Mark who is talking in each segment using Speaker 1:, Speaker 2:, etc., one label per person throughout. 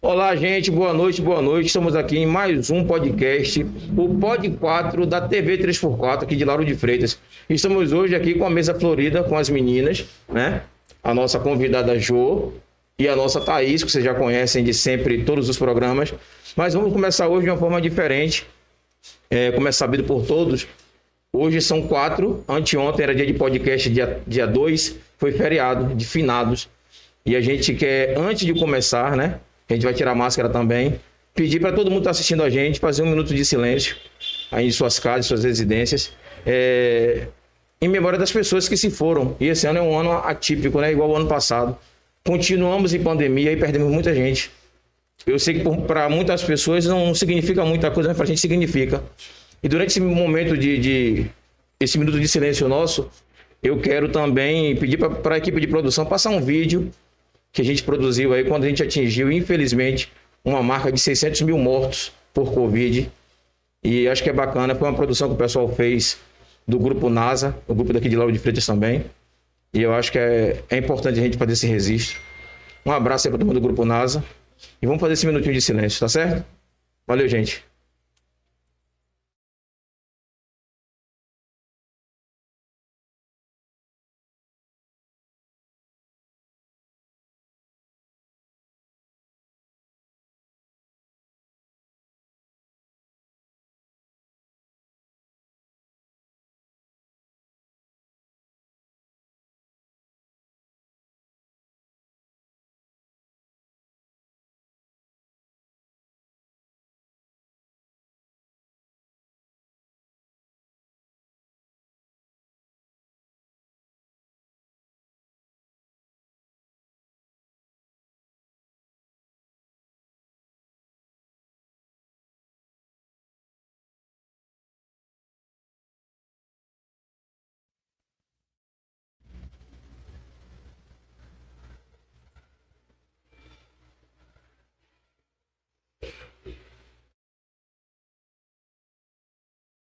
Speaker 1: Olá, gente, boa noite, boa noite. Estamos aqui em mais um podcast, o Pod 4 da TV 3x4, aqui de Lauro de Freitas. Estamos hoje aqui com a mesa florida com as meninas, né? A nossa convidada Jo e a nossa Thaís, que vocês já conhecem de sempre todos os programas. Mas vamos começar hoje de uma forma diferente. É, como é sabido por todos, hoje são quatro. Anteontem era dia de podcast, dia 2, dia dois, foi feriado de finados. E a gente quer, antes de começar, né? A gente vai tirar a máscara também. Pedir para todo mundo que está assistindo a gente fazer um minuto de silêncio aí em suas casas, suas residências, é, em memória das pessoas que se foram. E esse ano é um ano atípico, né? Igual o ano passado. Continuamos em pandemia e perdemos muita gente. Eu sei que para muitas pessoas não significa muita coisa, mas para a gente significa. E durante esse momento de, de esse minuto de silêncio nosso, eu quero também pedir para a equipe de produção passar um vídeo que a gente produziu aí quando a gente atingiu, infelizmente, uma marca de 600 mil mortos por Covid. E acho que é bacana, foi uma produção que o pessoal fez do grupo NASA, o grupo daqui de Lauro de Freitas também. E eu acho que é, é importante a gente fazer esse registro. Um abraço aí para todo mundo do grupo NASA. E vamos fazer esse minutinho de silêncio, tá certo? Valeu, gente.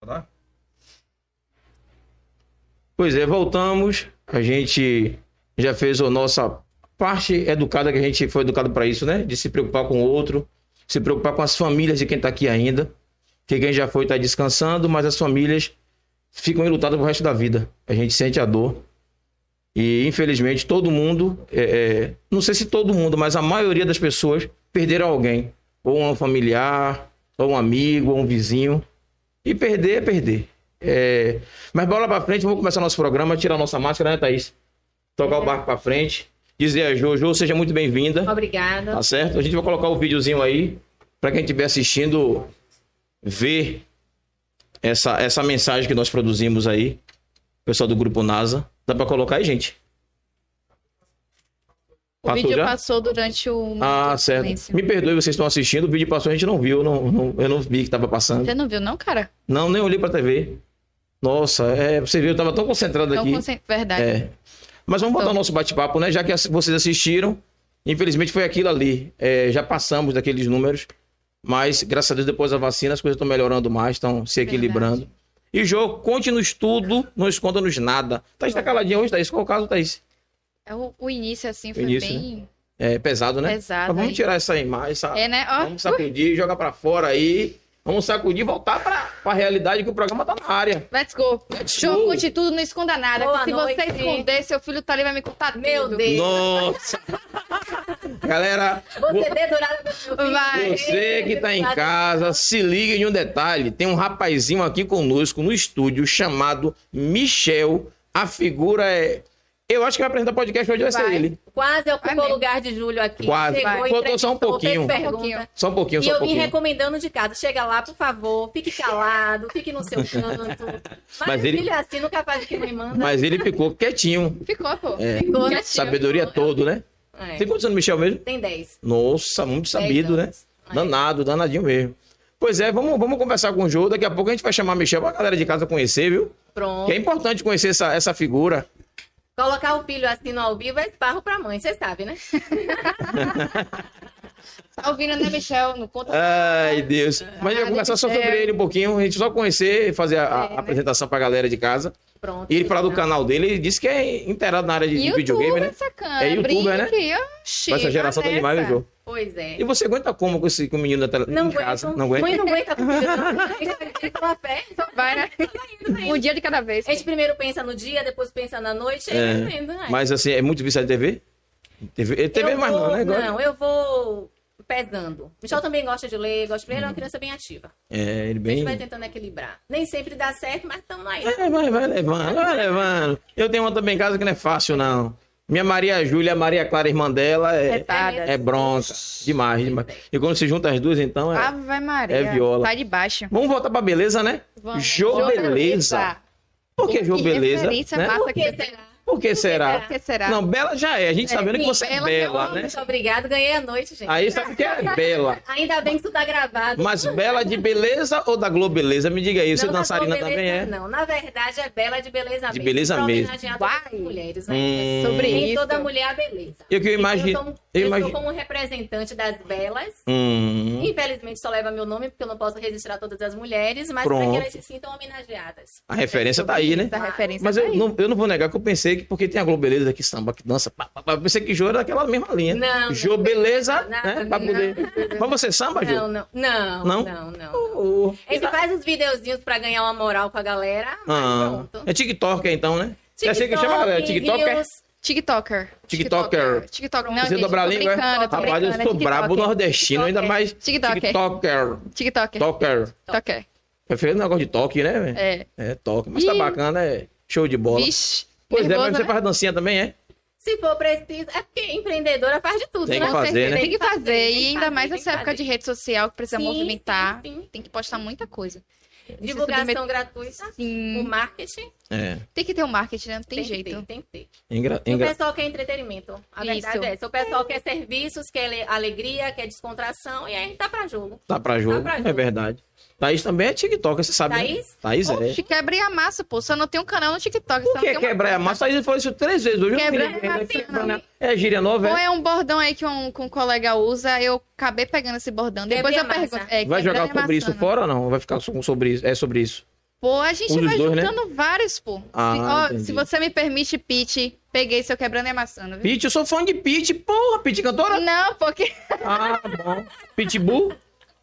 Speaker 1: Tá? Pois é, voltamos. A gente já fez a nossa parte educada, que a gente foi educado para isso, né? De se preocupar com o outro, se preocupar com as famílias de quem está aqui ainda. Que quem já foi está descansando, mas as famílias ficam enlutadas pro resto da vida. A gente sente a dor. E infelizmente todo mundo, é, é, não sei se todo mundo, mas a maioria das pessoas perderam alguém. Ou um familiar, ou um amigo, ou um vizinho. E perder é perder. É... Mas bola pra frente, vamos começar nosso programa, tirar nossa máscara, né, Thaís? Tocar o barco pra frente. Dizer a Jojo, seja muito bem-vinda.
Speaker 2: Obrigada.
Speaker 1: Tá certo? A gente vai colocar o videozinho aí pra quem estiver assistindo ver essa, essa mensagem que nós produzimos aí. Pessoal do grupo NASA. Dá pra colocar aí, gente?
Speaker 2: O vídeo
Speaker 1: já?
Speaker 2: passou durante o.
Speaker 1: Ah,
Speaker 2: minuto de
Speaker 1: certo.
Speaker 2: silêncio.
Speaker 1: Me perdoe, vocês estão assistindo, o vídeo passou, a gente não viu, não, não- eu não vi que tava passando.
Speaker 2: Você não viu, não, cara?
Speaker 1: Não, nem olhei pra TV. Nossa, é, você viu, eu tava tão concentrado
Speaker 2: Então,
Speaker 1: aqui.
Speaker 2: conce- verdade.
Speaker 1: É. Mas vamos
Speaker 2: Então-
Speaker 1: botar o nosso bate-papo, né? Já que as- vocês assistiram, infelizmente foi aquilo ali. É, já passamos daqueles números, mas graças a Deus, depois da vacina, as coisas estão melhorando mais, estão se equilibrando. E Jô, conte-nos tudo, não esconda-nos nada. Thaís tá caladinha hoje, Thaís. Qual o caso, Thaís?
Speaker 2: É, O, o início, assim, foi
Speaker 1: início,
Speaker 2: bem
Speaker 1: É pesado, né?
Speaker 2: pesado.
Speaker 1: Mas vamos
Speaker 2: hein?
Speaker 1: tirar essa imagem, essa...
Speaker 2: É, né? Ó,
Speaker 1: vamos sacudir, jogar pra fora aí. Vamos sacudir e voltar pra, pra realidade que o programa tá na área.
Speaker 2: uh, let's go.
Speaker 1: Let's
Speaker 2: Show,
Speaker 1: go.
Speaker 2: conte tudo, não esconda nada.
Speaker 3: Boa
Speaker 2: que se você
Speaker 3: noite.
Speaker 2: esconder, seu filho tá ali, vai me contar
Speaker 3: Meu
Speaker 2: tudo.
Speaker 3: Deus.
Speaker 1: Nossa! Galera, vou-
Speaker 3: Você dedurada pelo meu filho.
Speaker 2: Vai.
Speaker 1: Você que tá em casa, se liga em um detalhe. Tem um rapazinho aqui conosco no estúdio chamado Michel. A figura é. Eu acho que vai apresentar podcast hoje, vai, ser
Speaker 2: Vai.
Speaker 1: ele.
Speaker 3: Quase
Speaker 2: Vai
Speaker 3: ocupou
Speaker 2: mesmo.
Speaker 3: o lugar de Júlio aqui.
Speaker 1: Quase.
Speaker 3: Chegou,
Speaker 1: Vai. Faltou só um
Speaker 3: entrevistou, fez
Speaker 1: pouquinho.
Speaker 3: pergunta.
Speaker 2: Um pouquinho.
Speaker 1: Só um pouquinho,
Speaker 3: E
Speaker 1: só um
Speaker 3: eu vim
Speaker 1: pouquinho.
Speaker 3: recomendando de casa. Chega lá, por favor, fique calado, fique no seu canto. Mas,
Speaker 1: Mas ele-
Speaker 3: filho é assim, nunca faz o que me manda.
Speaker 1: Mas ele ficou quietinho.
Speaker 2: Ficou, pô.
Speaker 1: É.
Speaker 2: Ficou, né?
Speaker 1: Sabedoria todo, né?
Speaker 3: É.
Speaker 1: Tem quantos anos, Michel mesmo?
Speaker 3: Tem 10.
Speaker 1: Nossa, muito sabido, né?
Speaker 3: anos. É.
Speaker 1: Danado, danadinho mesmo. Pois é, vamos, vamos conversar com o Jô. Daqui a pouco a gente vai chamar Michel pra galera de casa conhecer, viu?
Speaker 3: Pronto.
Speaker 1: Que é importante conhecer essa, essa figura.
Speaker 3: Colocar o filho assim no ao vivo é esparro pra mãe, você sabe, né?
Speaker 2: Tá ouvindo, né, Michel? Não conta.
Speaker 1: Ai, Deus. Mas a gente vai conversar só sobre ele um pouquinho, a gente só conhecer, fazer a, a
Speaker 2: É, né?
Speaker 1: apresentação pra galera de casa.
Speaker 3: Pronto.
Speaker 1: E ele falar do
Speaker 3: Então,
Speaker 1: canal dele, ele disse que é inteirado na área de, de
Speaker 2: YouTube,
Speaker 1: videogame, né?
Speaker 2: sacana.
Speaker 1: É youtuber,
Speaker 2: Brinque, oxi,
Speaker 1: Essa geração
Speaker 2: tá
Speaker 1: tá demais, né,
Speaker 2: nessa.
Speaker 1: Jô?
Speaker 3: Pois é.
Speaker 1: E você aguenta como com, esse, com o menino da tele...
Speaker 3: Não
Speaker 1: em casa?
Speaker 3: aguenta.
Speaker 1: Não aguenta?
Speaker 3: Mãe não aguenta comida, não. Ele vai ter que tomar fé. Então,
Speaker 4: Vai, né? Um dia de cada vez.
Speaker 3: A gente primeiro pensa no dia, depois pensa na noite, aí
Speaker 1: É,
Speaker 3: vai vendo, né?
Speaker 1: Mas assim, é muito viciado em TV? TV, TV
Speaker 3: Eu
Speaker 1: mais
Speaker 3: vou-
Speaker 1: não, né? Agora-
Speaker 3: Não, eu vou pesando. Michel também gosta de ler, gosta de ler, ele é uma
Speaker 1: Hum.
Speaker 3: criança bem ativa.
Speaker 1: É, ele
Speaker 3: A gente
Speaker 1: bem.
Speaker 3: vai tentando equilibrar. Nem sempre dá certo, mas estamos aí.
Speaker 1: É, vai, vai levando, vai levando. Eu tenho uma também em casa que não é fácil, não. Minha Maria Júlia, a Maria Clara, irmã dela, é,
Speaker 4: Coitada.
Speaker 1: é bronca. Demais, demais. E quando se junta as duas, então. É...
Speaker 4: Ave Maria.
Speaker 1: É viola.
Speaker 4: Tá de baixo.
Speaker 1: Vamos voltar pra beleza, né? Jô
Speaker 4: Jô
Speaker 1: Beleza. Por que Jô
Speaker 4: Que
Speaker 1: Beleza?
Speaker 4: referência
Speaker 1: né?
Speaker 4: massa
Speaker 3: Por que será?
Speaker 1: Por que será?
Speaker 4: Por que será?
Speaker 1: Não, Bela já é. A gente tá
Speaker 3: É,
Speaker 1: vendo que
Speaker 3: sim,
Speaker 1: você é
Speaker 4: Bela
Speaker 1: Bela,
Speaker 4: não,
Speaker 1: né?
Speaker 3: Muito obrigado, ganhei a noite, gente.
Speaker 1: Aí sabe o que é Bela.
Speaker 3: Ainda bem que isso tá gravado.
Speaker 1: Mas Bela de beleza ou da Globo Beleza? Me diga aí. Você
Speaker 3: Não da
Speaker 1: dançarina
Speaker 3: boa
Speaker 1: também é?
Speaker 3: beleza, Não, na verdade é bela de beleza
Speaker 1: De
Speaker 3: mesmo.
Speaker 1: beleza
Speaker 3: pra
Speaker 1: mesmo.
Speaker 3: homenagear todas
Speaker 4: Vai.
Speaker 3: as mulheres, né?
Speaker 1: Hum.
Speaker 4: Sobre
Speaker 3: Em
Speaker 4: isso.
Speaker 3: toda mulher a beleza.
Speaker 1: E o que eu
Speaker 3: Então,
Speaker 1: imagino-
Speaker 3: Eu, sou-
Speaker 1: eu
Speaker 3: eu
Speaker 1: imagino-
Speaker 3: sou como representante das belas.
Speaker 1: Hum.
Speaker 3: Infelizmente só leva meu nome porque eu não posso registrar todas as mulheres, mas para
Speaker 1: Pronto.
Speaker 3: que elas se sintam homenageadas.
Speaker 1: A referência tá aí, né?
Speaker 4: Essa referência
Speaker 1: Mas
Speaker 3: é
Speaker 4: tá
Speaker 1: eu
Speaker 4: aí.
Speaker 1: não, eu não vou negar que eu pensei que, porque tem a Globo Beleza que samba, que dança, pá, pá, pá, eu pensei que Jô era daquela mesma linha.
Speaker 3: Não,
Speaker 1: Jô Beleza,
Speaker 3: não,
Speaker 1: né?
Speaker 3: não,
Speaker 1: Pra poder. Mas você é samba, Jô?
Speaker 3: Não, não, não,
Speaker 1: Ah, Não?
Speaker 3: não, não. não.
Speaker 1: Ô, ô.
Speaker 3: Ele faz uns videozinhos pra ganhar uma moral com a galera. mas
Speaker 1: Ah,
Speaker 3: pronto.
Speaker 1: é TikTok então, né? É assim que chama, galera? TikTok é?
Speaker 3: Reels,
Speaker 4: TikToker.
Speaker 1: Tiktoker.
Speaker 4: TikToker. Não,
Speaker 1: Você
Speaker 4: gente,
Speaker 1: dobrar a
Speaker 4: tô
Speaker 1: língua? é?
Speaker 4: brincando, tô
Speaker 1: Rapaz, eu
Speaker 4: brincando, é
Speaker 1: sou brabo
Speaker 4: TikToker.
Speaker 1: nordestino, ainda mais
Speaker 4: TikToker.
Speaker 1: TikToker.
Speaker 4: TikToker.
Speaker 1: Toker.
Speaker 4: TikToker.
Speaker 1: Preferindo negócio de toque, né, velho?
Speaker 4: É.
Speaker 1: É, toque. Mas tá
Speaker 4: Ih.
Speaker 1: bacana, é show de bola.
Speaker 4: Vixe.
Speaker 1: Pois é,
Speaker 4: nervoso,
Speaker 1: mas você
Speaker 4: né?
Speaker 1: faz dancinha também, é?
Speaker 3: Se for preciso, é porque empreendedora faz de tudo,
Speaker 1: Tem
Speaker 3: né?
Speaker 1: que fazer, né?
Speaker 4: Tem que fazer. E ainda mais
Speaker 3: tem
Speaker 4: nessa
Speaker 3: que
Speaker 4: época de
Speaker 3: fazer.
Speaker 4: rede social que precisa
Speaker 3: Sim,
Speaker 4: movimentar.
Speaker 3: sim, sim.
Speaker 4: Tem que postar muita coisa.
Speaker 3: divulgação
Speaker 4: submeter-
Speaker 3: gratuita,
Speaker 4: Sim.
Speaker 3: o marketing
Speaker 1: É.
Speaker 4: Tem que ter um marketing, né? Não tem,
Speaker 3: que
Speaker 4: jeito.
Speaker 3: ter, tem que ter.
Speaker 1: Engra...
Speaker 3: E o
Speaker 1: engra-
Speaker 3: pessoal quer entretenimento. A verdade
Speaker 4: Isso.
Speaker 3: é essa. O pessoal quer serviços, quer ale- alegria, quer descontração e aí tá pra jogo.
Speaker 1: Tá pra jogo,
Speaker 3: pra
Speaker 1: é
Speaker 3: jogo.
Speaker 1: verdade. Thaís também é TikTok, você sabe,
Speaker 3: Thaís?
Speaker 1: né? Thaís é.
Speaker 4: Oxe, quebrei a massa, pô. Só não tem um canal no TikTok.
Speaker 1: Por
Speaker 4: só
Speaker 1: que
Speaker 4: não tem uma
Speaker 1: quebrar a massa? Thaís falou isso três vezes hoje. eu não
Speaker 4: Quebrar
Speaker 1: lembro.
Speaker 4: a
Speaker 1: É,
Speaker 4: perna.
Speaker 1: né? É gíria nova,
Speaker 4: Ou
Speaker 1: é?
Speaker 4: é um bordão aí que um, que um colega usa, eu acabei pegando esse bordão. Depois
Speaker 3: Quebre
Speaker 4: eu
Speaker 3: a massa.
Speaker 4: pergunto. É,
Speaker 1: Vai
Speaker 4: quebrando
Speaker 1: jogar
Speaker 4: a
Speaker 1: sobre isso
Speaker 4: maçã.
Speaker 1: fora ou não? Vai ficar com- sobre isso? É sobre isso.
Speaker 4: Pô, a gente
Speaker 1: Um dos
Speaker 4: vai
Speaker 1: dois, né?
Speaker 4: juntando vários, pô.
Speaker 1: Ah,
Speaker 4: se, ó,
Speaker 1: entendi.
Speaker 4: se você me permite, Pete, peguei seu quebrando e amassando, viu?
Speaker 1: Pete, eu sou fã de Pete. Porra, Pete cantora?
Speaker 4: Não, porque.
Speaker 1: Ah, bom. Pitbull?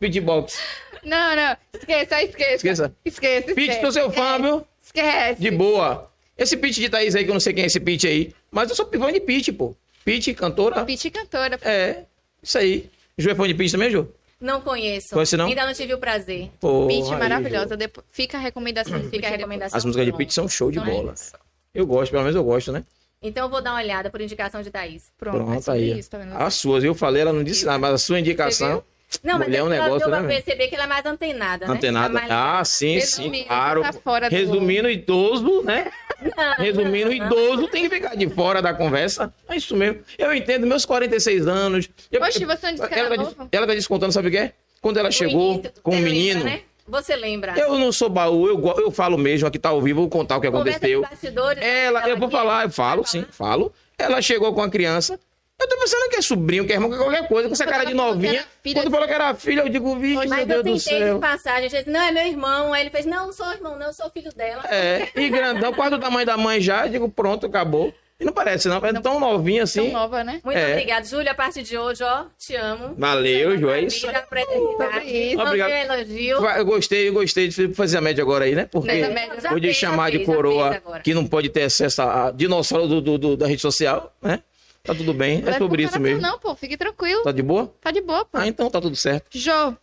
Speaker 1: Pitbox.
Speaker 4: Não, não. Esqueça, esqueça.
Speaker 1: Esqueça.
Speaker 4: Esqueça.
Speaker 1: Pete,
Speaker 4: esqueça.
Speaker 1: tô seu fã, viu?
Speaker 4: Esquece.
Speaker 1: De boa. Esse Pete de Thaís aí, que eu não sei quem é esse Pete aí. Mas eu sou fã de Pete, pô. Pete, cantora.
Speaker 4: Pete cantora. pô.
Speaker 1: É, isso aí. Ju é fã de Pete também, Ju?
Speaker 3: Não conheço.
Speaker 1: Conhece não?
Speaker 3: Ainda não tive o prazer.
Speaker 1: Porra,
Speaker 4: Pete
Speaker 1: aí,
Speaker 4: é maravilhosa.
Speaker 1: Ju.
Speaker 4: Depois... Fica a recomendação.
Speaker 3: Fica a recomendação.
Speaker 1: As músicas de
Speaker 3: Pronto.
Speaker 1: Pete são show de
Speaker 3: Então é
Speaker 1: bola.
Speaker 3: isso.
Speaker 1: Eu gosto, pelo menos eu gosto, né?
Speaker 3: Então eu vou dar uma olhada por indicação de Thaís.
Speaker 4: Pronto, é
Speaker 1: Pronto,
Speaker 4: sobre
Speaker 1: aí. Ah,
Speaker 4: isso, tá vendo?
Speaker 1: As suas, eu falei, ela não disse nada, mas a sua indicação.
Speaker 3: Não, mas
Speaker 1: Mulher é um
Speaker 3: ela
Speaker 1: negócio,
Speaker 3: deu
Speaker 1: né,
Speaker 3: pra
Speaker 1: velho?
Speaker 3: perceber que ela é mais antenada, né?
Speaker 1: Antenada.
Speaker 3: Ela é mais-
Speaker 1: Ah, sim, sim,
Speaker 4: Resumindo,
Speaker 1: claro.
Speaker 4: tá fora do-
Speaker 1: Resumindo, idoso, né?
Speaker 3: Não,
Speaker 1: Resumindo,
Speaker 3: não, não.
Speaker 1: idoso tem que ficar de fora da conversa. É isso mesmo. Eu entendo, meus 46 anos. Eu,
Speaker 4: Poxa, você
Speaker 3: é
Speaker 4: não disse que era
Speaker 1: ela, tá,
Speaker 4: novo?
Speaker 1: des- ela tá descontando, sabe o que é? Quando ela
Speaker 3: No
Speaker 1: chegou
Speaker 3: início,
Speaker 1: com o
Speaker 3: você lembra,
Speaker 1: menino.
Speaker 3: né? Você lembra.
Speaker 1: Eu não sou baú, eu, go- eu falo mesmo, aqui tá ao vivo, vou contar o que
Speaker 3: Conversa de
Speaker 1: aconteceu.
Speaker 3: bastidores,
Speaker 1: Ela, eu vou
Speaker 3: que é-
Speaker 1: falar, eu falo,
Speaker 3: vai
Speaker 1: sim,
Speaker 3: falar.
Speaker 1: falo. Ela chegou com a criança. Eu tô pensando que é sobrinho, que é irmão, que é qualquer coisa, com essa
Speaker 4: Quando
Speaker 1: cara de
Speaker 4: ela falou que era
Speaker 1: novinha.
Speaker 4: filha-
Speaker 1: Quando falou que era filha, eu digo, vixe, meu
Speaker 3: Mas eu
Speaker 1: Deus do
Speaker 3: tentei de
Speaker 1: céu.
Speaker 3: passagem. Ele disse, não, é meu irmão. Aí ele fez, não, não sou irmão, não, eu sou filho dela.
Speaker 1: É, e grandão, quase do tamanho da mãe já, eu digo, pronto, acabou. E não parece, não, é tão novinha assim.
Speaker 4: Tão nova, né?
Speaker 3: Muito
Speaker 1: É.
Speaker 3: obrigada, Júlia. A partir de hoje, ó, te amo.
Speaker 1: Valeu, Ju, é
Speaker 3: Pra
Speaker 1: isso.
Speaker 3: vida, pra eternidade.
Speaker 4: Obrigado.
Speaker 3: Mandei um elogio.
Speaker 1: Vai, Eu gostei, eu gostei de fazer a média agora aí, né? Porque
Speaker 4: Nessa média.
Speaker 1: vou de
Speaker 3: Já
Speaker 1: chamar
Speaker 3: fez,
Speaker 1: de
Speaker 3: já
Speaker 1: coroa
Speaker 3: fez agora.
Speaker 1: que não pode ter acesso a dinossauro do, do- do- da rede social, né? Tá tudo bem, é
Speaker 4: Não
Speaker 1: sobre isso
Speaker 4: comparação
Speaker 1: mesmo.
Speaker 4: Não, pô, fique tranquilo.
Speaker 1: Tá de boa?
Speaker 4: Tá de boa, pô.
Speaker 1: Ah, então tá tudo certo.
Speaker 4: Jô,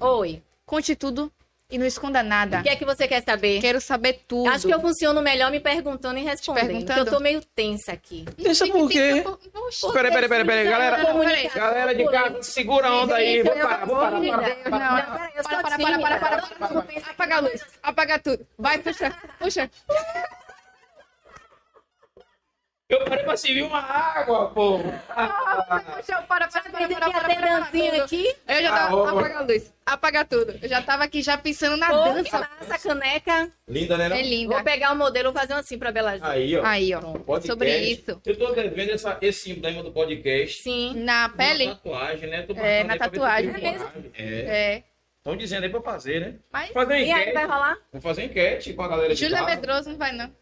Speaker 3: Oi,
Speaker 4: conte tudo e não esconda nada.
Speaker 3: o que é que você quer saber?
Speaker 4: Quero saber tudo.
Speaker 3: Acho que eu funciono melhor me perguntando e respondendo.
Speaker 4: perguntando?
Speaker 3: porque Eu tô meio tensa aqui.
Speaker 1: Pensa por quê?
Speaker 4: Poxa,
Speaker 1: Peraí, peraí, peraí, peraí, galera.
Speaker 4: peraí.
Speaker 1: Galera de casa, segura a onda aí. Vou parar, vou parar, vou parar.
Speaker 4: Não, não. Para, para, para, para, para, para, para, para. Apaga a luz, apaga tudo. Vai, puxa, puxa.
Speaker 1: Eu parei pra servir uma água, pô. Ah,
Speaker 4: Puxa, para, para, para,
Speaker 3: Mas
Speaker 4: para,
Speaker 3: eu queria
Speaker 4: para,
Speaker 3: ter
Speaker 4: para,
Speaker 3: dancinha
Speaker 4: para, tudo.
Speaker 3: aqui.
Speaker 4: Eu já
Speaker 1: Ah, ô, ô.
Speaker 4: tava, apaga a luz, apaga tudo. Eu já tava aqui já pensando na
Speaker 3: Pô, que
Speaker 4: dança.
Speaker 3: massa, caneca.
Speaker 1: Linda, né? não?
Speaker 4: É linda.
Speaker 3: Vou pegar o modelo, vou fazer um assim pra Bela Ju.
Speaker 1: Aí, ó.
Speaker 4: Aí, ó.
Speaker 1: Podcast.
Speaker 4: Sobre isso.
Speaker 1: Eu tô devendo essa- esse emblema do podcast.
Speaker 3: Sim.
Speaker 1: Na
Speaker 4: Na pele?
Speaker 1: tatuagem, né? Tô
Speaker 4: É,
Speaker 1: marcando
Speaker 4: na
Speaker 1: aí pra ver se
Speaker 4: tatuagem.
Speaker 1: tem coragem. É.
Speaker 4: É.
Speaker 1: Estão dizendo aí pra fazer, né?
Speaker 4: Mas
Speaker 1: Fazer uma
Speaker 3: E aí, vai
Speaker 1: enquete.
Speaker 3: rolar?
Speaker 1: Vou fazer uma enquete com a galera de
Speaker 4: Júlia
Speaker 1: casa.
Speaker 4: Pedroso não vai, não.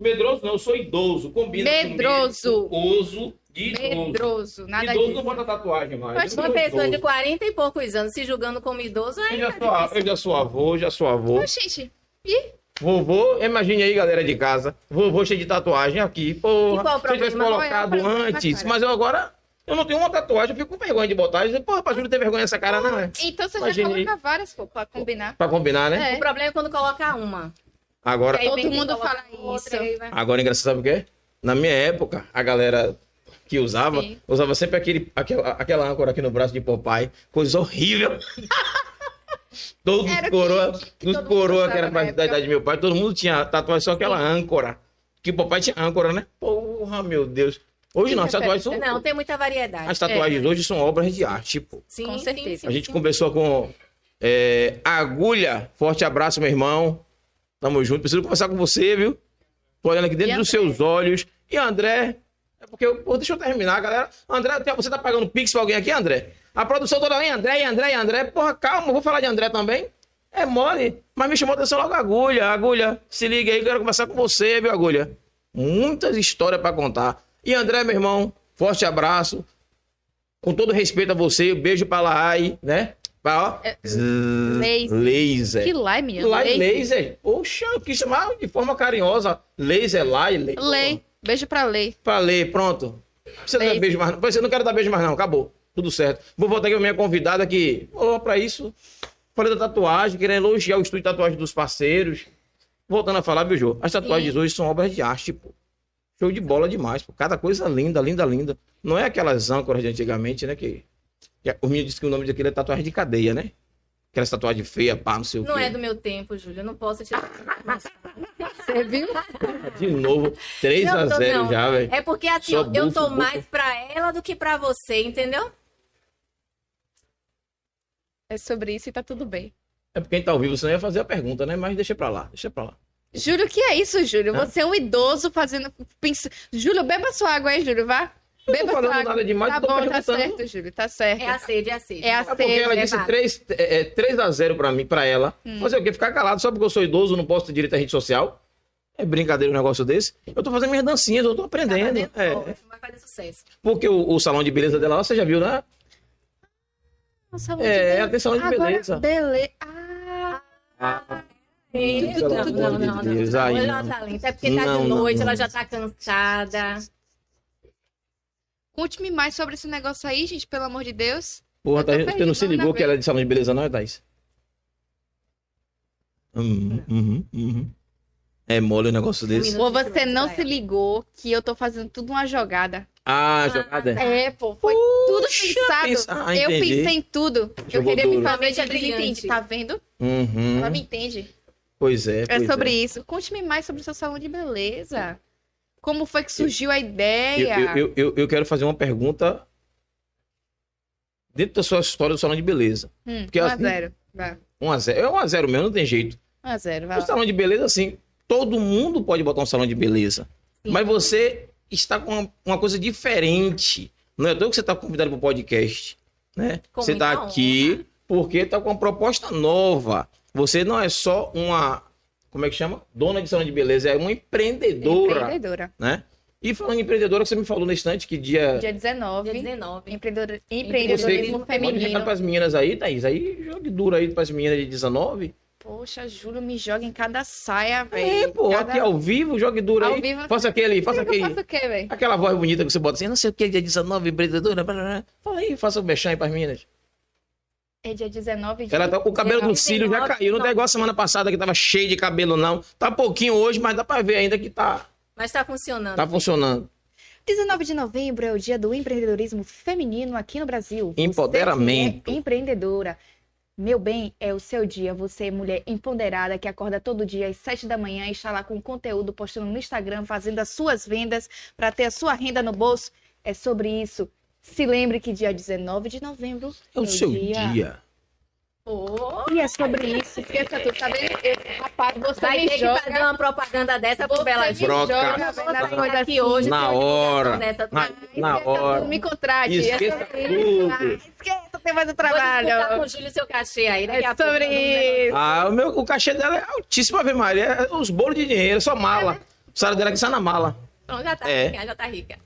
Speaker 1: Medroso não, eu sou idoso. Combina
Speaker 4: Medroso.
Speaker 1: comigo. Oso de idoso.
Speaker 4: Medroso, nada
Speaker 1: idoso não
Speaker 4: disso.
Speaker 1: bota tatuagem mais.
Speaker 4: Mas
Speaker 1: eu
Speaker 3: Uma
Speaker 1: sou
Speaker 3: pessoa de
Speaker 1: idoso.
Speaker 3: 40 e poucos anos se julgando como idoso,
Speaker 1: Eu
Speaker 3: aí
Speaker 1: já,
Speaker 3: tá
Speaker 1: sou, a-
Speaker 3: difícil.
Speaker 1: eu já sou avô, já sou avô.
Speaker 4: Oxente,
Speaker 1: Vovô, imagine aí, galera de casa. Vovô cheio de tatuagem aqui. Porra,
Speaker 3: E qual o
Speaker 1: se eu tivesse
Speaker 3: problema?
Speaker 4: Qual é o
Speaker 1: colocado
Speaker 4: problema,
Speaker 1: antes,
Speaker 4: cara?
Speaker 1: mas eu agora. Eu não tenho uma tatuagem, eu fico com vergonha de botar. Eu digo, Porra, rapaz, não tem vergonha dessa cara, não, é?
Speaker 4: então você já
Speaker 1: Imagine aí.
Speaker 4: coloca várias, pô, pra combinar.
Speaker 1: Pra combinar, né?
Speaker 4: É.
Speaker 3: O problema é quando coloca uma.
Speaker 1: Agora,
Speaker 3: Que aí
Speaker 4: Todo
Speaker 3: vem quem
Speaker 4: mundo
Speaker 3: coloca
Speaker 4: fala
Speaker 3: outra,
Speaker 4: isso.
Speaker 3: aí vai-
Speaker 1: agora engraçado, sabe o quê? Na minha época, a galera que usava,
Speaker 4: Sim.
Speaker 1: usava sempre aquele, aquela, aquela âncora aqui no braço de Popeye. Coisa horrível. Todos
Speaker 4: Era o que-
Speaker 1: coroa,
Speaker 4: que
Speaker 1: dos
Speaker 4: todo mundo
Speaker 1: coroa,
Speaker 4: usava
Speaker 1: que era
Speaker 4: na
Speaker 1: mais da
Speaker 4: época.
Speaker 1: idade do meu pai, todo mundo tinha tatuagem, só aquela âncora. Que papai tinha âncora, né? Porra, meu Deus. Hoje não, as tatuagens são.
Speaker 3: Não, tem muita variedade.
Speaker 1: As
Speaker 4: é.
Speaker 1: tatuagens hoje são obras de arte, pô.
Speaker 3: É. Sim,
Speaker 4: Com
Speaker 3: sim,
Speaker 4: certeza.
Speaker 3: sim,
Speaker 1: tá A gente
Speaker 3: sim.
Speaker 1: conversou com é, Agulha. Forte abraço, meu irmão. Tamo junto. Preciso conversar com você, viu? Tô olhando aqui dentro
Speaker 4: E
Speaker 1: dos
Speaker 4: André?
Speaker 1: seus olhos. E André. É porque eu. pô, deixa eu terminar, galera. André, até você tá pagando pix pra alguém aqui, André? A produção toda lá, hein? André, e André, e André. Porra, calma, eu vou falar de André também. É mole, mas me chamou a atenção logo a Agulha. Agulha, se liga aí, quero conversar com você, viu, Agulha? Muitas histórias pra contar. E André, meu irmão, forte abraço. Com todo respeito a você, beijo pra Laai, né? Pra, ó,
Speaker 4: É, laser.
Speaker 1: laser.
Speaker 4: Que lá, menina?
Speaker 1: Lá
Speaker 4: Lei.
Speaker 1: e laser. Poxa, eu quis chamar de forma carinhosa. Laser, lá e lei.
Speaker 4: Lei. Beijo pra lei.
Speaker 1: Pra ler, pronto. Não precisa
Speaker 4: Laser.
Speaker 1: dar beijo mais não. Você não quero dar beijo mais não, acabou. Tudo certo. Vou voltar aqui pra minha convidada que falou pra isso. Falei da tatuagem, querendo elogiar o estúdio de tatuagem dos parceiros. Voltando a falar, viu, Jô? As tatuagens hoje são obras de arte, pô. Show de bola demais, pô. Cada coisa linda, linda, linda. Não é aquelas âncoras de antigamente, né, que... que a- o menino disse que o nome daquele é tatuagem de cadeia, né? Aquelas tatuagem feia, pá, não sei o quê.
Speaker 3: Não é do meu tempo, Júlio. Eu não posso te.
Speaker 4: Você viu?
Speaker 1: De novo, 3 a
Speaker 3: Não tô,
Speaker 1: 0
Speaker 3: não.
Speaker 1: já, velho.
Speaker 3: É porque assim,
Speaker 1: Só
Speaker 3: ó, eu
Speaker 1: bufo,
Speaker 3: tô
Speaker 1: bufo.
Speaker 3: mais pra ela do que pra você, entendeu?
Speaker 4: É sobre isso e tá tudo bem.
Speaker 1: É porque quem tá ao vivo, você não ia fazer a pergunta, né? Mas deixa pra lá, deixa pra lá.
Speaker 4: Júlio, que é isso, Júlio?
Speaker 1: Hã?
Speaker 4: Você é um idoso fazendo. pensa- Júlio, beba sua água aí, Júlio, vá.
Speaker 1: Eu
Speaker 4: Beba
Speaker 1: não tô
Speaker 4: sua
Speaker 1: falando
Speaker 4: água.
Speaker 1: nada demais,
Speaker 4: Tá
Speaker 1: eu tô
Speaker 4: bom, tá
Speaker 1: perguntando.
Speaker 4: certo, Júlio, tá certo.
Speaker 3: É a sede, é a sede.
Speaker 4: É a
Speaker 1: É porque ela
Speaker 4: Sei,
Speaker 1: disse
Speaker 3: levado.
Speaker 1: 3, é, 3 a 0 pra mim, pra ela.
Speaker 4: Hum.
Speaker 1: Fazer o quê? Ficar calado só porque eu sou idoso, não posso ter direito à rede social? É brincadeira um negócio desse? Eu tô fazendo minhas dancinhas, eu tô
Speaker 3: Tá
Speaker 1: aprendendo.
Speaker 3: fazendo,
Speaker 1: é.
Speaker 3: ó, vai fazer sucesso.
Speaker 1: Porque o, o salão de beleza dela lá, você já viu, né?
Speaker 4: Nossa,
Speaker 1: É, ela tem salão de
Speaker 4: Agora,
Speaker 1: beleza.
Speaker 4: beleza. Ah,
Speaker 3: É
Speaker 1: Pelo
Speaker 3: Não,
Speaker 1: amor
Speaker 3: não,
Speaker 1: de
Speaker 3: não, não.
Speaker 1: Deus, aí
Speaker 3: Hoje ela
Speaker 1: não.
Speaker 3: tá lenta, é porque tá
Speaker 1: Não,
Speaker 3: de
Speaker 1: não,
Speaker 3: noite,
Speaker 1: não.
Speaker 3: ela já tá cansada.
Speaker 4: conte-me mais sobre esse negócio aí, gente, pelo amor de Deus.
Speaker 1: Porra,
Speaker 4: Eu tô
Speaker 1: Thaís, você não
Speaker 4: perdida,
Speaker 1: se
Speaker 4: não,
Speaker 1: ligou
Speaker 4: não
Speaker 1: que ela é de salão de beleza, não é, Thaís? Hum, uhum, uhum. É mole o negócio desse.
Speaker 3: Menina,
Speaker 4: Ou
Speaker 3: disse
Speaker 4: você
Speaker 3: isso
Speaker 4: não
Speaker 3: pra
Speaker 4: se
Speaker 3: ela.
Speaker 4: ligou que eu tô fazendo tudo uma jogada.
Speaker 1: Ah, jogada.
Speaker 4: É, pô, foi tudo pensado.
Speaker 1: pensa- ah,
Speaker 4: eu
Speaker 1: entendi.
Speaker 4: pensei em tudo. eu
Speaker 1: Jogou
Speaker 4: queria me
Speaker 1: duro.
Speaker 4: fazer de
Speaker 3: Mente é brilhante.
Speaker 4: desentende, tá vendo?
Speaker 1: Uhum.
Speaker 4: Ela me entende.
Speaker 1: Pois é.
Speaker 4: É
Speaker 1: pois
Speaker 4: sobre isso. Conte-me mais sobre o seu salão de beleza. Como foi que surgiu a
Speaker 1: Eu,
Speaker 4: ideia?
Speaker 1: eu, eu- eu, eu quero fazer uma pergunta dentro da sua história do salão de beleza.
Speaker 4: Hum,
Speaker 1: porque
Speaker 4: 1 a
Speaker 1: assim-
Speaker 4: 0. Vai.
Speaker 1: 1 a 0. É 1 a 0 mesmo, não tem jeito.
Speaker 4: 1 a 0, vai
Speaker 1: O
Speaker 4: lá.
Speaker 1: salão de beleza, assim, todo mundo pode botar um salão de beleza.
Speaker 3: Sim.
Speaker 1: Mas você está com uma, uma coisa diferente. Não é à toa que você está convidado para o podcast. Né?
Speaker 3: Com
Speaker 1: você está
Speaker 3: muita honra.
Speaker 1: aqui porque está com uma proposta nova. Você não é só uma. Como é que chama? Dona de salão de beleza, é uma empreendedora.
Speaker 4: Empreendedora.
Speaker 1: né? E falando em empreendedora, que você me falou no instante que dia.
Speaker 4: Dia 19.
Speaker 3: Dia 19.
Speaker 4: Empreendedor...
Speaker 1: Você manda
Speaker 4: Empreendedorismo
Speaker 1: um recado
Speaker 4: é feminino.
Speaker 1: para as meninas aí, Thaís. Aí jogue duro aí para as meninas de 19.
Speaker 4: Poxa, Júlio, me joga em cada saia,
Speaker 1: É,
Speaker 4: velho.
Speaker 1: pô,
Speaker 4: Cada-
Speaker 1: aqui ao vivo, jogue duro
Speaker 4: Ao
Speaker 1: aí.
Speaker 4: vivo-
Speaker 1: Faça aquele, faça
Speaker 4: Eu faço
Speaker 1: aquele.
Speaker 4: o quê, velho?
Speaker 1: Aquela voz bonita que você bota assim, não sei o que, dia 19, empreendedora. blá, blá, blá. Fala aí, faça o mexer aí para as meninas.
Speaker 4: É dia 19 de
Speaker 1: Ela tá- o cabelo do
Speaker 4: 19.
Speaker 1: cílio já caiu. Não tá igual a semana passada que tava cheio de cabelo, não. Tá pouquinho hoje, mas dá para ver ainda que tá,
Speaker 3: Mas tá funcionando.
Speaker 1: tá funcionando.
Speaker 4: 19 de novembro é o dia do empreendedorismo feminino aqui no Brasil. Você
Speaker 1: Empoderamento.
Speaker 4: que é empreendedora. Meu bem, é o seu dia. Você, mulher empoderada, que acorda todo dia às 7 da manhã e está lá com conteúdo, postando no Instagram, fazendo as suas vendas para ter a sua renda no bolso. É sobre isso. Se lembre que dia 19 de novembro
Speaker 1: É o seu dia.
Speaker 3: Pô,
Speaker 4: E é sobre isso. Pensa tu, tá vendo? Eu- Rapaz, você
Speaker 3: vai
Speaker 4: me
Speaker 3: ter
Speaker 4: joga.
Speaker 3: que fazer uma propaganda dessa pro
Speaker 4: Você
Speaker 3: Bela
Speaker 4: me
Speaker 3: Gil.
Speaker 1: Broca.
Speaker 4: joga, velho, na coisa
Speaker 3: Aqui hoje,
Speaker 1: Na
Speaker 3: tem uma divulgação
Speaker 1: hora.
Speaker 4: tá?
Speaker 3: dessa, tu
Speaker 1: Na,
Speaker 3: vai-
Speaker 1: na
Speaker 4: Esqueça
Speaker 1: hora.
Speaker 4: tudo, Me contrate.
Speaker 1: Esqueça
Speaker 4: é sobre isso.
Speaker 1: tudo.
Speaker 4: Ah, esqueça, tem mais um
Speaker 3: Vou disputar
Speaker 4: trabalho.
Speaker 3: com o Júlio seu cachê aí. Daqui a
Speaker 4: É
Speaker 3: pouco,
Speaker 4: sobre
Speaker 3: nós vamos-
Speaker 4: isso.
Speaker 1: Ah, o, meu, o cachê dela é altíssimo, Ave Maria. É Os bolos de dinheiro, só mala. salário dela que sai na mala.
Speaker 3: Pronto, já tá
Speaker 1: É.
Speaker 3: rica, já tá rica.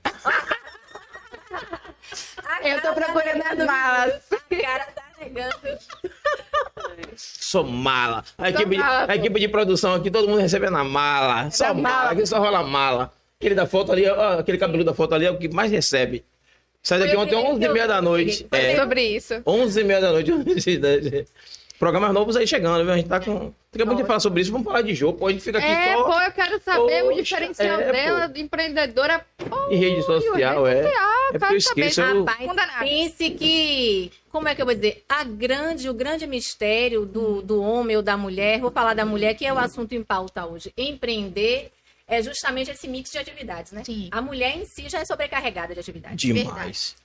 Speaker 3: A
Speaker 2: Eu tô
Speaker 3: cara tá
Speaker 2: procurando as
Speaker 3: negando,
Speaker 2: malas.
Speaker 3: A cara tá negando.
Speaker 1: Só mala. A equipe, de,
Speaker 2: mala,
Speaker 1: a equipe de produção aqui, todo mundo recebe na mala. Só
Speaker 2: na
Speaker 1: mala,
Speaker 2: mala.
Speaker 1: aqui só rola mala. Aquele da foto ali, ó, aquele cabelo da foto ali é o que mais recebe. Sai daqui
Speaker 3: Foi o
Speaker 1: ontem,
Speaker 3: primeiro
Speaker 1: 11
Speaker 3: que
Speaker 1: e
Speaker 3: eu
Speaker 1: meia da
Speaker 3: consegui.
Speaker 1: noite.
Speaker 3: Foi o
Speaker 1: É,
Speaker 3: primeiro.
Speaker 2: Sobre isso.
Speaker 1: 11 e meia da noite. Programas novos aí chegando, viu? A gente tá com... Fica bom de falar sobre isso, vamos falar de jogo. pô, A gente fica aqui
Speaker 4: É,
Speaker 1: só
Speaker 4: pô, eu quero saber o
Speaker 1: Poxa,
Speaker 4: diferencial
Speaker 1: é, pô.
Speaker 4: dela, de empreendedora. Pô,
Speaker 1: em rede social, é. É porque eu
Speaker 4: quero
Speaker 1: esqueço,
Speaker 4: saber.
Speaker 1: eu...
Speaker 3: Rapaz,
Speaker 4: Conta nada.
Speaker 3: pense que. Como é que eu vou dizer? A grande, o grande mistério do, do homem ou da mulher, vou falar da mulher, que é o assunto em pauta hoje. Empreender é justamente esse mix de atividades, né?
Speaker 2: Sim.
Speaker 4: Ah,
Speaker 3: A mulher em si já é sobrecarregada de atividades.
Speaker 1: Demais.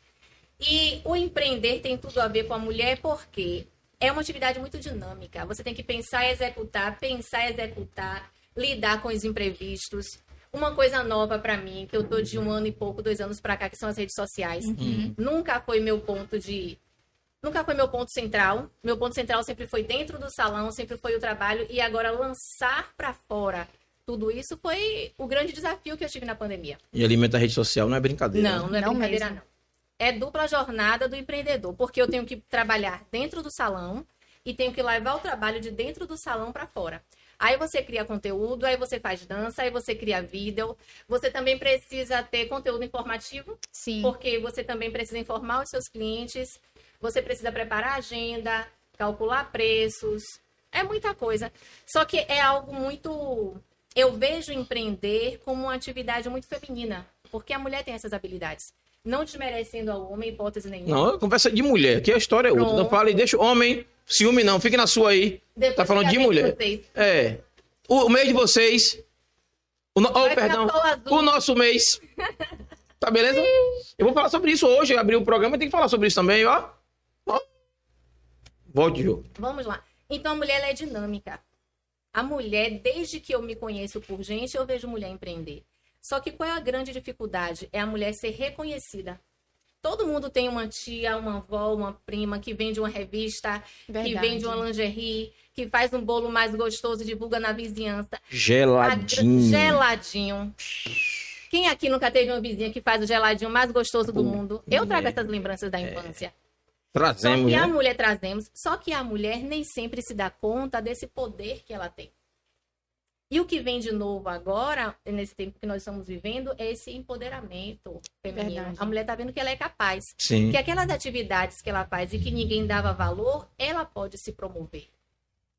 Speaker 3: E o empreender tem tudo a ver com a mulher porque é uma atividade muito dinâmica. Você tem que pensar e executar, pensar e executar, lidar com os imprevistos. Uma coisa nova para mim, que eu tô de um ano e pouco, dois anos para cá, que são as redes sociais.
Speaker 1: Hum.
Speaker 3: Nunca foi meu ponto de nunca foi meu ponto central. Meu ponto central sempre foi dentro do salão, sempre foi o trabalho e agora lançar para fora. Tudo isso foi o grande desafio que eu tive na pandemia.
Speaker 1: E alimenta a rede social, não é brincadeira.
Speaker 3: Não, não é
Speaker 2: Não
Speaker 3: brincadeira,
Speaker 2: mesmo.
Speaker 3: não. É dupla jornada do empreendedor, porque eu tenho que trabalhar dentro do salão e tenho que levar o trabalho de dentro do salão para fora. Aí você cria conteúdo, aí você faz dança, aí você cria vídeo. Você também precisa ter conteúdo informativo,
Speaker 2: Sim.
Speaker 3: porque você também precisa informar os seus clientes, você precisa preparar a agenda, calcular preços, é muita coisa. Só que é algo muito. Eu vejo empreender como uma atividade muito feminina, porque a mulher tem essas habilidades. Não desmerecendo ao homem, hipótese nenhuma.
Speaker 1: Não, Tá é conversa de mulher, que a história é outra.
Speaker 3: Pronto.
Speaker 1: Então fala e deixa o homem, ciúme não, fique na sua aí.
Speaker 3: Depois
Speaker 1: tá falando
Speaker 3: fica
Speaker 1: de
Speaker 3: bem com
Speaker 1: mulher.
Speaker 3: vocês.
Speaker 1: É. O, o mês de vocês. O no- oh,
Speaker 3: Vai ficar
Speaker 1: perdão.
Speaker 3: só o azul.
Speaker 1: O nosso mês. Tá beleza? Eu vou falar sobre isso hoje. Eu abri o programa e tem que falar sobre isso também, ó. Ó. Volte, Jô.
Speaker 3: Vamos lá. Então a mulher ela é dinâmica. A mulher, desde que eu me conheço por gente, eu vejo mulher empreender. Só que qual é a grande dificuldade? É a mulher ser reconhecida. Todo mundo tem uma tia, uma avó, uma prima que vende uma revista, que
Speaker 2: Verdade.
Speaker 3: vende uma lingerie, que faz um bolo mais gostoso e divulga na vizinhança. A gr-
Speaker 1: Geladinho.
Speaker 3: Geladinho. Quem aqui nunca teve uma vizinha que faz o geladinho mais gostoso do mundo? Eu trago essas lembranças da infância. Só
Speaker 1: Trazemos,
Speaker 3: que a
Speaker 1: né?
Speaker 3: mulher trazemos, só que a mulher nem sempre se dá conta desse poder que ela tem. E o que vem de novo agora, nesse tempo que nós estamos vivendo, é esse empoderamento feminino.
Speaker 2: Verdade.
Speaker 3: A mulher está vendo que ela é capaz.
Speaker 1: Sim.
Speaker 3: Que aquelas atividades que ela faz e que ninguém dava valor, ela pode se promover.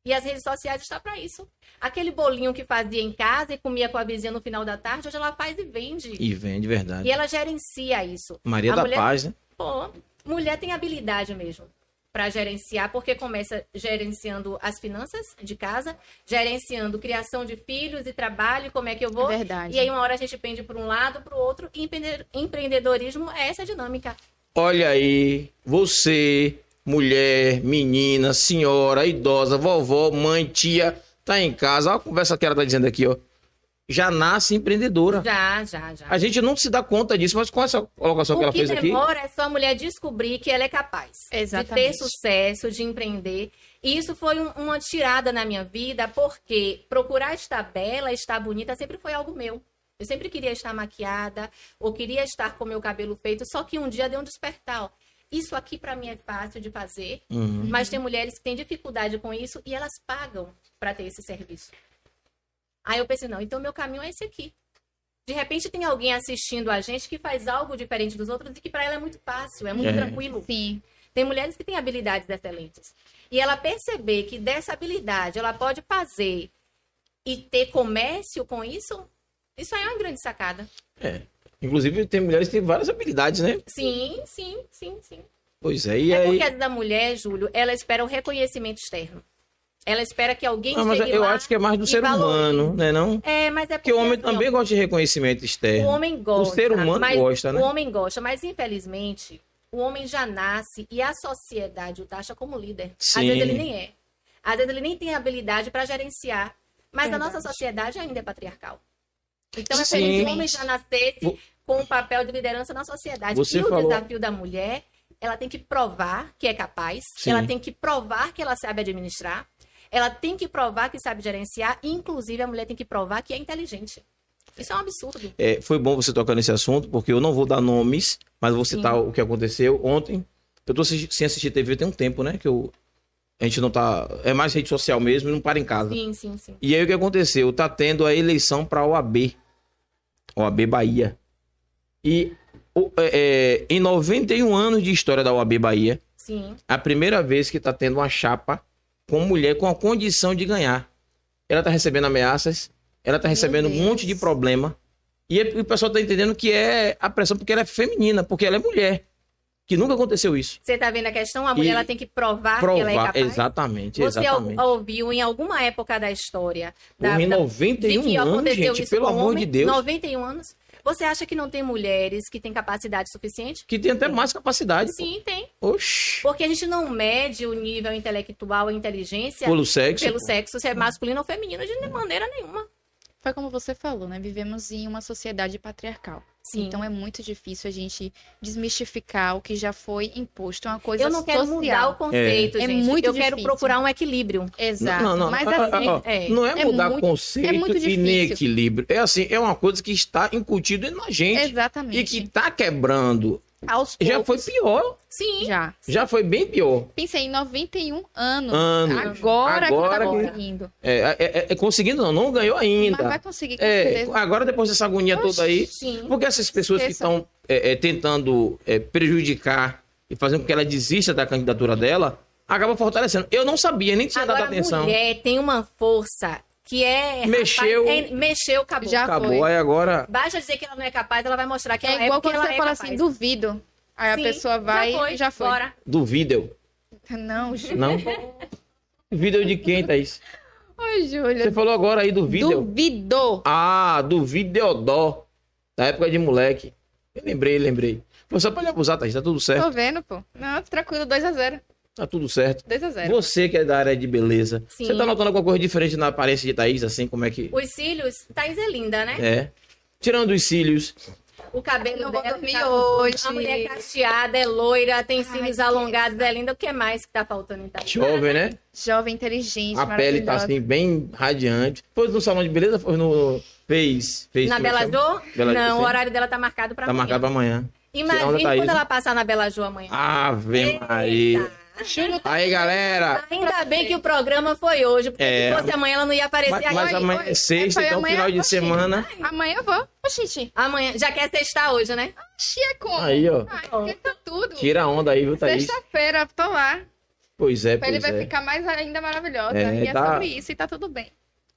Speaker 3: E as redes sociais estão para isso. Aquele bolinho que fazia em casa e comia com a vizinha no final da tarde, hoje ela faz e vende.
Speaker 1: E vem, de
Speaker 3: E
Speaker 1: verdade.
Speaker 3: ela gerencia isso.
Speaker 1: Maria
Speaker 3: a
Speaker 1: da
Speaker 3: mulher-
Speaker 1: Paz, né?
Speaker 3: Pô, mulher tem habilidade mesmo para gerenciar, porque começa gerenciando as finanças de casa, gerenciando criação de filhos e trabalho, como é que eu vou.
Speaker 2: Verdade.
Speaker 3: E aí uma hora a gente pende para um lado, para o outro, e empreender- empreendedorismo é essa dinâmica.
Speaker 1: Olha aí, você, mulher, menina, senhora, idosa, vovó, mãe, tia, tá em casa. Olha a conversa que ela tá dizendo aqui, ó. Já nasce empreendedora.
Speaker 3: Já, já, já.
Speaker 1: A gente não se dá conta disso, mas com essa colocação que
Speaker 3: o
Speaker 1: ela
Speaker 3: que
Speaker 1: fez aqui.
Speaker 3: demora é só a mulher descobrir que ela é capaz de ter
Speaker 2: Exatamente.
Speaker 3: sucesso, de empreender. E isso foi um- uma tirada na minha vida, porque procurar estar bela, estar bonita, sempre foi algo meu. Eu sempre queria estar maquiada, ou queria estar com meu cabelo feito, só que um dia deu um despertar. ó. Isso aqui para mim é fácil de fazer,
Speaker 1: Uhum.
Speaker 3: mas tem mulheres que têm dificuldade com isso e elas pagam para ter esse serviço. Aí eu pensei, não, então meu caminho é esse aqui. De repente tem alguém assistindo a gente que faz algo diferente dos outros e que para ela é muito fácil, é muito
Speaker 1: É.
Speaker 3: tranquilo.
Speaker 2: Sim.
Speaker 3: Tem mulheres que têm habilidades excelentes. E ela perceber que dessa habilidade ela pode fazer e ter comércio com isso, isso aí é uma grande sacada.
Speaker 1: É. Inclusive, tem mulheres que têm várias habilidades, né?
Speaker 3: Sim, sim, sim, sim.
Speaker 1: Pois é, e
Speaker 3: é
Speaker 1: aí.
Speaker 3: porque a da mulher, Júlio, ela espera o reconhecimento externo. Ela espera que alguém
Speaker 1: Ah, mas
Speaker 3: chegue
Speaker 1: eu
Speaker 3: lá.
Speaker 1: acho que é mais do
Speaker 3: e
Speaker 1: ser humano,
Speaker 3: valorize.
Speaker 1: né? Não?
Speaker 3: É, mas é
Speaker 1: Porque o homem
Speaker 3: assim, ó,
Speaker 1: também gosta de reconhecimento
Speaker 3: O
Speaker 1: externo.
Speaker 3: homem gosta.
Speaker 1: ser humano
Speaker 3: mas
Speaker 1: gosta, né?
Speaker 3: O homem gosta, mas infelizmente o homem já nasce e a sociedade o taxa como líder.
Speaker 1: Sim.
Speaker 3: Às vezes ele nem é. Às vezes ele nem tem habilidade para gerenciar. Mas a
Speaker 2: Verdade.
Speaker 3: nossa sociedade ainda é patriarcal. Então é
Speaker 1: Sim.
Speaker 3: feliz que o homem já nascesse
Speaker 1: Vo-
Speaker 3: com o papel de liderança na sociedade.
Speaker 1: Você
Speaker 3: e
Speaker 1: falou-
Speaker 3: o desafio da mulher, ela tem que provar que é capaz,
Speaker 1: Sim.
Speaker 3: ela tem que provar que ela sabe administrar, ela tem que provar que sabe gerenciar, e, inclusive a mulher tem que provar que é inteligente. Isso é um absurdo.
Speaker 1: É, foi bom você tocar nesse assunto, porque eu não vou dar nomes, mas vou citar o que aconteceu ontem. Eu tô assisti- sem assistir TV tem um tempo, né? Que eu, a gente não tá. É mais rede social mesmo e não para em casa.
Speaker 3: Sim, sim, sim.
Speaker 1: E aí o que aconteceu? Tá tendo a eleição pra OAB. OAB Bahia. E o- é, é, em 91 anos de história da OAB Bahia,
Speaker 3: Sim.
Speaker 1: a primeira vez que tá tendo uma chapa com mulher com a condição de ganhar. Ela tá recebendo ameaças, ela tá recebendo um
Speaker 2: Deus.
Speaker 1: monte de problema. E é- e o pessoal tá entendendo que é a pressão porque ela é feminina, porque ela é mulher. Que nunca aconteceu isso.
Speaker 3: Você tá vendo a questão? A mulher
Speaker 1: E
Speaker 3: ela tem que provar, que ela é
Speaker 1: Provar,
Speaker 3: capaz.
Speaker 1: exatamente,
Speaker 3: Você é ou-
Speaker 1: exatamente. Um
Speaker 3: ouviu em alguma época da história da,
Speaker 1: Porra, em
Speaker 3: da-
Speaker 1: 91 anos, gente, pelo
Speaker 3: com
Speaker 1: amor
Speaker 3: homem?
Speaker 1: de Deus.
Speaker 3: 91 anos. Você acha que não tem mulheres que têm capacidade suficiente?
Speaker 1: Que tem até mais capacidade.
Speaker 3: Sim, tem.
Speaker 1: Oxi.
Speaker 3: Porque a gente não mede o nível intelectual, a inteligência
Speaker 1: Pelo sexo.
Speaker 3: pelo
Speaker 1: pô.
Speaker 3: sexo, se é masculino ou feminino, de maneira nenhuma.
Speaker 4: Foi como você falou, né? Vivemos em uma sociedade patriarcal.
Speaker 3: Sim.
Speaker 4: Então é muito difícil a gente desmistificar o que já foi imposto. É uma coisa
Speaker 3: eu não quero
Speaker 4: social.
Speaker 3: mudar o conceito,
Speaker 4: É. É
Speaker 3: gente.
Speaker 4: muito
Speaker 3: eu quero
Speaker 4: difícil.
Speaker 3: procurar um equilíbrio.
Speaker 4: Exato.
Speaker 1: Não, não,
Speaker 4: Mas
Speaker 1: ah,
Speaker 4: assim,
Speaker 1: ah, ah,
Speaker 3: é,
Speaker 1: não é
Speaker 4: é
Speaker 1: mudar
Speaker 4: muito-
Speaker 1: conceito
Speaker 4: é muito
Speaker 1: e
Speaker 4: difícil.
Speaker 1: nem equilíbrio. É assim, é uma coisa que está incutida em na gente
Speaker 4: exatamente.
Speaker 1: e que está quebrando.
Speaker 4: aos
Speaker 1: Já foi
Speaker 4: poucos,
Speaker 1: pior,
Speaker 3: Sim.
Speaker 4: já.
Speaker 1: já foi bem pior.
Speaker 4: Pensei em 91 anos.
Speaker 1: Anos.
Speaker 4: Agora,
Speaker 1: Agora
Speaker 4: que
Speaker 1: que-
Speaker 4: tá conseguindo.
Speaker 1: É, é, é, é, conseguindo não, não ganhou
Speaker 4: Mas vai
Speaker 1: ainda.
Speaker 4: conseguir, com
Speaker 1: É,
Speaker 4: certeza.
Speaker 1: agora depois dessa agonia toda aí,
Speaker 3: Sim.
Speaker 1: porque essas pessoas que
Speaker 4: Esqueça.
Speaker 1: estão é, é, tentando é, prejudicar e fazendo com que ela desista da candidatura dela, acaba fortalecendo. Eu não sabia, nem tinha
Speaker 3: Agora,
Speaker 1: dado atenção.
Speaker 3: mulher tem uma força que é. rapaz,
Speaker 1: Mexeu.
Speaker 3: é- mexeu, acabou.
Speaker 4: Já
Speaker 1: Acabou,
Speaker 4: foi.
Speaker 1: aí agora
Speaker 3: Basta dizer que ela não é capaz, ela vai mostrar que ela
Speaker 4: É
Speaker 3: é
Speaker 4: igual
Speaker 3: porque
Speaker 4: quando você
Speaker 3: ela é
Speaker 4: fala
Speaker 3: capaz.
Speaker 4: assim, duvido. Aí
Speaker 3: Sim,
Speaker 4: a pessoa vai e já foi.
Speaker 3: Bora.
Speaker 1: duvido.
Speaker 4: Não, Ju-
Speaker 1: Não? Duvido de quem, Thaís?
Speaker 4: Ai, Júlia.
Speaker 1: Você falou agora aí do vídeo.
Speaker 4: Duvido.
Speaker 1: Ah, do Videodó. Da época de moleque. Eu lembrei, lembrei. Foi só pra ele abusar, Thaís. Tá tudo certo.
Speaker 4: Tô vendo, pô. Não, tranquilo, 2x0.
Speaker 1: Tá tudo certo.
Speaker 4: 2x0.
Speaker 1: Você que é da área de beleza.
Speaker 3: Sim.
Speaker 1: Você tá notando alguma coisa diferente na aparência de Thaís, assim, como é que.
Speaker 3: Os cílios, Thaís é linda, né?
Speaker 1: É. Tirando os cílios.
Speaker 3: O cabelo
Speaker 4: Não vou
Speaker 3: dela.
Speaker 4: dormir
Speaker 3: tá-
Speaker 4: hoje.
Speaker 3: A mulher é cacheada, é loira, tem cílios
Speaker 4: que
Speaker 3: alongados, é linda. O que mais que tá faltando em Thaís?
Speaker 1: Jovem, né?
Speaker 4: Jovem, inteligente,
Speaker 1: A pele tá
Speaker 4: maravilhosa.
Speaker 1: assim, bem radiante. Foi no salão de beleza? Foi no. Fez. fez
Speaker 3: Na
Speaker 1: como é que
Speaker 3: Bela
Speaker 1: chama?
Speaker 3: Jo?
Speaker 1: Bela Jo,
Speaker 3: Não, o
Speaker 1: sim.
Speaker 3: horário dela tá marcado pra
Speaker 1: Tá
Speaker 3: amanhã.
Speaker 1: marcado pra amanhã. Tirar onda,
Speaker 3: Imagina
Speaker 1: Thaís. né? Ah.
Speaker 3: quando ela passar na Bela Jo amanhã.
Speaker 1: Ave
Speaker 3: Eita.
Speaker 1: Maria. Aí, galera.
Speaker 3: Ainda bem que o programa foi hoje, porque
Speaker 1: É.
Speaker 3: se fosse amanhã ela não ia aparecer
Speaker 1: Mas,
Speaker 3: aqui.
Speaker 1: mas amanhã é sexta,
Speaker 4: Foi
Speaker 1: então
Speaker 4: amanhã,
Speaker 1: final de
Speaker 4: oxi.
Speaker 1: semana.
Speaker 4: Amanhã eu vou. Oxente,
Speaker 3: Amanhã, já quer sextar hoje, né?
Speaker 4: oxi, é como?
Speaker 1: Aí, ó.
Speaker 4: Ai, tenta tudo.
Speaker 1: Tira a onda aí, viu, Thaís?
Speaker 4: Sexta-feira, tô lá.
Speaker 1: Pois é,
Speaker 4: A pele
Speaker 1: pois
Speaker 4: vai
Speaker 1: é.
Speaker 4: ficar mais ainda maravilhosa.
Speaker 1: É,
Speaker 4: e é
Speaker 1: tá-
Speaker 4: sobre isso, e tá tudo bem.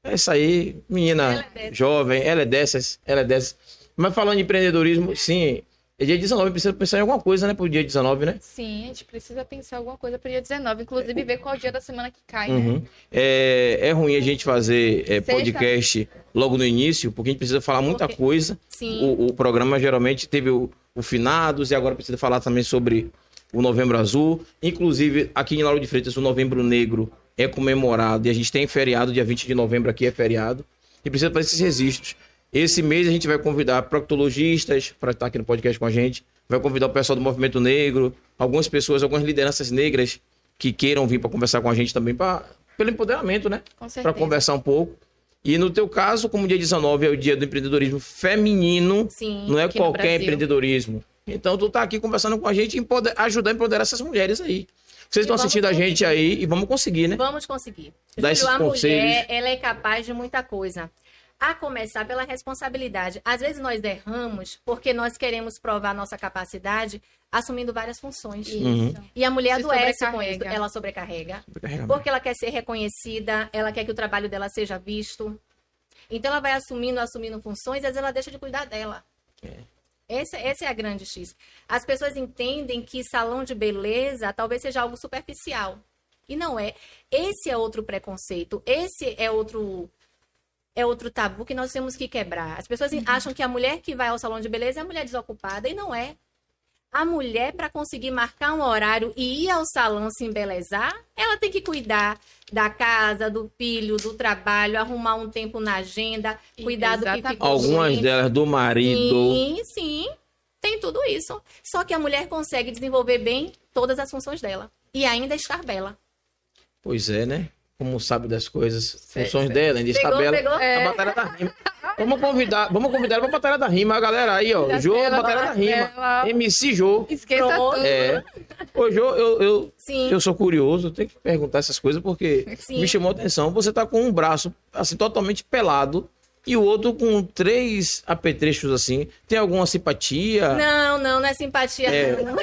Speaker 1: É isso aí, menina
Speaker 3: Ela é dessas.
Speaker 1: jovem, ela é dessas, ela é dessas. Mas falando de empreendedorismo, sim, é dia 19, precisa pensar em alguma coisa, né, pro dia 19, né?
Speaker 4: Sim, a gente precisa pensar alguma coisa pro dia 19. Inclusive, ver qual dia da semana que cai, né?
Speaker 1: Uhum. É, é ruim a gente fazer é,
Speaker 4: Sexta.
Speaker 1: podcast logo no início, porque a gente precisa falar muita
Speaker 3: Porque-
Speaker 1: coisa.
Speaker 3: Sim.
Speaker 1: O, o programa geralmente teve o, o Finados e agora precisa falar também sobre o Novembro Azul. Inclusive, aqui em Lauro de Freitas, o Novembro Negro é comemorado e a gente tem feriado, dia 20 de novembro aqui é feriado. E precisa fazer esses registros. Esse mês a gente vai convidar proctologistas para estar aqui no podcast com a gente, vai convidar o pessoal do Movimento Negro, algumas pessoas, algumas lideranças negras que queiram vir para conversar com a gente também, pra, pelo empoderamento, né?
Speaker 4: Com
Speaker 1: para
Speaker 4: certeza.
Speaker 1: conversar um pouco. E no teu caso, como dia 19 é o dia do empreendedorismo feminino,
Speaker 3: Sim.
Speaker 1: não é
Speaker 4: aqui no
Speaker 1: qualquer
Speaker 4: Brasil.
Speaker 1: empreendedorismo. Então tu tá aqui conversando com a gente e empoder- ajudar a empoderar essas mulheres aí. Vocês
Speaker 3: E
Speaker 1: estão
Speaker 3: vamos
Speaker 1: assistindo a gente aí e vamos conseguir, né?
Speaker 3: Vamos conseguir.
Speaker 1: Dá esses
Speaker 3: a
Speaker 1: conselhos.
Speaker 3: mulher, ela é capaz de muita coisa. A começar pela responsabilidade. Às vezes nós derramos porque nós queremos provar nossa capacidade assumindo várias funções.
Speaker 4: Isso.
Speaker 1: Uhum.
Speaker 3: E a mulher
Speaker 4: Se
Speaker 3: adoece com isso.
Speaker 4: sobrecarrega.
Speaker 3: Ela sobrecarrega. Porque ela quer ser reconhecida, ela quer que o trabalho dela seja visto. Então ela vai assumindo, assumindo funções, e às vezes ela deixa de cuidar dela. Essa, essa é a grande X. As pessoas entendem que salão de beleza talvez seja algo superficial. E não é. Esse é outro preconceito, esse é outro é outro tabu que nós temos que quebrar. As pessoas acham que a mulher que vai ao salão de beleza é a mulher desocupada e não é. A mulher, para conseguir marcar um horário e ir ao salão se embelezar, ela tem que cuidar da casa, do filho, do trabalho, arrumar um tempo na agenda, cuidar do que
Speaker 4: Exatamente.
Speaker 3: ficou
Speaker 1: Algumas
Speaker 3: doente.
Speaker 1: delas do marido.
Speaker 3: Sim, sim. Tem tudo isso. Só que a mulher consegue desenvolver bem todas as funções dela. E ainda é estar bela.
Speaker 1: Pois é, né? Como sabe das coisas, funções
Speaker 4: sei.
Speaker 1: dela, ainda está
Speaker 3: Pegou,
Speaker 1: bela.
Speaker 3: pegou?
Speaker 1: A
Speaker 4: É.
Speaker 1: batalha da rima. Vamos convidar, vamos convidar para Batalha da Rima, a galera aí, ó. Jô, Batalha da Rima.
Speaker 3: né?
Speaker 1: MC Jô.
Speaker 4: Esqueça
Speaker 3: Pronto.
Speaker 4: tudo.
Speaker 1: É. Ô, Jô, eu, eu,
Speaker 3: Sim.
Speaker 1: eu sou curioso, tenho que perguntar essas coisas porque
Speaker 3: Sim.
Speaker 1: me chamou a atenção. Você tá com um braço, assim, totalmente pelado e o outro com três apetrechos, assim. Tem alguma simpatia?
Speaker 3: Não, não, não é simpatia.
Speaker 1: É.
Speaker 3: Não.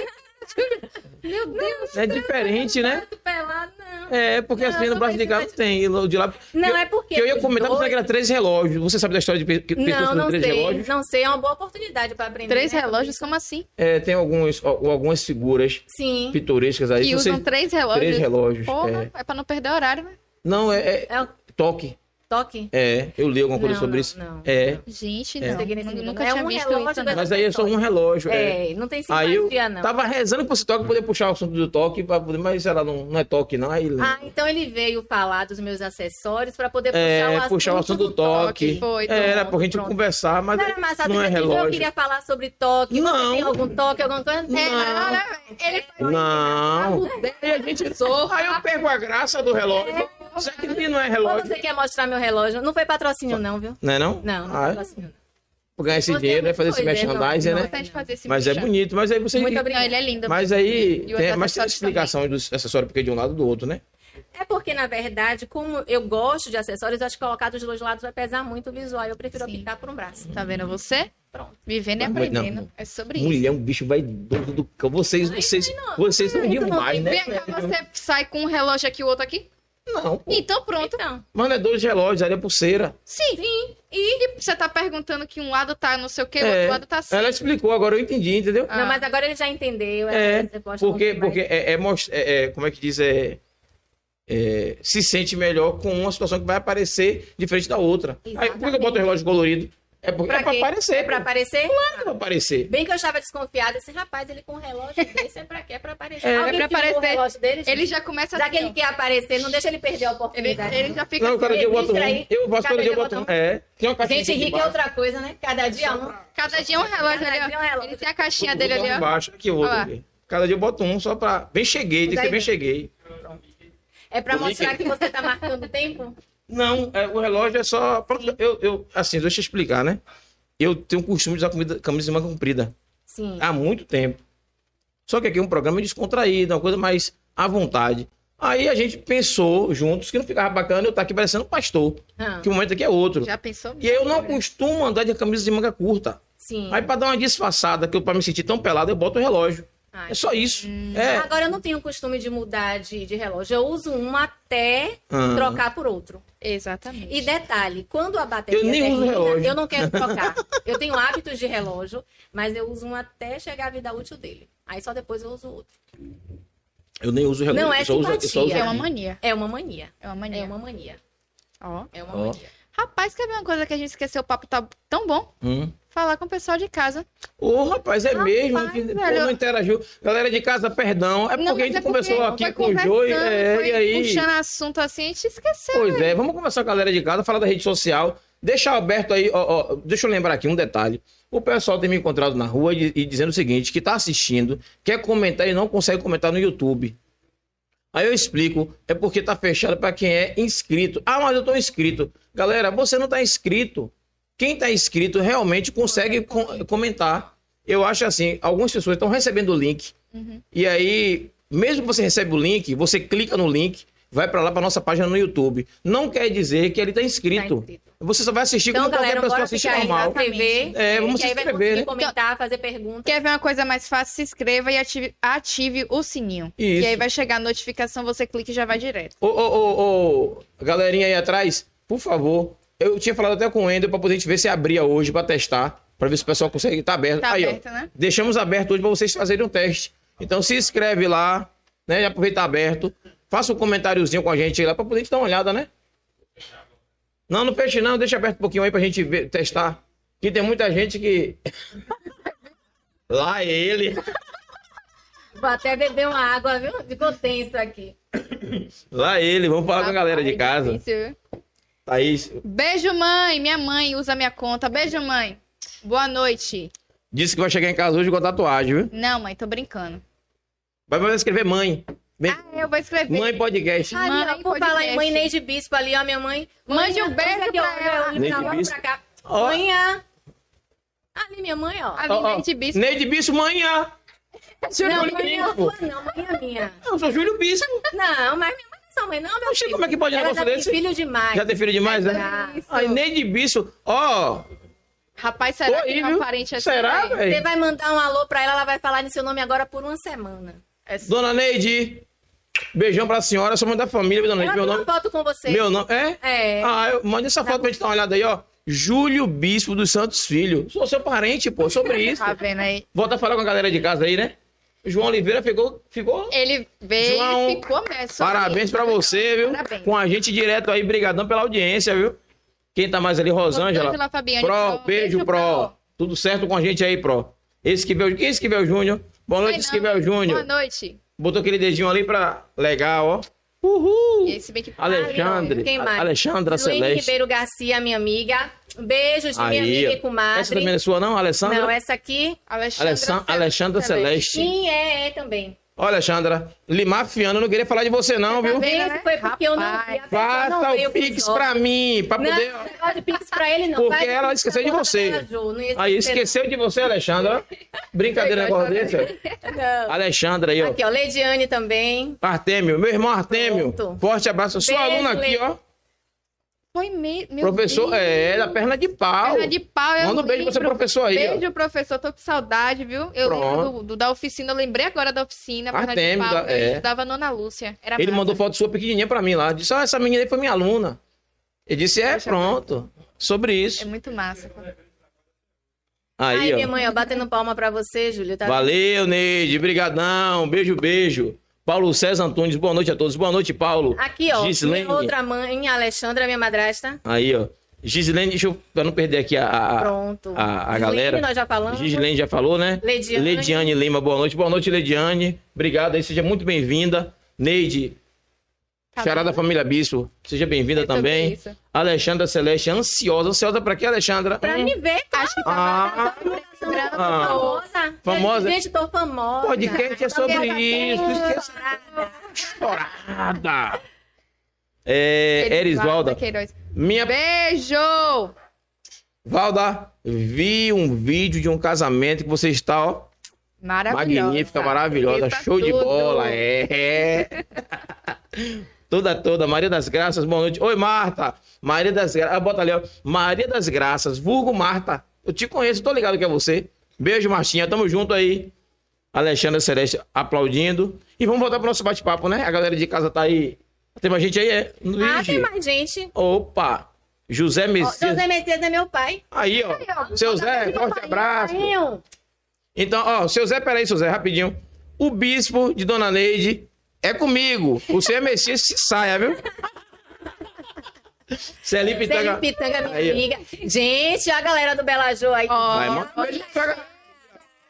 Speaker 3: Meu Deus,
Speaker 1: É diferente, né?
Speaker 3: tanto pelado, não.
Speaker 1: É, porque
Speaker 3: Não,
Speaker 1: assim, no
Speaker 3: não
Speaker 1: braço
Speaker 3: tem
Speaker 1: de cá não tem, e no de lá...
Speaker 3: Não,
Speaker 1: eu,
Speaker 3: é porque.
Speaker 1: que eu ia
Speaker 3: os
Speaker 1: comentar
Speaker 3: dois-
Speaker 1: que era três relógios. Você sabe da história de pe- que pessoas
Speaker 3: Não,
Speaker 1: com
Speaker 3: não
Speaker 1: três
Speaker 3: sei.
Speaker 1: relógios?
Speaker 3: Não sei, é uma boa oportunidade para aprender.
Speaker 4: Três
Speaker 3: né?
Speaker 4: relógios, como assim?
Speaker 1: É, tem alguns, al- algumas figuras
Speaker 3: Sim.
Speaker 1: pitorescas aí.
Speaker 4: Que
Speaker 1: se você-
Speaker 4: usam três relógios.
Speaker 1: Três relógios.
Speaker 4: Porra,
Speaker 1: é.
Speaker 4: é. pra não perder horário, né?
Speaker 1: Não, é, é
Speaker 3: É o
Speaker 1: toque.
Speaker 3: toque.
Speaker 1: É, eu li alguma coisa
Speaker 3: Não,
Speaker 1: sobre
Speaker 3: não,
Speaker 1: isso.
Speaker 3: não.
Speaker 1: É.
Speaker 4: Gente,
Speaker 1: É.
Speaker 4: não.
Speaker 3: Significa-
Speaker 4: Nunca
Speaker 3: é
Speaker 4: tinha
Speaker 3: um
Speaker 4: visto
Speaker 3: relógio
Speaker 4: isso,
Speaker 3: da-
Speaker 4: não.
Speaker 1: Mas aí é só um relógio. é.
Speaker 3: É, não tem
Speaker 1: Aí eu tá
Speaker 3: simpatia, não.
Speaker 1: Tava rezando pra esse toque poder puxar o assunto do toque, pra poder, mas ela não, não é toque, não. Aí,
Speaker 3: Ah, então ele veio falar dos meus acessórios para poder puxar,
Speaker 1: é,
Speaker 3: o assunto
Speaker 1: puxar o assunto do toque.
Speaker 4: toque. Foi,
Speaker 1: É, era
Speaker 4: pronto,
Speaker 1: pra gente
Speaker 3: pronto.
Speaker 1: conversar, mas.
Speaker 3: Não era mais
Speaker 1: não é
Speaker 3: atendido,
Speaker 1: relógio.
Speaker 3: Eu queria falar sobre toque.
Speaker 1: Não.
Speaker 3: Você tem algum toque, alguma coisa? É,
Speaker 1: Não. é
Speaker 3: Tem, cara.
Speaker 4: Ele
Speaker 1: Não. Aí a é, gente.
Speaker 4: sou.
Speaker 1: Aí eu pego a graça do relógio. Será que ele não é
Speaker 3: Ou
Speaker 1: relógio?
Speaker 3: você quer mostrar meu relógio? Não foi patrocínio, não, viu?
Speaker 1: Não é não?
Speaker 3: Não, não
Speaker 1: Ah,
Speaker 3: foi
Speaker 1: é?
Speaker 3: patrocínio.
Speaker 1: Pra ganhar esse
Speaker 3: Você-
Speaker 1: dinheiro, né? Fazer esse
Speaker 3: pois é, não,
Speaker 1: merchandising,
Speaker 3: não
Speaker 1: né?
Speaker 4: Importante fazer esse
Speaker 1: Mas é
Speaker 4: merchan.
Speaker 1: bonito. Mas aí você.
Speaker 3: Muito
Speaker 4: Não, ele
Speaker 3: obrigada.
Speaker 4: é lindo.
Speaker 1: Mas aí.
Speaker 4: E o
Speaker 1: Tem,
Speaker 4: é outro
Speaker 1: mas tem
Speaker 4: acessório
Speaker 1: explicação dos acessórios, porque de um lado do outro, né?
Speaker 3: É porque, na verdade, como eu gosto de acessórios, eu acho que colocar dos dois lados vai pesar muito o visual. Eu prefiro
Speaker 4: Sim.
Speaker 3: optar por um braço.
Speaker 4: Tá vendo você?
Speaker 3: Pronto.
Speaker 4: Vivendo e
Speaker 1: Mas- mas não.
Speaker 4: aprendendo. É sobre isso.
Speaker 1: Mulher, é um bicho vai doido do cão. Vocês, vocês, vocês não riam
Speaker 3: não
Speaker 1: mais,
Speaker 3: tem
Speaker 1: né?
Speaker 4: Vem cá, você sai com um relógio aqui, o outro aqui.
Speaker 1: Não, pô.
Speaker 4: Então pronto.
Speaker 3: Então,
Speaker 1: Mano, é dois relógios, ali é pulseira.
Speaker 4: Sim. E você tá perguntando que um lado tá não sei o que, o
Speaker 1: É.
Speaker 4: outro lado tá assim.
Speaker 1: Ela explicou, agora eu entendi, entendeu?
Speaker 4: Ah.
Speaker 3: não, mas agora ele já entendeu.
Speaker 1: É,
Speaker 3: você pode
Speaker 1: Porque,
Speaker 3: contar mais.
Speaker 1: porque é, é mos- é- é- como é que diz, é, é, se sente melhor com uma situação que vai aparecer de frente da outra. Aí, por que eu
Speaker 3: Exatamente.
Speaker 1: boto o relógio colorido? É porque
Speaker 3: Pra
Speaker 1: é pra
Speaker 3: quê?
Speaker 1: aparecer,
Speaker 3: É pra aparecer?
Speaker 1: é pra aparecer.
Speaker 3: Bem que eu estava desconfiada. Esse rapaz, ele com um relógio desse é pra quê? É pra aparecer.
Speaker 1: É,
Speaker 3: Alguém
Speaker 4: é pra
Speaker 3: filmou
Speaker 4: aparecer.
Speaker 3: o relógio dele? gente?
Speaker 4: Ele já começa
Speaker 3: Já
Speaker 4: assim,
Speaker 3: que é ele
Speaker 4: ó.
Speaker 3: quer aparecer, não deixa ele perder a
Speaker 4: ele,
Speaker 3: oportunidade.
Speaker 4: ele já fica
Speaker 1: Não,
Speaker 4: assim,
Speaker 1: cada dia eu boto um.
Speaker 3: registra aí.
Speaker 1: Eu faço
Speaker 3: Cada
Speaker 1: cada dia eu
Speaker 3: dia
Speaker 1: boto um.
Speaker 3: bota
Speaker 1: É, tem uma caixinha
Speaker 3: Gente
Speaker 1: aqui
Speaker 3: rica é
Speaker 1: embaixo.
Speaker 3: outra coisa, né? Cada dia um.
Speaker 4: cada dia um relógio
Speaker 3: Cada
Speaker 4: ali,
Speaker 3: dia
Speaker 4: ó.
Speaker 3: um relógio.
Speaker 4: Ele tem a caixinha
Speaker 1: Vou
Speaker 4: dele
Speaker 1: botar
Speaker 4: ali, ó.
Speaker 1: embaixo, aqui o outro.
Speaker 4: Ó lá.
Speaker 1: aqui. Cada dia eu boto um só pra... Bem cheguei, tem que ser bem cheguei.
Speaker 3: É pra
Speaker 1: O
Speaker 3: mostrar
Speaker 1: Mickey.
Speaker 3: que você tá marcando tempo?
Speaker 1: Não, é, o relógio é só. Eu, eu, assim, deixa eu explicar, né? Eu tenho o costume de usar comida- camisa de manga comprida
Speaker 3: Sim.
Speaker 1: há muito tempo. Só que aqui é um programa descontraído, uma coisa mais à vontade. Aí a gente pensou juntos que não ficava bacana eu estar aqui parecendo um pastor,
Speaker 3: Ah,
Speaker 1: que o momento aqui é outro.
Speaker 4: Já pensou?
Speaker 1: E eu não costumo andar de camisa de manga curta.
Speaker 3: sim.
Speaker 1: Aí pra dar uma disfarçada, que eu pra me sentir tão pelado, eu boto o relógio.
Speaker 3: Ai.
Speaker 1: É só isso.
Speaker 4: Hum.
Speaker 1: É.
Speaker 3: Agora eu não tenho costume de mudar de, de relógio. Eu uso um até
Speaker 1: Ah.
Speaker 3: trocar por outro.
Speaker 4: Exatamente.
Speaker 3: E detalhe, quando a bateria
Speaker 1: Eu nem uso
Speaker 3: termina,
Speaker 1: relógio.
Speaker 3: eu não quero trocar. eu tenho hábitos de relógio, mas eu uso um até chegar a vida útil dele. Aí só depois eu uso outro.
Speaker 1: Eu nem uso relógio.
Speaker 3: Não é
Speaker 1: eu só uso, eu só uso
Speaker 3: simpatia.
Speaker 4: É uma
Speaker 1: aqui.
Speaker 4: mania.
Speaker 3: É uma mania.
Speaker 4: É uma
Speaker 3: É
Speaker 4: mania.
Speaker 3: uma mania.
Speaker 4: Ó.
Speaker 3: É uma
Speaker 1: Ó.
Speaker 3: mania.
Speaker 4: Rapaz, quer ver uma coisa que a gente esqueceu? O papo tá tão bom.
Speaker 1: Hum.
Speaker 4: Falar com o pessoal de casa.
Speaker 1: Ô, rapaz, é mesmo. Que, pô,
Speaker 4: velho.
Speaker 1: não interagiu. Galera de casa, perdão. É porque
Speaker 4: Não,
Speaker 1: a
Speaker 4: mas
Speaker 1: gente
Speaker 4: é porque
Speaker 1: conversou aqui
Speaker 4: foi
Speaker 1: com o Jô e,
Speaker 4: conversando,
Speaker 1: é,
Speaker 4: foi
Speaker 1: e aí.
Speaker 4: Puxando assunto assim, a gente esqueceu.
Speaker 1: Pois é, vamos começar com a galera de casa, falar da rede social. Deixa aberto aí, ó, ó, deixa eu lembrar aqui um detalhe. O pessoal tem me encontrado na rua e, e dizendo o seguinte: que tá assistindo, quer comentar e não consegue comentar no YouTube. Aí eu explico, é porque tá fechado para quem é inscrito. Ah, mas eu tô inscrito. Galera, você não tá inscrito. Quem tá inscrito realmente consegue com- comentar. Eu acho assim, algumas pessoas estão recebendo o link. E aí, mesmo que você recebe o link, você clica no link, vai para lá para nossa página no YouTube. Não quer dizer que ele tá
Speaker 3: Tá
Speaker 1: inscrito.
Speaker 3: inscrito.
Speaker 1: Você só vai assistir
Speaker 3: Então,
Speaker 1: como qualquer
Speaker 3: galera,
Speaker 1: pessoa
Speaker 3: bora
Speaker 1: assiste
Speaker 3: ficar aí
Speaker 1: normal.
Speaker 3: na TV.
Speaker 1: É, vamos
Speaker 3: que aí vai
Speaker 1: se
Speaker 3: conseguir
Speaker 1: inscrever, né?
Speaker 3: comentar, fazer perguntas.
Speaker 4: Quer ver uma coisa mais fácil? Se inscreva e ative, ative o sininho.
Speaker 1: Isso.
Speaker 4: E aí vai chegar a notificação, você clica e já vai direto.
Speaker 1: Ô, ô, ô, ô, galerinha aí atrás, por favor. Eu tinha falado até com o Ender pra poder gente ver se abria hoje pra testar, pra ver se o pessoal consegue. Tá aberto.
Speaker 4: Tá
Speaker 1: aí,
Speaker 4: aberto,
Speaker 1: ó.
Speaker 4: né?
Speaker 1: Deixamos aberto hoje pra vocês fazerem um teste. Então se inscreve lá, né? Já aproveita aberto. Faça um comentáriozinho com a gente aí lá pra poder gente dar uma olhada, né? Não, não feche não, deixa aberto um pouquinho aí pra gente ver, testar. Que tem muita gente que. lá ele.
Speaker 3: Vou até beber uma água, viu? Ficou tenso aqui.
Speaker 1: Lá ele. Vamos falar com a galera de
Speaker 3: é
Speaker 1: casa.
Speaker 4: Difícil, viu?
Speaker 1: Thaís,
Speaker 4: Beijo, mãe. Minha mãe usa minha conta. Beijo, mãe. Boa noite.
Speaker 1: disse que vai chegar em casa hoje com a tatuagem, viu?
Speaker 4: Não, mãe, tô brincando.
Speaker 1: Vai vai escrever mãe. Bem-
Speaker 4: Ah, eu vou escrever.
Speaker 1: mãe podcast.
Speaker 3: Ali,
Speaker 4: Mãe,
Speaker 3: ó, por falar
Speaker 4: podcast.
Speaker 3: em mãe Neide Bispo ali, ó, minha mãe.
Speaker 4: Mande um
Speaker 3: olha
Speaker 4: beijo
Speaker 3: aqui,
Speaker 4: pra
Speaker 3: ó,
Speaker 4: ela.
Speaker 3: olha, olha
Speaker 1: Neide
Speaker 3: pra lá,
Speaker 1: Bispo.
Speaker 3: pra cá.
Speaker 1: Ó.
Speaker 3: Manhã. Ali, minha mãe, ó.
Speaker 4: Ali,
Speaker 1: Ó, ó.
Speaker 4: Neide Bispo.
Speaker 1: Neide Bispo, manhã.
Speaker 3: não,
Speaker 4: um
Speaker 1: Júlio
Speaker 3: mãe não,
Speaker 1: Bispo.
Speaker 3: sua não, mãe é minha.
Speaker 1: Eu sou Júlio Bispo.
Speaker 3: Não, mas minha mãe não é sua mãe, não, meu
Speaker 1: Oxi,
Speaker 3: filho.
Speaker 1: como é que pode um
Speaker 3: Ela
Speaker 1: negócio
Speaker 3: já tem
Speaker 1: desse?
Speaker 3: filho demais.
Speaker 1: Já tem filho demais, né?
Speaker 3: Já.
Speaker 1: Ai, Neide Bispo. Ó,
Speaker 4: Rapaz, será
Speaker 1: Tô
Speaker 4: que
Speaker 1: aí,
Speaker 4: é uma
Speaker 1: viu?
Speaker 4: parente assim?
Speaker 1: será,
Speaker 4: velho?
Speaker 3: Você
Speaker 1: velho?
Speaker 3: vai mandar um alô pra ela, ela vai falar em seu nome agora por uma semana.
Speaker 4: É assim,
Speaker 1: Dona Neide, beijão pra senhora, sou mãe da família, dona
Speaker 3: Ela
Speaker 1: Neide.
Speaker 3: tem
Speaker 1: Meu
Speaker 3: uma
Speaker 1: nome,
Speaker 3: foto com você.
Speaker 1: meu nome, é?
Speaker 3: É.
Speaker 1: Ah, eu, manda essa foto pra gente dar uma olhada aí, ó. Júlio Bispo dos Santos Filho. Sou seu parente, pô, sobre isso.
Speaker 4: Tá vendo aí?
Speaker 1: Volta a falar com a galera de casa aí, né? João Oliveira ficou. ficou...
Speaker 4: Ele veio
Speaker 1: João,
Speaker 4: e ficou mesmo. só
Speaker 1: Parabéns
Speaker 4: que- tá
Speaker 1: pra você, viu?
Speaker 4: Parabéns.
Speaker 1: Com a gente direto aí, brigadão pela audiência, viu? Quem tá mais ali, Rosângela.
Speaker 4: Rosângela Fabiane.
Speaker 1: Pro, beijo, Pro. Tudo certo com a gente aí, Pro. Esse que veio, esse que veio Júnior. Boa noite,
Speaker 4: Ai,
Speaker 1: esse
Speaker 4: não.
Speaker 1: que veio
Speaker 4: Boa
Speaker 1: Júnior.
Speaker 4: noite.
Speaker 1: Botou aquele dedinho ali pra. Legal, ó. Uhul!
Speaker 4: E esse bem que...
Speaker 1: Alexandre.
Speaker 3: Quem mais?
Speaker 1: Alexandra
Speaker 3: Luíne
Speaker 1: Celeste.
Speaker 3: Ribeiro Garcia, minha amiga. Beijos de minha
Speaker 1: Aí,
Speaker 3: amiga e
Speaker 1: ó. Essa também
Speaker 3: comadre.
Speaker 1: não é sua, não, Alessandra?
Speaker 3: Não, essa aqui.
Speaker 4: Alexandra,
Speaker 1: Alessan-
Speaker 4: Celeste.
Speaker 1: Alexandra Celeste.
Speaker 3: Sim, é, é também.
Speaker 1: Ó, Alexandra, Limafiano, não queria falar de você, não, viu?
Speaker 4: vendo,
Speaker 3: Esse
Speaker 4: né?
Speaker 3: foi porque eu não vi.
Speaker 4: Rapaz.
Speaker 3: a pessoa não
Speaker 1: Faça
Speaker 3: veio
Speaker 1: o
Speaker 3: pros
Speaker 1: Pix
Speaker 3: olhos.
Speaker 1: pra mim, pra
Speaker 3: Não,
Speaker 1: poder.
Speaker 3: não fala de Pix pra ele, não.
Speaker 1: Porque
Speaker 3: Faz de
Speaker 1: ela
Speaker 3: Pix pra
Speaker 1: esqueceu de
Speaker 3: conta
Speaker 1: você.
Speaker 3: dela, Ju. Não ia
Speaker 1: Aí
Speaker 3: esquecer,
Speaker 1: esqueceu de você, Alexandra. Brincadeira
Speaker 4: Foi, foi,
Speaker 1: negócio desse. ó.
Speaker 3: não.
Speaker 1: Alexandra aí, ó.
Speaker 3: Aqui, ó, Lediane também.
Speaker 1: Artêmio, meu irmão Artêmio.
Speaker 3: Pronto.
Speaker 1: Forte abraço. Sua
Speaker 3: Beijo,
Speaker 1: aluna aqui,
Speaker 3: Lê.
Speaker 1: ó.
Speaker 4: Foi me... meu
Speaker 1: Professor,
Speaker 4: Deus.
Speaker 1: é, da perna de pau.
Speaker 4: Perna de pau. é eu
Speaker 1: Manda um beijo pra seu
Speaker 4: lembro.
Speaker 1: professor aí, ó.
Speaker 4: Beijo, professor. Tô com saudade, viu? Eu lembro
Speaker 1: Pronto.
Speaker 4: do, do- da oficina. Eu lembrei agora da oficina.
Speaker 1: Ah,
Speaker 4: perna
Speaker 1: tem,
Speaker 4: de pau.
Speaker 1: da-
Speaker 4: Eu
Speaker 1: é.
Speaker 4: estudava na Nona Lúcia. Era
Speaker 1: Ele
Speaker 4: massa.
Speaker 1: mandou foto sua pequenininha pra mim lá. Disse, ah, essa menina aí foi minha aluna. Eu disse, é, pronto. Sobre
Speaker 4: É
Speaker 1: isso.
Speaker 4: muito massa.
Speaker 1: Aí,
Speaker 3: Ai,
Speaker 1: ó.
Speaker 3: minha mãe, ó, batendo palma pra você, Júlio. Tá
Speaker 1: Valeu, Neide. Brigadão. Beijo, beijo. Paulo César Antunes, boa noite a todos. Boa noite, Paulo.
Speaker 3: Aqui, ó.
Speaker 1: Gislene.
Speaker 3: Minha outra mãe, Alexandra, minha madrasta.
Speaker 1: Aí, ó. Gislene, deixa eu, pra não perder aqui a, a,
Speaker 3: Pronto.
Speaker 1: a, a
Speaker 3: Gislene,
Speaker 1: galera.
Speaker 3: nós já falamos.
Speaker 1: Gislene já falou, né?
Speaker 3: Lediane.
Speaker 1: Lediane Lima, boa noite. Boa noite, Lediane. Obrigado aí, seja muito bem-vinda. Neide,
Speaker 4: Tá
Speaker 1: Xará da
Speaker 4: bom?
Speaker 1: Família Bispo, seja bem-vinda
Speaker 4: É sobre
Speaker 1: também.
Speaker 4: isso.
Speaker 1: Alexandra Celeste, ansiosa. Ansiosa pra quê, Alexandra?
Speaker 3: Pra me ver, tá?
Speaker 4: Acho que tá
Speaker 1: Ah,
Speaker 3: Alexandra,
Speaker 1: Ah.
Speaker 3: Tá famosa.
Speaker 1: Famosa?
Speaker 3: Gente, tô famosa. Ah,
Speaker 1: podcast é sobre isso. Esquece chorada. É, Erisvalda.
Speaker 4: Queiroz.
Speaker 1: Minha
Speaker 4: Beijo!
Speaker 1: Valda, vi um vídeo de um casamento que você está, ó,
Speaker 4: Maravilhosa.
Speaker 1: magnífica, maravilhosa,
Speaker 4: Bonita
Speaker 1: show de
Speaker 4: tudo.
Speaker 1: bola, é. toda, toda, Maria das Graças, boa noite. Oi, Marta. Maria das Graças, ah, bota ali, ó. Maria das Graças, vulgo Marta. Eu te conheço, tô ligado que é você. Beijo, Martinha, tamo junto aí. Alexandra Celeste aplaudindo. E vamos voltar pro nosso bate-papo, né? A galera de casa tá aí. Tem mais gente aí, é?
Speaker 3: Ah,
Speaker 1: Luigi.
Speaker 3: tem mais gente.
Speaker 1: Opa! José
Speaker 3: Ó,
Speaker 1: Messias.
Speaker 3: José Messias é meu pai. um.
Speaker 1: Aí, ó. Seu Zé, forte abraço.
Speaker 3: Rainho.
Speaker 1: Então, ó, seu Zé, peraí, seu Zé, rapidinho. O bispo de Dona Neide é comigo. O seu é Messias que se saia, viu? tá Celi
Speaker 3: Pitanga.
Speaker 1: Pitanga.
Speaker 3: Pitanga, minha
Speaker 1: Aí, ó.
Speaker 3: amiga. Gente, a galera do Bela Jô aí.
Speaker 4: Ó,
Speaker 1: Vai, manda um beijo pra galera.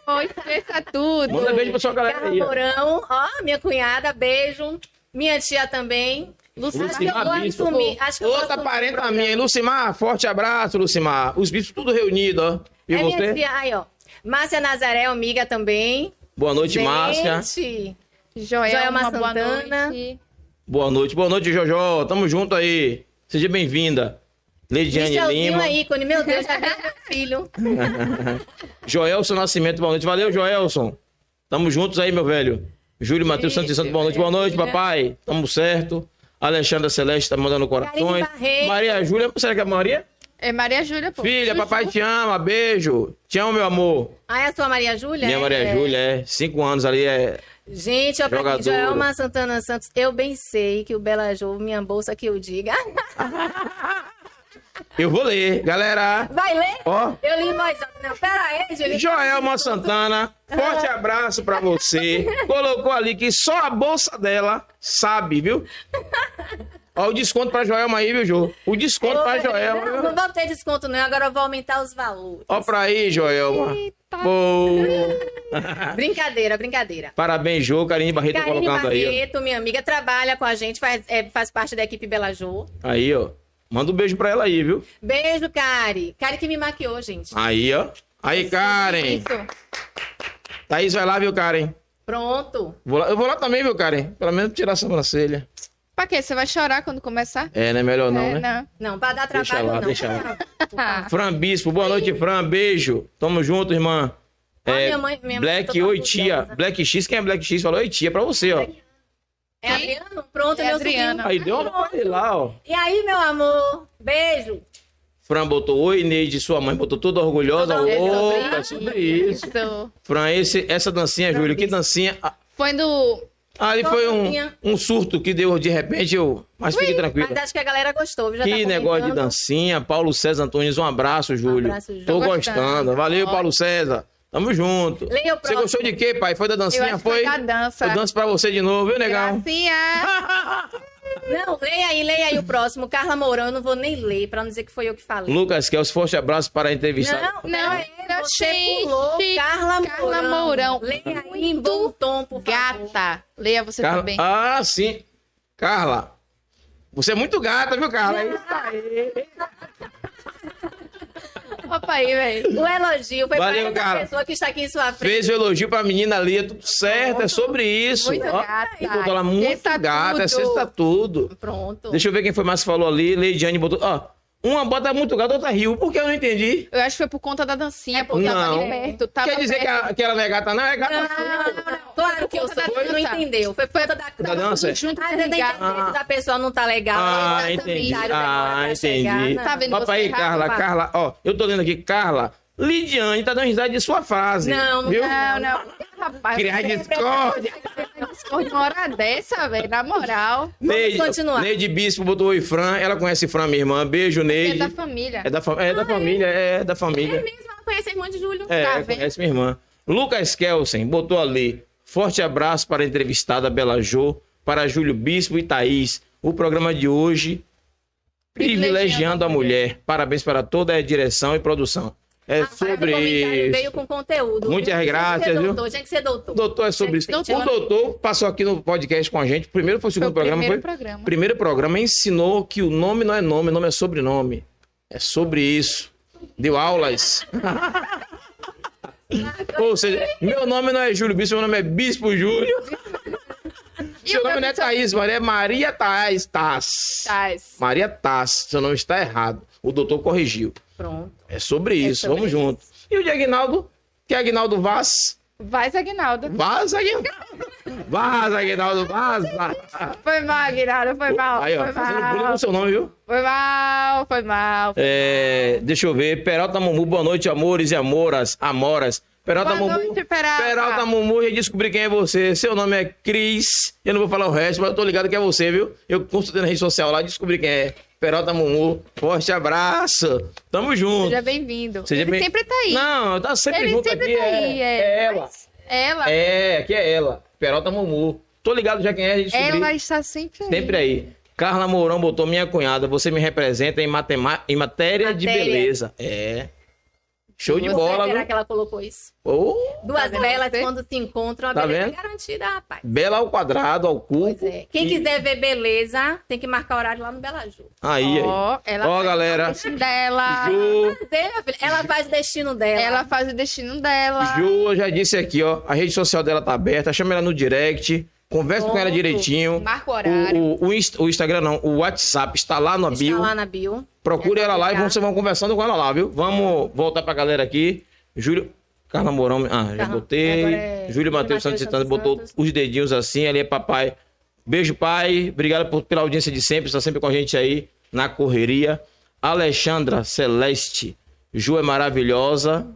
Speaker 4: Oi, esqueça tudo.
Speaker 1: Manda beijo pra sua galera
Speaker 3: Carla
Speaker 1: aí. ó.
Speaker 3: Mourão, ó, minha cunhada, beijo. Minha tia também. Luciana, acho que eu vou
Speaker 1: Lucimar Bispo.
Speaker 3: assumir. Acho que eu vou
Speaker 1: Outra
Speaker 3: assumir.
Speaker 1: parenta minha, hein? Lucimar, forte abraço, Lucimar. Os bispos tudo reunidos, ó. E
Speaker 3: É minha
Speaker 1: você?
Speaker 3: tia, aí, ó. Márcia Nazaré, amiga também.
Speaker 1: Boa noite, Márcia.
Speaker 3: Gente,
Speaker 4: Joelma,
Speaker 3: Joelma
Speaker 4: boa
Speaker 3: Santana.
Speaker 4: noite.
Speaker 1: Boa noite, boa noite, Jojo. Tamo junto aí. Seja bem-vinda. Leidiane
Speaker 3: Michelzinho
Speaker 1: Lima.
Speaker 3: é ícone, meu Deus, já viu meu filho.
Speaker 1: Joelson Nascimento, boa noite. Valeu, Joelson. Tamo juntos aí, meu velho. Júlio Matheus Santos e Santos, boa noite. Boa noite, papai. Tamo certo. Alexandra Celeste tá mandando corações.
Speaker 3: Karine Barreto.
Speaker 1: Maria Júlia, será que é Maria?
Speaker 4: É Maria Júlia, pô.
Speaker 1: Filha,
Speaker 4: Juju.
Speaker 1: papai te ama, beijo. Te amo, meu amor.
Speaker 3: Aí a sua Maria Júlia?
Speaker 1: Minha Maria Júlia, é. Cinco anos ali, é.
Speaker 3: Gente, ó, pra
Speaker 1: Jogadora.
Speaker 3: aqui, Joelma Santana Santos, eu bem sei que o Bela Jô, minha bolsa que eu diga.
Speaker 1: Eu vou ler, galera.
Speaker 3: Vai ler?
Speaker 1: Ó.
Speaker 3: Eu li em voz alta. Não, pera aí, Júlia.
Speaker 1: Joelma Santana, forte abraço pra você. Colocou ali que só a bolsa dela sabe, viu? Ó, o desconto pra Joelma aí, viu, Jô? O desconto pra Joelma.
Speaker 3: Não,
Speaker 1: viu?
Speaker 3: não vou ter desconto, não. Agora eu vou aumentar os valores.
Speaker 1: Ó pra aí, Joelma. Boa.
Speaker 3: Brincadeira, brincadeira.
Speaker 1: Parabéns, Jô. Karine Barreto tá
Speaker 3: Karine
Speaker 1: colocando aí.
Speaker 3: Barreto, minha amiga, trabalha com a gente, faz, é, faz parte da equipe Bela Jô.
Speaker 1: ó. Aí, ó. Manda um beijo pra ela aí, viu?
Speaker 3: Beijo, Kari. Kari que me maquiou, gente.
Speaker 1: Aí, ó.
Speaker 3: é
Speaker 1: Aí, Karen.
Speaker 4: Isso.
Speaker 1: Thaís vai lá, viu, Karen?
Speaker 3: Pronto.
Speaker 1: Vou lá- Eu vou lá também, viu, Karen? Pelo menos tirar a sobrancelha.
Speaker 4: Pra quê? Você vai chorar quando começar?
Speaker 1: É, né? Melhor não,
Speaker 4: é,
Speaker 1: né?
Speaker 4: não.
Speaker 3: Não, para dar trabalho
Speaker 1: Deixa lá,
Speaker 3: não.
Speaker 1: deixa lá.
Speaker 3: Por favor.
Speaker 1: Fran Bispo, boa noite, Fran. Beijo. Tamo junto, irmã.
Speaker 3: Ó,
Speaker 1: É,
Speaker 3: minha mãe, tá minha mãe,
Speaker 1: Black,
Speaker 3: eu tô
Speaker 1: oi, tia.
Speaker 3: orgulhosa.
Speaker 1: Black X, quem é Black X? Falou, oi, tia, pra você, ó.
Speaker 3: É Adriano? Pronto,
Speaker 4: É
Speaker 3: meu
Speaker 4: Adriano.
Speaker 3: sobrinho.
Speaker 1: Aí deu uma olhada lá, ó.
Speaker 3: E aí, meu amor? Beijo.
Speaker 1: Fran botou oi, Neide, sua mãe botou toda orgulhosa.
Speaker 3: Toda
Speaker 1: Opa,
Speaker 3: orgulhosa.
Speaker 1: é sobre isso.
Speaker 4: Isso.
Speaker 1: Fran, esse, essa dancinha, Júlio, que dancinha. Ah,
Speaker 4: Foi do.
Speaker 1: Ali foi um,
Speaker 3: Dancinha.
Speaker 1: um surto que deu de repente, eu. Mas fique
Speaker 3: Na
Speaker 1: tranquilo.
Speaker 3: verdade que a galera gostou. viu? Já tá
Speaker 1: Que negócio de
Speaker 3: comentando.
Speaker 1: dancinha. Paulo César Antunes, um abraço, Júlio.
Speaker 3: abraço, Júlio.
Speaker 1: Tô
Speaker 4: Tô
Speaker 1: gostando.
Speaker 4: gostando.
Speaker 1: Valeu,
Speaker 4: Ó.
Speaker 1: Paulo César. Tamo junto.
Speaker 3: Leia o
Speaker 1: Você
Speaker 3: próximo.
Speaker 1: gostou de quê, pai? Foi da
Speaker 2: Eu
Speaker 1: dancinha?
Speaker 2: acho que
Speaker 1: Foi?
Speaker 2: foi da dança.
Speaker 1: Eu danço pra você de novo, viu, negão?
Speaker 4: Gracinha.
Speaker 3: Não, leia aí, leia aí o próximo. Carla Mourão, eu não vou nem ler, pra não dizer que foi eu que falei.
Speaker 1: Lucas Kels, forte abraço para a entrevistada.
Speaker 3: Não,
Speaker 4: Não,
Speaker 3: não, é,
Speaker 4: não,
Speaker 3: você
Speaker 4: gente.
Speaker 3: pulou. Carla,
Speaker 4: Carla
Speaker 3: Mourão.
Speaker 4: Mourão.
Speaker 3: Leia aí em
Speaker 4: Muito
Speaker 3: bom tom, por favor.
Speaker 4: Gata. Leia você
Speaker 1: Carla-
Speaker 4: também.
Speaker 1: Ah, sim. Carla. Você é muito gata, viu, Carla? Ah.
Speaker 4: Opa aí, velho.
Speaker 3: O elogio foi
Speaker 1: Valeu,
Speaker 3: pra essa
Speaker 1: Carla.
Speaker 3: pessoa que está aqui em sua frente.
Speaker 1: Fez o elogio pra menina ali, é tudo certo, é sobre isso.
Speaker 4: Muito
Speaker 1: Ó,
Speaker 4: gata.
Speaker 1: botou ela muito
Speaker 4: Sexta
Speaker 1: gata, é
Speaker 4: tudo.
Speaker 1: sexta tudo.
Speaker 3: Pronto.
Speaker 1: Deixa eu ver quem foi mais que falou ali. Leidiane botou. Ó, uma bota muito gata, outra riu. Por que eu não entendi?
Speaker 4: Eu acho que foi por conta da dancinha, porque
Speaker 1: Não.
Speaker 4: ela tava ali perto. Tava
Speaker 1: Quer dizer que,
Speaker 4: perto.
Speaker 1: a- que ela não é gata, não? É gata.
Speaker 3: Não, não, não. Claro que eu
Speaker 4: Foi por
Speaker 3: sou,
Speaker 4: conta da
Speaker 3: não
Speaker 4: dança.
Speaker 3: entendeu. Foi por conta da
Speaker 1: Da dança? é.
Speaker 4: Junto
Speaker 3: Às
Speaker 4: com
Speaker 3: vezes a internet
Speaker 4: ligado.
Speaker 1: Ah.
Speaker 3: da pessoa não tá legal.
Speaker 1: Ah,
Speaker 3: exatamente.
Speaker 1: entendi.
Speaker 3: Horário
Speaker 1: Ah,
Speaker 3: pra
Speaker 1: entendi.
Speaker 3: chegar,
Speaker 4: Tá vendo
Speaker 1: Papai
Speaker 4: você
Speaker 1: aí,
Speaker 4: errado,
Speaker 1: Carla,
Speaker 4: papai?
Speaker 1: Carla. Ó, eu tô lendo aqui, Carla. Lidiane tá dando risada de sua frase.
Speaker 3: Não, não
Speaker 1: viu?
Speaker 4: Não, não. Rapaz,
Speaker 1: Criar discórdia.
Speaker 4: discorde uma hora dessa, velho. Na moral.
Speaker 1: Neide,
Speaker 3: continuar.
Speaker 1: Neide Bispo botou oi, Fran. Ela conhece Fran, minha irmã. Beijo,
Speaker 4: É
Speaker 1: Neide.
Speaker 4: da família.
Speaker 1: É da, fa- é da família, é da família.
Speaker 3: Mesmo ela conhece a irmã de Júlio.
Speaker 1: É,
Speaker 4: Tá vendo?
Speaker 1: conhece minha irmã. Lucas Kelsen botou ali. Forte abraço para a entrevistada Bela Jô, para Júlio Bispo e Thaís. O programa de hoje, privilegiando a mulher. Parabéns para toda a direção e produção. É
Speaker 3: Rapaz, o
Speaker 1: sobre
Speaker 3: comentário
Speaker 1: isso.
Speaker 3: veio com conteúdo.
Speaker 1: Muitas
Speaker 3: viu?
Speaker 1: graças,
Speaker 3: Tinha que ser
Speaker 1: viu?
Speaker 3: doutor, Tinha que ser doutor.
Speaker 1: Doutor é sobre isso.
Speaker 3: Doutor.
Speaker 1: O doutor passou aqui no podcast com a gente. Primeiro foi o
Speaker 4: Foi
Speaker 1: segundo
Speaker 4: o
Speaker 1: programa.
Speaker 4: primeiro
Speaker 1: Foi?
Speaker 4: programa.
Speaker 1: Primeiro programa ensinou que o nome não é nome, nome é sobrenome. É sobre isso. Deu aulas. Ou seja, meu nome não é Júlio Bispo, meu nome é Bispo Júlio. Seu
Speaker 4: o
Speaker 1: nome
Speaker 4: meu
Speaker 1: não é Thaís, mas é Maria Thaís. Taz.
Speaker 4: Taz.
Speaker 1: Maria Taz. Seu nome está errado. O doutor corrigiu.
Speaker 3: Pronto.
Speaker 1: É sobre isso.
Speaker 4: sobre
Speaker 1: Vamos junto. E o de Aguinaldo? Que é Aguinaldo Vaz?
Speaker 4: Vai, Aguinaldo.
Speaker 1: Vaza, Aguinaldo. Vaza, Aguinaldo, vaza.
Speaker 4: Foi mal, Aguinaldo. Foi mal.
Speaker 1: Aí, ó,
Speaker 4: foi,
Speaker 1: fazendo bullying com
Speaker 4: mal.
Speaker 1: o seu nome, viu?
Speaker 4: foi mal. Foi mal.
Speaker 1: É, deixa eu ver. Peralta Mumu, boa noite, amores e amoras. Amoras. Peralta
Speaker 4: Boa
Speaker 1: Mumu.
Speaker 4: noite, Peralta.
Speaker 1: Peralta Mumu, já descobri quem é você. Seu nome é Cris. Eu não vou falar o resto, mas eu tô ligado que é você, viu? Eu consultei na rede social lá, descobri quem é. Peralta Mumu, forte abraço. Tamo junto.
Speaker 4: Seja bem-vindo.
Speaker 1: Seja
Speaker 4: Ele
Speaker 1: bem-
Speaker 4: sempre tá aí.
Speaker 1: Não, tá sempre
Speaker 4: é Ele
Speaker 1: junto
Speaker 4: sempre
Speaker 1: aqui.
Speaker 4: tá
Speaker 1: é-
Speaker 4: aí, é.
Speaker 1: é ela.
Speaker 4: Ela,
Speaker 1: É, aqui é ela. Peralta Mumu. Tô ligado já quem é, já descobri.
Speaker 4: ela está sempre aí.
Speaker 1: Sempre aí. Carla Mourão botou minha cunhada. Você me representa em, matema... em matéria, de
Speaker 3: Matéria.
Speaker 1: beleza. É. Show de
Speaker 3: Você,
Speaker 1: bola,
Speaker 3: será
Speaker 1: viu?
Speaker 3: que é? ela colocou isso?
Speaker 1: Ô,
Speaker 3: Duas
Speaker 4: Tá vendo
Speaker 3: belas,
Speaker 4: você?
Speaker 3: quando se encontram, a
Speaker 1: Tá
Speaker 3: beleza
Speaker 1: vendo?
Speaker 3: é garantida, rapaz.
Speaker 1: bela ao quadrado, ao cubo.
Speaker 3: Pois é. Quem
Speaker 1: E-
Speaker 3: quiser ver beleza, tem que marcar horário lá no Bela Ju.
Speaker 1: Aí, aí.
Speaker 4: Ó, ela
Speaker 1: Ó,
Speaker 3: tá
Speaker 4: faz
Speaker 1: galera.
Speaker 4: o destino dela.
Speaker 1: Ju,
Speaker 3: Mas é, minha filha, Ela faz o destino dela.
Speaker 4: Ela faz o destino dela.
Speaker 1: Ju, eu já disse aqui, ó. A rede social dela tá aberta. Chama ela no direct. Conversa com ela
Speaker 3: Pronto.
Speaker 1: direitinho.
Speaker 4: Marca o
Speaker 1: O,
Speaker 4: horário.
Speaker 1: o, o Inst- o Instagram não, o WhatsApp está lá no
Speaker 3: está
Speaker 1: bio.
Speaker 3: lá na bio.
Speaker 1: Procure
Speaker 3: É só
Speaker 1: ela lá e
Speaker 3: clicar.
Speaker 1: vocês vão conversando com ela lá, viu?
Speaker 3: É.
Speaker 1: Vamos voltar pra galera aqui. Júlio. Carla Mourão. Ah, já
Speaker 3: Carla-
Speaker 1: botei.
Speaker 3: agora é
Speaker 1: Júlio
Speaker 3: Júlio
Speaker 1: Matheus
Speaker 3: Matheus
Speaker 1: Santos Santos
Speaker 3: Santos
Speaker 1: botou
Speaker 3: Santos.
Speaker 1: os dedinhos assim, ali é papai. Beijo, pai. Obrigado por- pela audiência de sempre. Está sempre com a gente aí na correria. Alexandra Celeste. Ju é maravilhosa.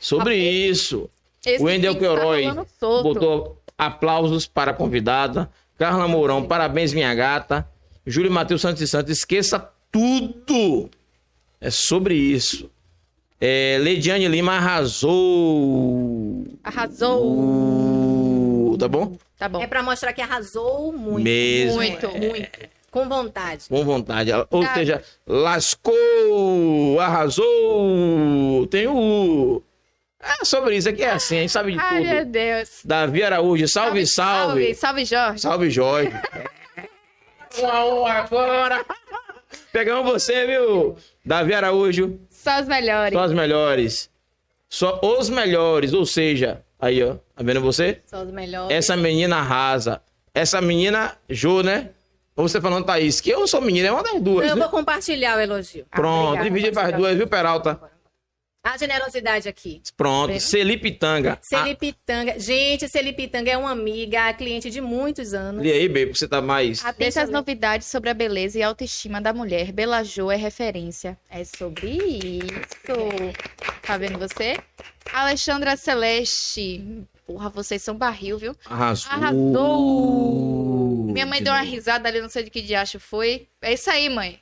Speaker 1: Sobre isso.
Speaker 4: Esse
Speaker 1: O Wendel
Speaker 4: Pix tá
Speaker 1: Queiroz
Speaker 4: rolando solto.
Speaker 1: botou aplausos para a convidada. Carla Mourão, parabéns, minha gata. Júlio Matheus Santos e Santos, esqueça tudo. É sobre isso. É, Lediane Lima arrasou.
Speaker 4: Arrasou.
Speaker 1: Uh, tá bom?
Speaker 4: Tá bom.
Speaker 3: É pra mostrar que arrasou muito.
Speaker 1: Mesmo.
Speaker 4: Muito.
Speaker 3: Muito. Com vontade.
Speaker 1: Com vontade. Ou
Speaker 4: Tá.
Speaker 1: seja, lascou, arrasou. Tem o. É sobre isso aqui, é assim, a gente sabe de
Speaker 4: Ai, meu
Speaker 1: tudo.
Speaker 4: Deus.
Speaker 1: Davi Araújo, salve, salve.
Speaker 4: Salve, salve, Jorge.
Speaker 1: Salve, Jorge. um a um agora. Pegamos você, viu? Davi Araújo,
Speaker 4: Só os melhores.
Speaker 1: só os melhores. Só os melhores, ou seja, aí ó, tá vendo você?
Speaker 3: Só os melhores.
Speaker 1: Essa menina arrasa. Essa menina, Jô, né? Como você falando, Thaís, que eu não sou menina, é uma das duas.
Speaker 3: Então, Eu
Speaker 1: né?
Speaker 3: vou compartilhar o elogio.
Speaker 1: Pronto,
Speaker 2: Obrigada,
Speaker 1: dividi para as
Speaker 2: parceiro.
Speaker 1: duas, viu, Peralta?
Speaker 3: A generosidade aqui.
Speaker 1: Pronto,
Speaker 3: Vendo?
Speaker 1: Celipitanga. Ah,
Speaker 3: Celipitanga. Gente, Celipitanga é uma amiga, cliente de muitos anos.
Speaker 1: lê aí, B, porque você tá mais.
Speaker 3: A-
Speaker 4: Dentre
Speaker 3: Deixa eu
Speaker 4: as
Speaker 3: ler.
Speaker 4: novidades sobre a beleza e autoestima da mulher, Bela Jo é referência.
Speaker 2: É sobre
Speaker 4: Sobre isso. Tá vendo você? Alexandra Celeste. Porra, vocês são barril, viu?
Speaker 1: Arrasou.
Speaker 4: Arrasou!
Speaker 1: Uh,
Speaker 4: Minha mãe deu uma
Speaker 1: risada.
Speaker 4: risada ali, não sei de que diacho foi. É isso aí, mãe.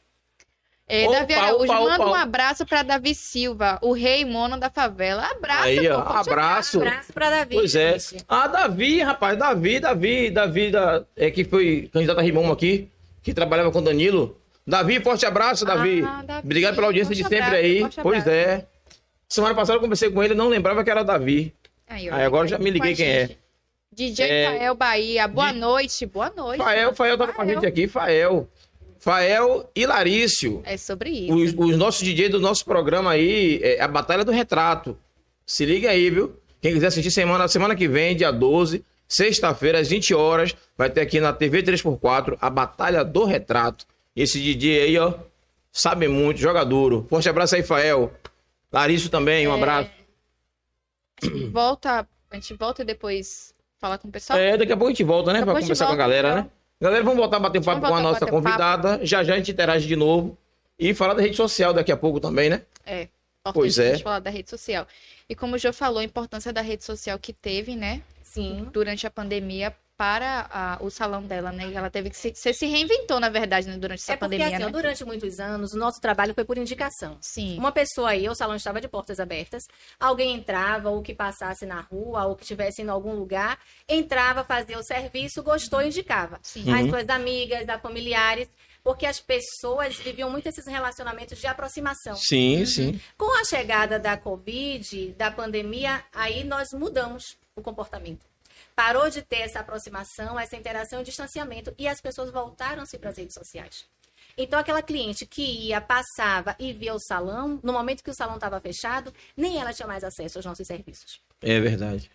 Speaker 4: É,
Speaker 1: Opa,
Speaker 4: Davi Araújo,
Speaker 1: opa,
Speaker 4: manda
Speaker 1: opa.
Speaker 4: um abraço pra Davi Silva, o rei mono da favela. Abraço,
Speaker 1: Aí, ó,
Speaker 4: pô, pode
Speaker 1: abraço.
Speaker 3: Abraço pra Davi.
Speaker 1: Pois é.
Speaker 3: gente.
Speaker 1: Ah, Davi, rapaz, Davi, Davi, Davi, da, é que foi candidato a Rimão aqui, que trabalhava com Danilo. Davi, forte abraço,
Speaker 4: chegar.
Speaker 1: Davi.
Speaker 4: Ah, Davi,
Speaker 1: Obrigado pela audiência de
Speaker 4: forte
Speaker 1: sempre
Speaker 4: abraço,
Speaker 1: aí.
Speaker 4: forte
Speaker 1: Pois
Speaker 4: abraço.
Speaker 1: é. Semana passada eu conversei com ele, não lembrava que era Davi.
Speaker 4: Aí,
Speaker 1: Aí, agora já me liguei quem é.
Speaker 4: DJ
Speaker 1: É,
Speaker 4: Fael Bahia, boa noite, boa noite.
Speaker 1: Fael, Fael tá tava com a gente aqui, Fael. Fael e Larício.
Speaker 4: É sobre isso.
Speaker 1: Os, os nossos DJ do nosso programa aí, é a Batalha do Retrato. Se liga aí, viu? Quem quiser assistir semana, semana que vem, dia 12, sexta-feira, às 20 horas, vai ter aqui na TV 3x4 a Batalha do Retrato. Esse DJ aí, ó, sabe muito, joga duro. Forte abraço aí, Fael. Larício também, um
Speaker 4: É.
Speaker 1: abraço.
Speaker 4: Volta, a gente volta e depois falar com o pessoal.
Speaker 1: É, daqui a pouco a gente volta, né?
Speaker 4: Depois
Speaker 1: pra
Speaker 4: a gente
Speaker 1: conversar com a
Speaker 4: volta,
Speaker 1: galera,
Speaker 4: então.
Speaker 1: né? Galera, vamos voltar a bater um papo
Speaker 4: Vamos
Speaker 1: com a
Speaker 4: voltar a
Speaker 1: nossa
Speaker 4: bater papo.
Speaker 1: convidada. Já já a gente interage de novo. E falar da rede social daqui a pouco também, né?
Speaker 4: Importante
Speaker 1: pois
Speaker 4: a
Speaker 1: é.
Speaker 4: gente falar da rede social. E como o Jô falou, a importância da rede social que teve, né,
Speaker 3: Sim.
Speaker 4: durante a pandemia para a- o salão dela, né? Ela teve que se, você se reinventou, na verdade, né, durante essa
Speaker 3: É porque
Speaker 4: pandemia,
Speaker 3: assim, ó,
Speaker 4: né?
Speaker 3: durante muitos anos, o nosso trabalho foi por indicação.
Speaker 4: Sim.
Speaker 3: Uma pessoa aí, o salão estava de portas abertas, alguém entrava, ou que passasse na rua, ou que estivesse em algum lugar, entrava, fazia o serviço, gostou e indicava.
Speaker 1: Uhum.
Speaker 4: Sim.
Speaker 3: As suas amigas, da familiares, porque as pessoas viviam muito esses relacionamentos de
Speaker 4: Então.
Speaker 3: aproximação.
Speaker 4: Uhum.
Speaker 1: Sim, sim.
Speaker 3: Com a chegada da Covid, da pandemia, aí nós mudamos o comportamento. Parou de ter essa aproximação, essa interação e distanciamento, e as pessoas voltaram-se para as redes sociais. Então, aquela cliente que ia, passava e via o salão, no momento que o salão estava fechado, nem ela tinha mais acesso aos nossos serviços.
Speaker 1: É verdade.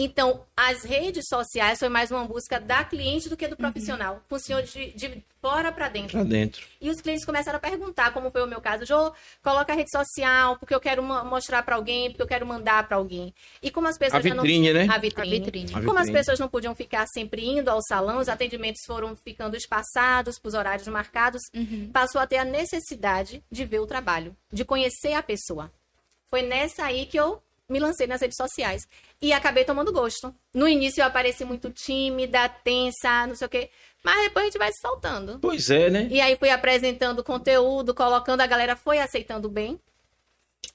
Speaker 3: Então, as redes sociais foi mais uma busca da cliente do que do profissional. Funcionou de, de fora para dentro.
Speaker 1: Pra dentro.
Speaker 3: E os clientes começaram a perguntar, como foi o meu caso, Jô, coloca a rede social, porque eu quero mo- mostrar para alguém, porque eu quero mandar para alguém. E como as
Speaker 1: A
Speaker 3: pessoas já
Speaker 1: vitrine, né?
Speaker 3: não... A
Speaker 4: A
Speaker 3: vitrine.
Speaker 4: vitrine.
Speaker 1: A
Speaker 3: Como as
Speaker 1: vitrine.
Speaker 3: pessoas não podiam ficar sempre indo ao salão, os atendimentos foram ficando espaçados para os horários marcados,
Speaker 4: Uhum.
Speaker 3: passou a ter a necessidade de ver o trabalho, de conhecer a pessoa. Foi nessa aí que eu me lancei nas redes sociais e acabei tomando gosto. No início eu apareci muito tímida, tensa, não sei o quê, mas depois a gente vai se soltando.
Speaker 1: Pois é, né?
Speaker 3: E aí fui apresentando conteúdo, colocando, a galera foi aceitando bem.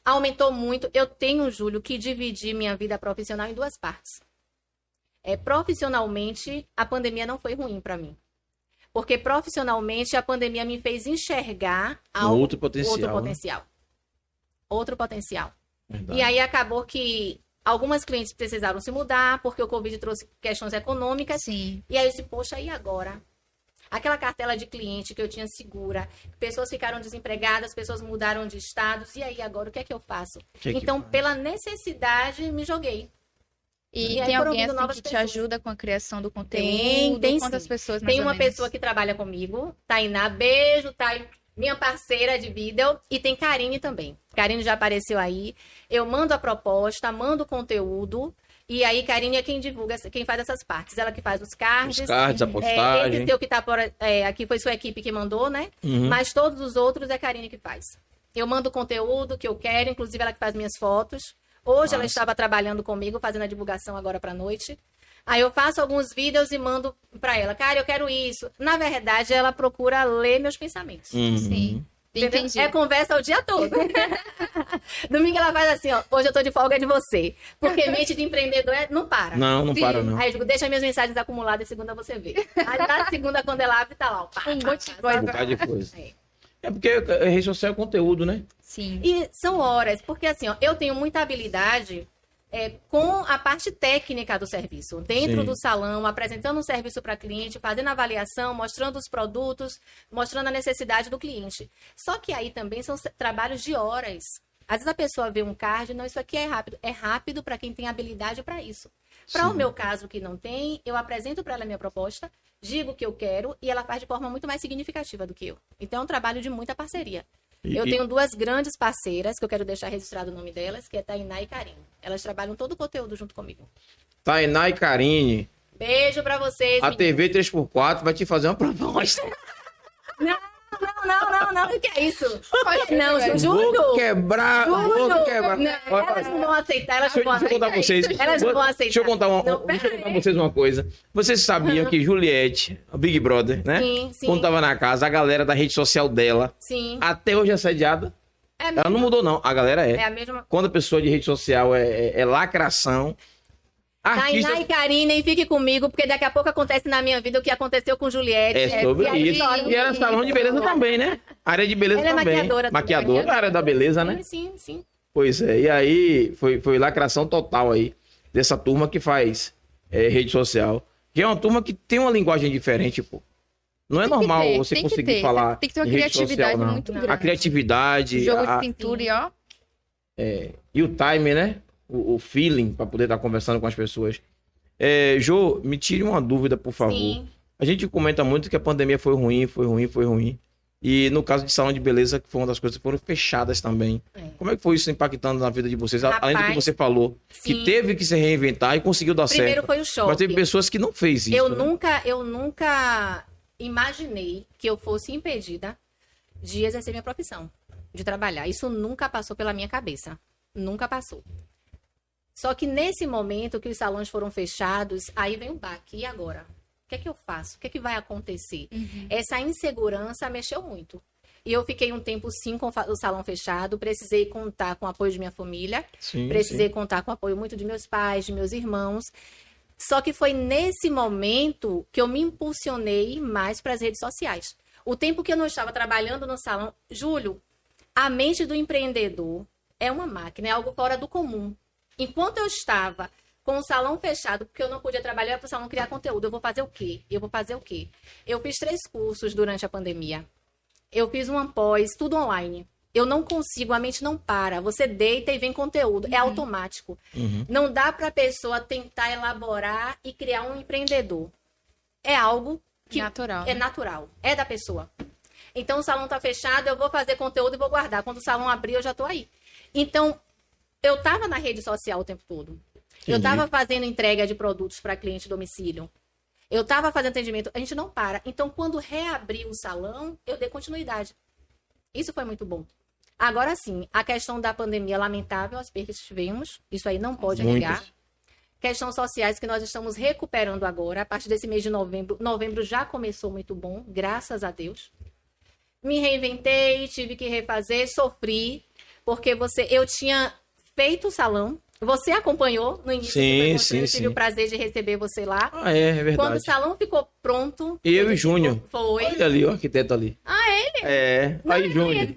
Speaker 3: Aumentou muito. Eu tenho, Júlio, que dividir minha vida profissional em duas partes. É, profissionalmente, a pandemia não foi ruim para mim. Porque profissionalmente a pandemia me fez enxergar
Speaker 1: Um
Speaker 3: algo,
Speaker 1: outro potencial.
Speaker 3: outro
Speaker 1: né?
Speaker 3: potencial. Outro potencial.
Speaker 1: Verdade.
Speaker 3: E aí acabou que algumas clientes precisaram se mudar, porque o Covid trouxe questões econômicas.
Speaker 4: Sim.
Speaker 3: E aí eu disse, poxa, e agora? Aquela cartela de cliente que eu tinha segura, pessoas ficaram desempregadas, pessoas mudaram de estados, e aí agora o que é que eu faço?
Speaker 1: O que é que
Speaker 3: então,
Speaker 1: faz?
Speaker 3: pela necessidade, me joguei.
Speaker 4: E,
Speaker 3: E aí
Speaker 4: tem
Speaker 3: foram
Speaker 4: alguém
Speaker 3: vindo
Speaker 4: assim,
Speaker 3: novas
Speaker 4: que te
Speaker 3: pessoas.
Speaker 4: ajuda com a criação do conteúdo?
Speaker 3: Tem, tem
Speaker 4: Quantas
Speaker 3: sim.
Speaker 4: pessoas mais
Speaker 3: Tem
Speaker 4: ou
Speaker 3: uma
Speaker 4: menos?
Speaker 3: pessoa que trabalha comigo, Tainá, beijo, Thay, minha parceira de vida, e tem Karine também. Karine já apareceu aí. Eu mando a proposta, mando o conteúdo, e aí Karine é quem divulga, quem faz essas partes. Ela que faz os cards.
Speaker 1: Os cards, a
Speaker 3: é, esse
Speaker 1: postagem.
Speaker 3: seu que tá por, é, aqui foi sua equipe que mandou, né?
Speaker 1: Uhum.
Speaker 3: Mas todos os outros é a Karine que faz. Eu mando o conteúdo que eu quero, inclusive ela que faz minhas fotos. Hoje ela
Speaker 1: Massa.
Speaker 3: estava trabalhando comigo, fazendo a divulgação agora para noite. Aí eu faço alguns vídeos e mando para ela. Cara, eu quero isso. Na verdade, ela procura ler meus pensamentos.
Speaker 1: Uhum.
Speaker 4: Sim.
Speaker 3: Entendeu?
Speaker 4: Entendi.
Speaker 3: É conversa o dia todo. Domingo ela faz assim, ó. Hoje eu tô de folga de você. Porque mente de empreendedor é- não para.
Speaker 1: Não, não
Speaker 4: Sim.
Speaker 1: para, não.
Speaker 3: Aí eu digo, deixa minhas mensagens acumuladas e segunda você vê. Aí na segunda, quando ela abre, tá lá, ó. Pá,
Speaker 4: Um
Speaker 3: pá,
Speaker 4: monte de
Speaker 3: pá,
Speaker 4: coisa.
Speaker 1: Um bocado de coisa.
Speaker 3: É.
Speaker 1: É porque é, rede social é conteúdo, né?
Speaker 4: Sim.
Speaker 3: E são horas, porque assim, ó, eu tenho muita habilidade é, com a parte técnica do serviço, dentro
Speaker 1: Sim.
Speaker 3: do salão, apresentando um serviço para cliente, fazendo avaliação, mostrando os produtos, mostrando a necessidade do cliente. Só que aí também são se- trabalhos de horas. Às vezes a pessoa vê um card, não, isso aqui é rápido. É rápido para quem tem habilidade para isso. Para o
Speaker 1: Sim.
Speaker 3: meu caso que não tem, eu apresento para ela a minha proposta, digo o que eu quero e ela faz de forma muito mais significativa do que eu. Então é um trabalho de muita parceria.
Speaker 1: E-
Speaker 3: eu
Speaker 1: e-
Speaker 3: tenho duas grandes parceiras que eu quero deixar registrado o nome delas, que é Tainá e Karine. Elas trabalham todo o conteúdo junto comigo.
Speaker 1: Tainá e Karine,
Speaker 3: Beijo para vocês.
Speaker 1: a
Speaker 3: meninas.
Speaker 1: TV 3x4 vai te fazer uma proposta.
Speaker 3: Não, não, não, não. O que é isso? Não,
Speaker 4: velho.
Speaker 3: Ju- Juro?
Speaker 1: Vou quebrar, vou
Speaker 3: Juro?
Speaker 1: quebrar.
Speaker 4: Não,
Speaker 1: Olha,
Speaker 3: Elas não vão aceitar, elas
Speaker 1: Deixa
Speaker 3: não
Speaker 1: eu,
Speaker 3: vão
Speaker 1: deixa eu contar
Speaker 3: aceitar.
Speaker 1: pra vocês.
Speaker 3: Elas não vão aceitar.
Speaker 1: Deixa eu contar, uma,
Speaker 3: Não,
Speaker 1: deixa eu
Speaker 3: pera
Speaker 1: contar
Speaker 3: aí.
Speaker 1: pra vocês uma coisa. Vocês sabiam que Juliette, a Big Brother, né?
Speaker 3: Sim, sim.
Speaker 1: Quando tava na casa, a galera da rede social dela,
Speaker 3: Sim.
Speaker 1: até hoje é assediada.
Speaker 3: É, a
Speaker 1: Ela não
Speaker 3: mesma-
Speaker 1: mudou, não. A galera é.
Speaker 3: é a mesma.
Speaker 1: Quando a pessoa de rede social é, é- é lacração.
Speaker 4: Tá
Speaker 1: Artista
Speaker 3: Tainá e Karina, e fique comigo, porque daqui a pouco acontece na minha vida o que aconteceu com Juliette.
Speaker 1: é sobre
Speaker 3: e a
Speaker 1: isso.
Speaker 3: história-
Speaker 1: E era salão de beleza
Speaker 4: é
Speaker 1: também, né? Área de beleza
Speaker 3: Ela é
Speaker 1: também.
Speaker 4: né?
Speaker 3: maquiadora também.
Speaker 1: Maquiadora, área da beleza, né?
Speaker 3: Sim, sim.
Speaker 1: Pois é, e aí foi, foi lacração total aí dessa turma que faz é, rede social. Que é uma turma que tem uma linguagem diferente, pô. Não é
Speaker 4: Tem que
Speaker 1: normal
Speaker 4: ter,
Speaker 1: você
Speaker 4: tem que
Speaker 1: conseguir
Speaker 4: ter. né?
Speaker 1: falar.
Speaker 4: Tem que ter uma
Speaker 1: em rede social,
Speaker 4: criatividade
Speaker 1: não.
Speaker 4: muito
Speaker 3: Não.
Speaker 4: grande.
Speaker 1: A criatividade
Speaker 4: Jogo é
Speaker 1: a-
Speaker 4: de pintura e ó.
Speaker 1: e o time, né? O, o feeling para poder estar conversando com as pessoas. É, Jô, me tire uma dúvida, por favor.
Speaker 3: Sim.
Speaker 1: A gente comenta muito que a pandemia foi ruim, foi ruim, foi ruim. E no caso de salão de beleza, que foi uma das coisas que foram fechadas também.
Speaker 3: É.
Speaker 1: Como é que foi isso impactando na vida de vocês? A- Além do que
Speaker 3: Rapaz,
Speaker 1: você falou, que
Speaker 3: sim.
Speaker 1: teve que se reinventar e conseguiu dar
Speaker 3: Primeiro
Speaker 1: certo.
Speaker 3: foi o choque.
Speaker 1: Mas teve pessoas que não fez isso.
Speaker 3: eu
Speaker 1: né?
Speaker 3: nunca, eu nunca imaginei que eu fosse impedida de exercer minha profissão, de trabalhar. Isso nunca passou pela minha cabeça. Nunca passou. Só que nesse momento que os salões foram fechados, aí vem o baque. E agora? O que é que eu faço? O que é que vai acontecer? Essa insegurança mexeu muito. E eu fiquei um tempo sim com o fa- o salão fechado, precisei contar com o apoio de minha família.
Speaker 1: Sim,
Speaker 3: Precisei
Speaker 1: sim.
Speaker 3: contar com o apoio muito de meus pais, de meus irmãos. Só que foi nesse momento que eu me impulsionei mais para as redes sociais. O tempo que eu não estava trabalhando no salão, Júlio, a mente do empreendedor é uma máquina, é algo fora do comum. Enquanto eu estava com o salão fechado, porque eu assim, "Ah, não podia trabalhar para o salão criar conteúdo, eu vou fazer o quê? Eu vou fazer o quê? Eu fiz três cursos durante a pandemia. Eu fiz um pós, tudo online. Eu não consigo, a mente não para. Você deita e vem conteúdo, é automático.
Speaker 1: Uhum.
Speaker 3: Não dá para a pessoa tentar elaborar e criar um empreendedor. É algo que
Speaker 4: Natural. né?
Speaker 3: é natural, é da pessoa. Então o salão tá fechado, eu vou fazer conteúdo e vou guardar. Quando o salão abrir, eu já tô aí. Então, eu tava na rede social o tempo todo. Eu
Speaker 1: Entendi.
Speaker 3: tava fazendo entrega de produtos para cliente domicílio. Eu tava fazendo atendimento, a gente não para. Então, quando reabriu o salão, eu dei continuidade. Isso foi muito bom. Agora sim, a questão da pandemia lamentável, as perdas que tivemos, isso aí não pode
Speaker 1: Muitas.
Speaker 3: negar. Questões sociais que nós estamos recuperando agora, a partir desse mês de novembro. Novembro já começou muito bom, graças a Deus. Me reinventei, tive que refazer, sofri, porque você, eu tinha feito o salão. Você acompanhou no início?
Speaker 1: Sim,
Speaker 3: que foi
Speaker 1: sim,
Speaker 3: construído, tive
Speaker 1: sim.
Speaker 3: o prazer de receber você lá.
Speaker 1: Ah, é, é
Speaker 3: Quando o
Speaker 1: verdade.
Speaker 3: salão ficou pronto.
Speaker 1: E eu
Speaker 3: ele
Speaker 1: e Júnior.
Speaker 3: ficou- Foi.
Speaker 1: Olha ali, o arquiteto ali. Ah, ele? É, aí Júnior.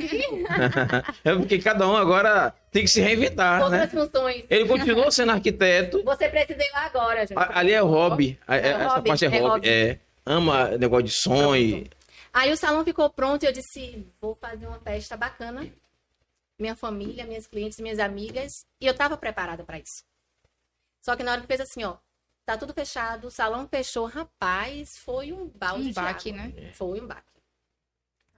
Speaker 1: é porque cada um agora tem que se reinventar,
Speaker 3: Todas
Speaker 1: né?
Speaker 3: as funções.
Speaker 1: Ele continuou sendo arquiteto,
Speaker 3: Você precisa ir lá agora, gente.
Speaker 1: A- Ali é hobby. A-
Speaker 3: É
Speaker 1: é- essa
Speaker 3: hobby,
Speaker 1: parte é,
Speaker 3: é
Speaker 1: hobby.
Speaker 3: hobby.
Speaker 1: É. Ama negócio de som e.
Speaker 3: Aí o salão ficou pronto e eu disse: vou fazer uma festa bacana. Minha família, minhas clientes, minhas amigas. E eu tava preparada pra isso. Só que na hora que fez assim, ó. Tá tudo fechado, o salão fechou. Rapaz, foi um balde
Speaker 4: Um baque,
Speaker 3: de
Speaker 4: né?
Speaker 3: água. Foi um baque.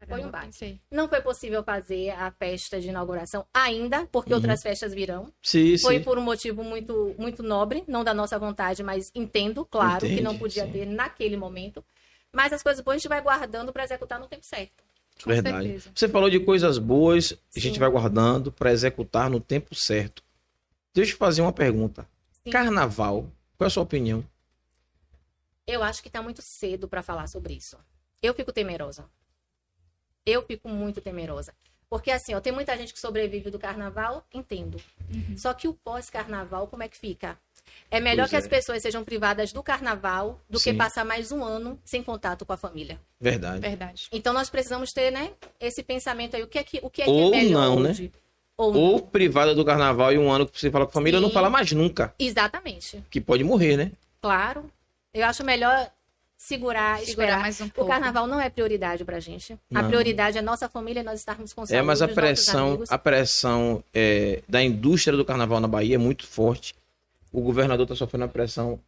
Speaker 3: Foi um
Speaker 4: Caramba,
Speaker 3: baque.
Speaker 4: pensei.
Speaker 3: Não foi possível fazer a festa de inauguração ainda, porque
Speaker 1: Uhum.
Speaker 3: outras festas virão.
Speaker 1: Sim,
Speaker 3: Foi
Speaker 1: sim.
Speaker 3: por um motivo muito, muito nobre, não da nossa vontade, mas entendo, claro, que
Speaker 1: Entende,
Speaker 3: não podia
Speaker 1: sim.
Speaker 3: ter naquele momento. Mas as coisas boas a gente vai guardando para executar no tempo certo.
Speaker 4: Com
Speaker 1: Verdade.
Speaker 4: certeza.
Speaker 1: Você falou de coisas boas, a gente
Speaker 3: Sim.
Speaker 1: vai guardando para executar no tempo certo. Deixa eu fazer uma pergunta.
Speaker 3: Sim.
Speaker 1: Carnaval, qual é a sua opinião?
Speaker 3: Eu acho que tá muito cedo para falar sobre isso. Eu fico temerosa. Eu fico muito temerosa. Porque assim, ó, tem muita gente que sobrevive do carnaval, entendo. Só que o pós-carnaval, como é que fica? É melhor
Speaker 1: Pois
Speaker 3: que
Speaker 1: é.
Speaker 3: as pessoas sejam privadas do carnaval do
Speaker 1: Sim.
Speaker 3: que passar mais um ano sem contato com a família.
Speaker 1: Verdade.
Speaker 4: Verdade.
Speaker 3: Então nós precisamos ter, né, esse pensamento aí, o que é que o que é, que é
Speaker 1: Ou
Speaker 3: melhor
Speaker 1: não, né?
Speaker 3: hoje? Ou não.
Speaker 1: Ou privada do carnaval e um ano que você fala com a família,
Speaker 3: Sim.
Speaker 1: não fala mais nunca,
Speaker 3: Exatamente.
Speaker 1: que pode morrer, né?
Speaker 3: Claro. Eu acho melhor
Speaker 4: Segurar
Speaker 3: segurar, esperar.
Speaker 4: mais um
Speaker 3: O
Speaker 4: pouco.
Speaker 3: carnaval não é prioridade pra gente. A
Speaker 1: Não.
Speaker 3: prioridade é nossa família e nós estarmos com saúde.
Speaker 1: É, mas a
Speaker 3: os nossos
Speaker 1: pressão,
Speaker 3: amigos.
Speaker 1: a pressão é, da indústria do carnaval na Bahia é muito forte. O governador está sofrendo uma pressão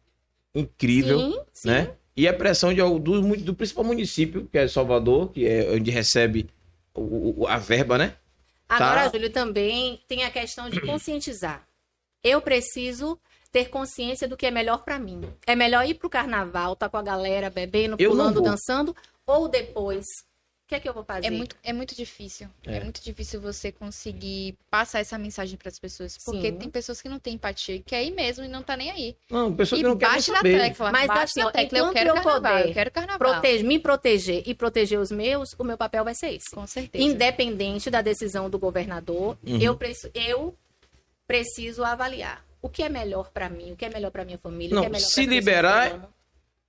Speaker 1: incrível,
Speaker 3: Sim, sim.
Speaker 1: né? E a pressão de, al- do, mu- do principal município, que é Salvador, que é onde recebe o- o- a verba, né?
Speaker 3: Agora,
Speaker 1: Tá.
Speaker 3: Júlio, também tem a questão de conscientizar. Eu preciso ter consciência do que é melhor pra mim. É melhor ir pro carnaval, tá com a galera bebendo,
Speaker 1: Eu não
Speaker 3: pulando,
Speaker 1: vou.
Speaker 3: dançando, ou depois? O que é que eu vou fazer?
Speaker 4: É muito, é muito difícil. É.
Speaker 1: É.
Speaker 4: muito difícil você conseguir passar essa mensagem para as pessoas. Porque
Speaker 3: Sim.
Speaker 4: tem pessoas que não têm empatia, que é ir mesmo e não tá nem aí.
Speaker 1: Não, pessoa
Speaker 4: e
Speaker 1: que não quer nem
Speaker 4: bate na
Speaker 1: saber.
Speaker 4: tecla.
Speaker 3: Mas
Speaker 4: bate
Speaker 3: assim,
Speaker 4: na
Speaker 3: ó,
Speaker 4: tecla. Eu
Speaker 3: enquanto
Speaker 4: quero
Speaker 3: eu
Speaker 4: carnaval,
Speaker 3: puder
Speaker 4: eu quero carnaval.
Speaker 3: Prote- Me proteger e proteger os meus, o meu papel vai ser esse.
Speaker 4: Com certeza.
Speaker 3: Independente da decisão do governador,
Speaker 1: Uhum.
Speaker 3: eu, preci- eu preciso avaliar o que é melhor pra mim, o que é melhor pra minha família, o
Speaker 1: Não,
Speaker 3: que é melhor
Speaker 1: se
Speaker 3: pras pessoas que eu
Speaker 1: liberar-
Speaker 3: amo.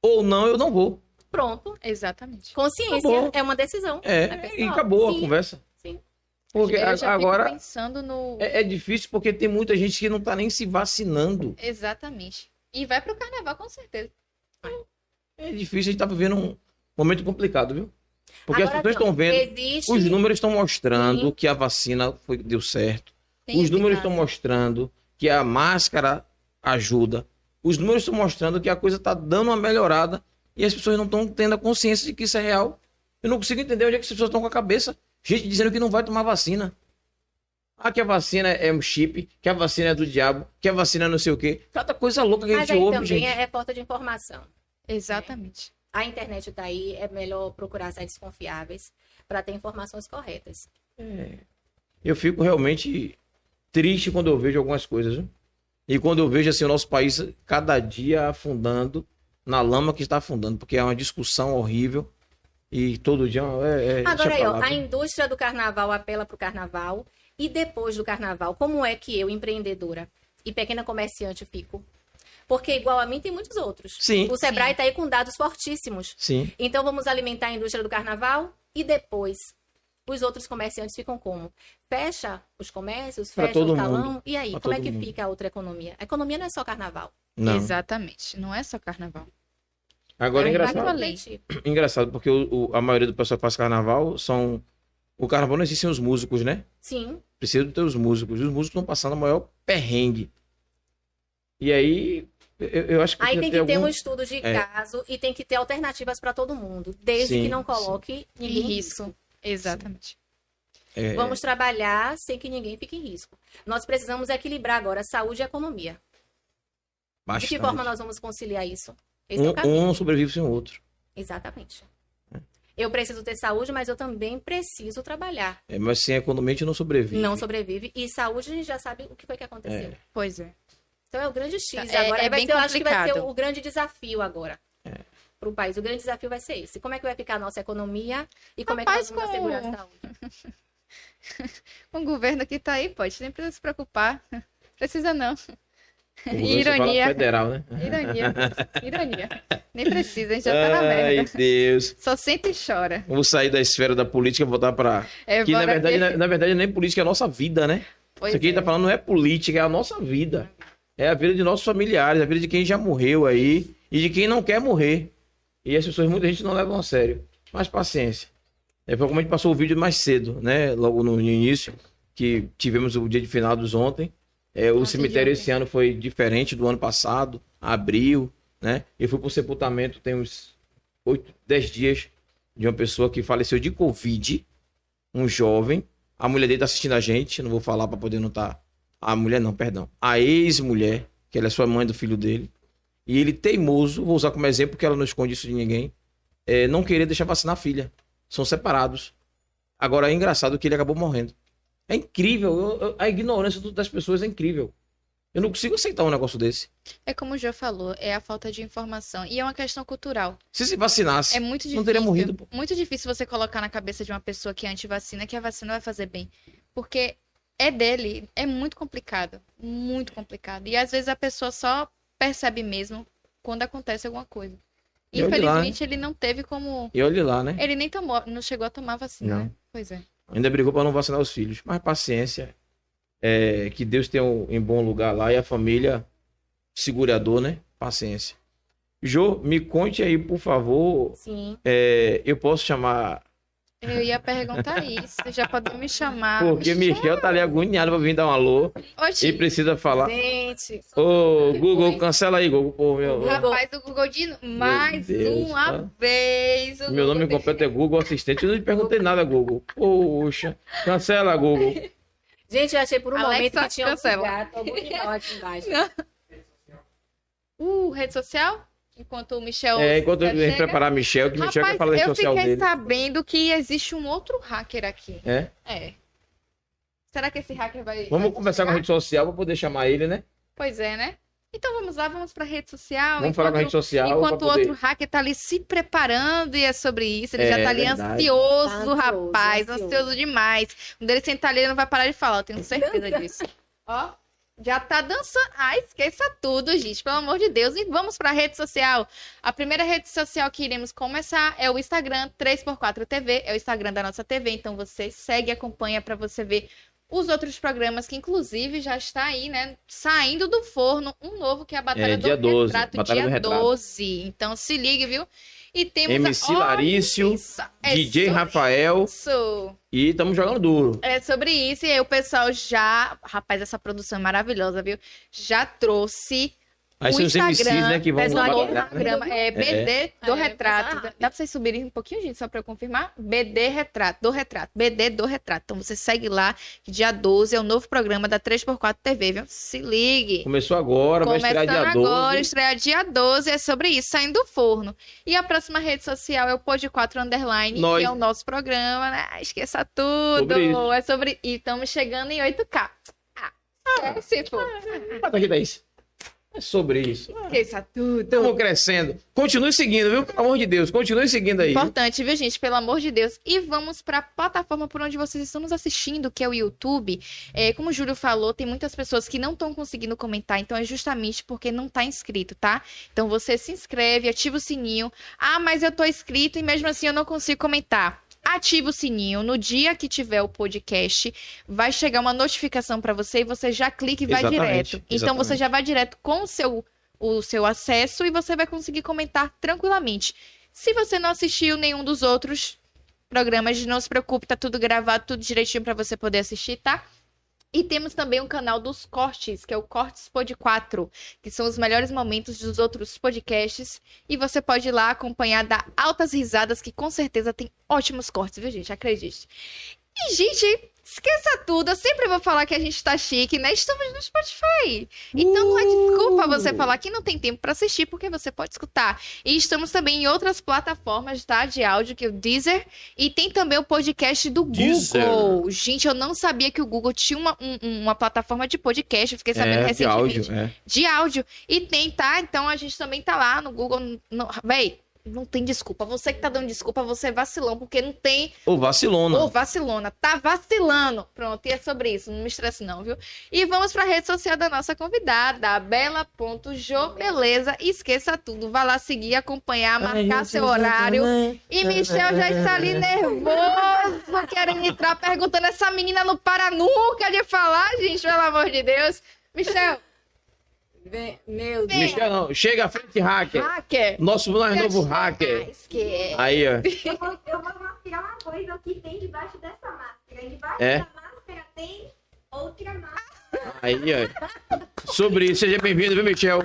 Speaker 1: Ou não, eu não vou.
Speaker 3: Pronto.
Speaker 4: Exatamente.
Speaker 3: Consciência
Speaker 1: Acabou.
Speaker 3: é uma decisão. da
Speaker 1: É,
Speaker 3: pessoa.
Speaker 1: e acabou
Speaker 3: Sim.
Speaker 1: a conversa.
Speaker 3: sim.
Speaker 1: Porque
Speaker 4: eu já
Speaker 1: a- agora
Speaker 4: fico pensando no.
Speaker 1: é, é difícil porque tem muita gente que não tá nem se vacinando.
Speaker 4: Exatamente. E vai pro carnaval com certeza.
Speaker 1: É difícil, a gente tá vivendo um momento complicado, viu? Porque as
Speaker 3: Agora,
Speaker 1: pessoas estão
Speaker 3: não,
Speaker 1: vendo,
Speaker 3: Existe...
Speaker 1: os números estão mostrando
Speaker 3: Sim.
Speaker 1: que a vacina foi, deu certo.
Speaker 4: Tem
Speaker 1: os números
Speaker 4: eficácia.
Speaker 1: estão mostrando que a máscara ajuda. Os números estão mostrando que a coisa tá dando uma melhorada e as pessoas não estão tendo a consciência de que isso é real. Eu não consigo entender onde é que as pessoas estão com a cabeça. Gente dizendo que não vai tomar vacina. Ah, que a vacina é um chip, que a vacina é do diabo, que a vacina é não sei o quê. Cada coisa louca que a
Speaker 3: Mas
Speaker 1: gente
Speaker 3: aí
Speaker 1: ouve,
Speaker 3: também
Speaker 1: gente.
Speaker 3: é é falta de informação.
Speaker 4: Exatamente.
Speaker 3: A internet está aí, é melhor procurar sites confiáveis para ter informações corretas.
Speaker 1: É. Eu fico realmente triste quando eu vejo algumas coisas. viu? E quando eu vejo assim, o nosso país cada dia afundando na lama que está afundando, porque é uma discussão horrível e todo dia é, é, deixa
Speaker 3: Agora aí,
Speaker 1: pra
Speaker 3: ó,
Speaker 1: lá,
Speaker 3: a
Speaker 1: viu?
Speaker 3: indústria do carnaval apela para o carnaval e depois do carnaval, como é que eu, empreendedora e pequena comerciante, fico? Porque igual a mim tem muitos outros.
Speaker 1: Sim,
Speaker 3: O Sebrae está aí com dados fortíssimos.
Speaker 1: sim.
Speaker 3: Então vamos alimentar a indústria do carnaval e depois os outros comerciantes ficam como? Fecha os comércios,
Speaker 1: Pra
Speaker 3: fecha
Speaker 1: todo
Speaker 3: o salão e aí
Speaker 1: Pra
Speaker 3: como é
Speaker 1: todo
Speaker 3: que
Speaker 1: mundo.
Speaker 3: fica a outra economia? A economia não é só carnaval.
Speaker 1: Não.
Speaker 4: Exatamente. Não é só carnaval.
Speaker 1: Agora é
Speaker 4: Aí vai
Speaker 1: engraçado,
Speaker 4: pra-
Speaker 1: engraçado porque o- o- a maioria do pessoal que faz carnaval são. O carnaval não existe sem os músicos, né?
Speaker 3: Sim.
Speaker 1: precisa dos teus músicos. E os músicos estão passando o maior perrengue. E aí, eu, eu acho que
Speaker 3: Aí
Speaker 1: precisa
Speaker 3: tem que ter
Speaker 1: algum-
Speaker 3: um estudo de
Speaker 1: É.
Speaker 3: caso e tem que ter alternativas para todo mundo, desde
Speaker 1: Sim,
Speaker 3: que não
Speaker 1: sim.
Speaker 3: coloque ninguém em risco.
Speaker 4: Exatamente.
Speaker 1: é,
Speaker 3: Vamos trabalhar sem que ninguém fique em risco. Nós precisamos equilibrar agora saúde e economia. De que
Speaker 1: bastante.
Speaker 3: forma nós vamos conciliar isso? Esse é o caminho.
Speaker 1: Um, um sobrevive sem o outro.
Speaker 3: Exatamente. Eu preciso ter saúde, mas eu também preciso trabalhar.
Speaker 1: É, mas sem economia a gente não sobrevive.
Speaker 3: Não sobrevive. E saúde a gente já sabe o que foi que aconteceu.
Speaker 1: É.
Speaker 4: Pois é.
Speaker 3: Então é o grande X
Speaker 4: É-
Speaker 3: agora.
Speaker 4: é
Speaker 3: vai
Speaker 4: bem
Speaker 3: ser, eu acho que vai ser
Speaker 4: complicado.
Speaker 3: o grande desafio agora.
Speaker 1: É.
Speaker 3: Para o país. O grande desafio vai ser esse. Como é que vai ficar a nossa economia e como
Speaker 4: Rapaz,
Speaker 3: é que nós vamos
Speaker 4: com-
Speaker 3: assegurar a saúde?
Speaker 4: Um governo que tá aí, pode. Nem precisa se preocupar. Precisa não.
Speaker 1: O governo só fala
Speaker 4: Ironia.
Speaker 1: Federal, né?
Speaker 4: Ironia. Ironia. Nem precisa, a gente já tá na
Speaker 1: Ai,
Speaker 4: merda.
Speaker 1: Deus.
Speaker 4: Só senta e chora.
Speaker 1: Vamos sair da esfera da política e voltar pra.
Speaker 4: É,
Speaker 1: Que na
Speaker 4: bora
Speaker 1: verdade,
Speaker 4: ver.
Speaker 1: na, na verdade, nem política, é a nossa vida, né?
Speaker 4: Pois
Speaker 1: Isso aqui a
Speaker 4: é.
Speaker 1: gente tá falando não é política, é a nossa vida. É a vida de nossos familiares, é a vida de quem já morreu aí e de quem não quer morrer. E as pessoas, muita gente não levam a sério. Mas paciência. É, foi como a gente passou o vídeo mais cedo, né? Logo no início, que tivemos o dia de finados ontem. É, o
Speaker 4: Ontem de
Speaker 1: cemitério
Speaker 4: ontem.
Speaker 1: esse ano foi diferente do ano passado, abril, né? Eu fui pro sepultamento tem uns 8, 10 dias de uma pessoa que faleceu de Covid, um jovem. A mulher dele tá assistindo a gente, não vou falar para poder não estar. A mulher não, perdão. A ex-mulher, que ela é sua mãe do filho dele. E ele teimoso, vou usar como exemplo porque ela não esconde isso de ninguém, é, não querer deixar vacinar a filha. São separados. Agora é engraçado que ele acabou morrendo. É incrível, eu- eu- a ignorância do- das pessoas é incrível. Eu não consigo aceitar um negócio desse.
Speaker 4: É como o Jô falou, é a falta de informação. E é uma questão cultural.
Speaker 1: Se se vacinasse,
Speaker 4: É muito difícil.
Speaker 1: não teria morrido. pô.
Speaker 4: Muito difícil você colocar na cabeça de uma pessoa que é antivacina que a vacina vai fazer bem. Porque é dele, é muito complicado. Muito complicado. E às vezes a pessoa só percebe mesmo quando acontece alguma coisa.
Speaker 1: E olhe lá,
Speaker 4: Infelizmente, ele não teve como.
Speaker 1: E olhe lá, né?
Speaker 4: Ele nem tomou, não chegou a tomar a vacina,
Speaker 1: Não.
Speaker 4: né? Pois é.
Speaker 1: Ainda brigou para não vacinar os filhos. Mas paciência. É, que Deus tenha um, em bom lugar lá e a família segurador, né? Paciência. Jô, me conte aí, por favor.
Speaker 3: Sim.
Speaker 1: é, eu posso chamar
Speaker 4: Eu ia perguntar isso. Já pode me chamar.
Speaker 1: Porque Michel tá ali agoniado pra vir dar um alô e
Speaker 4: Oxi,
Speaker 1: precisa falar.
Speaker 3: Gente,
Speaker 1: Ô, Google, cancela aí, Google. Pô, meu,
Speaker 4: rapaz do Google de novo. mais
Speaker 1: Deus,
Speaker 4: uma
Speaker 1: tá?
Speaker 4: vez.
Speaker 1: meu
Speaker 4: o Google
Speaker 1: nome
Speaker 4: de-
Speaker 1: completo é Google Assistente. Eu não perguntei nada, Google. Poxa, cancela, Google.
Speaker 3: gente, eu achei por um
Speaker 4: Alexa,
Speaker 3: momento que tinha um
Speaker 4: cancela.
Speaker 3: gato, algum animal aqui embaixo.
Speaker 4: Uh, rede social? Enquanto o Michel.
Speaker 1: É, enquanto eu venho
Speaker 4: chega.
Speaker 1: preparar Michel, que Michel quer
Speaker 4: Rapaz,
Speaker 1: falar da rede
Speaker 4: eu
Speaker 1: social
Speaker 4: fiquei
Speaker 1: dele.
Speaker 4: sabendo que existe um outro hacker aqui.
Speaker 1: É?
Speaker 4: É. Será que esse hacker vai.
Speaker 1: Vamos
Speaker 4: vai
Speaker 1: conversar com a
Speaker 4: chegar?
Speaker 1: rede social pra poder chamar ele, né?
Speaker 4: Pois é, né? Então vamos lá, vamos pra rede social.
Speaker 1: Vamos falar com a
Speaker 4: enquanto-
Speaker 1: rede social.
Speaker 4: Enquanto
Speaker 1: pra
Speaker 4: o
Speaker 1: poder...
Speaker 4: outro hacker tá ali se preparando e é sobre isso, ele
Speaker 1: É,
Speaker 4: já tá ali
Speaker 1: verdade.
Speaker 4: ansioso,
Speaker 3: Tá ansioso,
Speaker 4: rapaz, ansioso.
Speaker 3: ansioso.
Speaker 4: demais. Um deles sentar ali, ele não vai parar de falar, eu tenho certeza disso. Ó, já tá dançando. Ah, esqueça tudo, gente, pelo amor de Deus. E vamos pra rede social. A primeira rede social que iremos começar é o Instagram 3x4TV, é o Instagram da nossa TV, então você segue e acompanha pra você ver os outros programas que inclusive já está aí, né, saindo do forno, um novo que é a Batalha
Speaker 1: É, dia
Speaker 4: do
Speaker 1: 12,
Speaker 4: Retrato,
Speaker 1: Batalha
Speaker 4: dia
Speaker 1: do Retrato.
Speaker 4: 12. Então se ligue, viu? E temos
Speaker 1: MC
Speaker 4: a... Olha
Speaker 1: Larício,
Speaker 4: isso, é
Speaker 1: DJ
Speaker 4: sobre
Speaker 1: Rafael
Speaker 4: isso.
Speaker 1: e estamos jogando duro.
Speaker 4: É sobre isso. E aí o pessoal já, rapaz, essa produção é maravilhosa, viu? Já trouxe
Speaker 1: Aí
Speaker 4: o
Speaker 1: são os MCs,
Speaker 4: Instagram,
Speaker 1: né, que vão
Speaker 3: pessoal,
Speaker 1: lá
Speaker 4: novo
Speaker 3: aqui
Speaker 1: batalhar, né?
Speaker 4: programa, é BD do
Speaker 3: É,
Speaker 4: Retrato.
Speaker 3: pessoal.
Speaker 4: Dá pra vocês subirem um pouquinho, gente, só pra eu confirmar? BD Retrato, do Retrato, BD do Retrato. Então você segue lá, que dia 12 é o novo programa da 3x4 TV, viu? Se ligue.
Speaker 1: né? Começou agora, vai estrear
Speaker 4: Começando
Speaker 1: dia 12.
Speaker 4: agora, estreia dia 12, é sobre isso, saindo do forno. E a próxima rede social é o Pod 4 Underline,
Speaker 1: Nós.
Speaker 4: que é o nosso programa, né? Ah, Esqueça tudo.
Speaker 1: Sobre isso.
Speaker 4: É sobre. E estamos chegando em 8K. Ah, esquece, pô.
Speaker 1: ah. Bota aqui, Thaís. É sobre isso.
Speaker 4: Esqueça tudo.
Speaker 1: Estamos crescendo. Continue seguindo, viu? Pelo amor de Deus, continue seguindo aí. viu?
Speaker 4: Importante, viu, gente? Pelo amor de Deus. E vamos para a plataforma por onde vocês estão nos assistindo, que é o YouTube. É, como o Júlio falou, tem muitas pessoas que não estão conseguindo comentar, então é justamente porque não está inscrito, tá? Então você se inscreve, ativa o sininho. Ah, mas eu tô inscrito e mesmo assim eu não consigo comentar. Ativa o sininho. No dia que tiver o podcast, vai chegar uma notificação para você e você já clica e vai
Speaker 1: Exatamente,
Speaker 4: direto. Então você
Speaker 1: exatamente.
Speaker 4: já vai direto com o seu, o seu acesso e você vai conseguir comentar tranquilamente. Se você não assistiu nenhum dos outros programas, não se preocupe, tá tudo gravado, tudo direitinho para você poder assistir, tá? E temos também o canal dos cortes, que é o Cortes Pod 4, que são os melhores momentos dos outros podcasts. E você pode ir lá acompanhar, dar altas risadas, que com certeza tem ótimos cortes, viu, gente? Acredite. E, gente, esqueça tudo. Eu sempre vou falar que a gente tá chique, né? Estamos no Spotify. Então não é desculpa
Speaker 1: Uh!
Speaker 4: você falar que não tem tempo pra assistir, porque você pode escutar. E estamos também em outras plataformas, tá? De áudio, que é o Deezer. E tem também o podcast do
Speaker 1: Deezer.
Speaker 4: Google. Gente, eu não sabia que o Google tinha uma, um- um- uma plataforma de podcast. Eu fiquei sabendo
Speaker 1: É, de
Speaker 4: recentemente
Speaker 1: áudio, é.
Speaker 4: de áudio. E tem, tá? Então a gente também tá lá no Google. No... Véi, não tem desculpa. Você que tá dando desculpa, você é vacilão, porque não tem.
Speaker 1: Ou
Speaker 4: Ô,
Speaker 1: vacilona.
Speaker 4: vacilona, tá vacilando. Pronto, e é sobre isso. Não me estresse, não, viu? E vamos pra rede social da nossa convidada, a bela.jo. Beleza, esqueça tudo. Vá lá seguir, acompanhar, marcar seu horário. E Michel já está ali nervoso, querendo entrar, perguntando. Essa menina não para nunca de falar, gente, pelo amor de Deus. Michel,
Speaker 3: Vem- Meu Deus.
Speaker 1: Michel, não. Chega à frente, hacker.
Speaker 4: hacker.
Speaker 1: Nosso nós Ah, novo hacker.
Speaker 4: Mas que-
Speaker 1: Aí, ó.
Speaker 5: Eu vou, eu vou mostrar uma coisa o que tem debaixo dessa máscara. Debaixo
Speaker 1: É.
Speaker 5: da máscara tem outra máscara.
Speaker 1: Aí, ó. Sobre isso, seja bem-vindo, viu, Michel?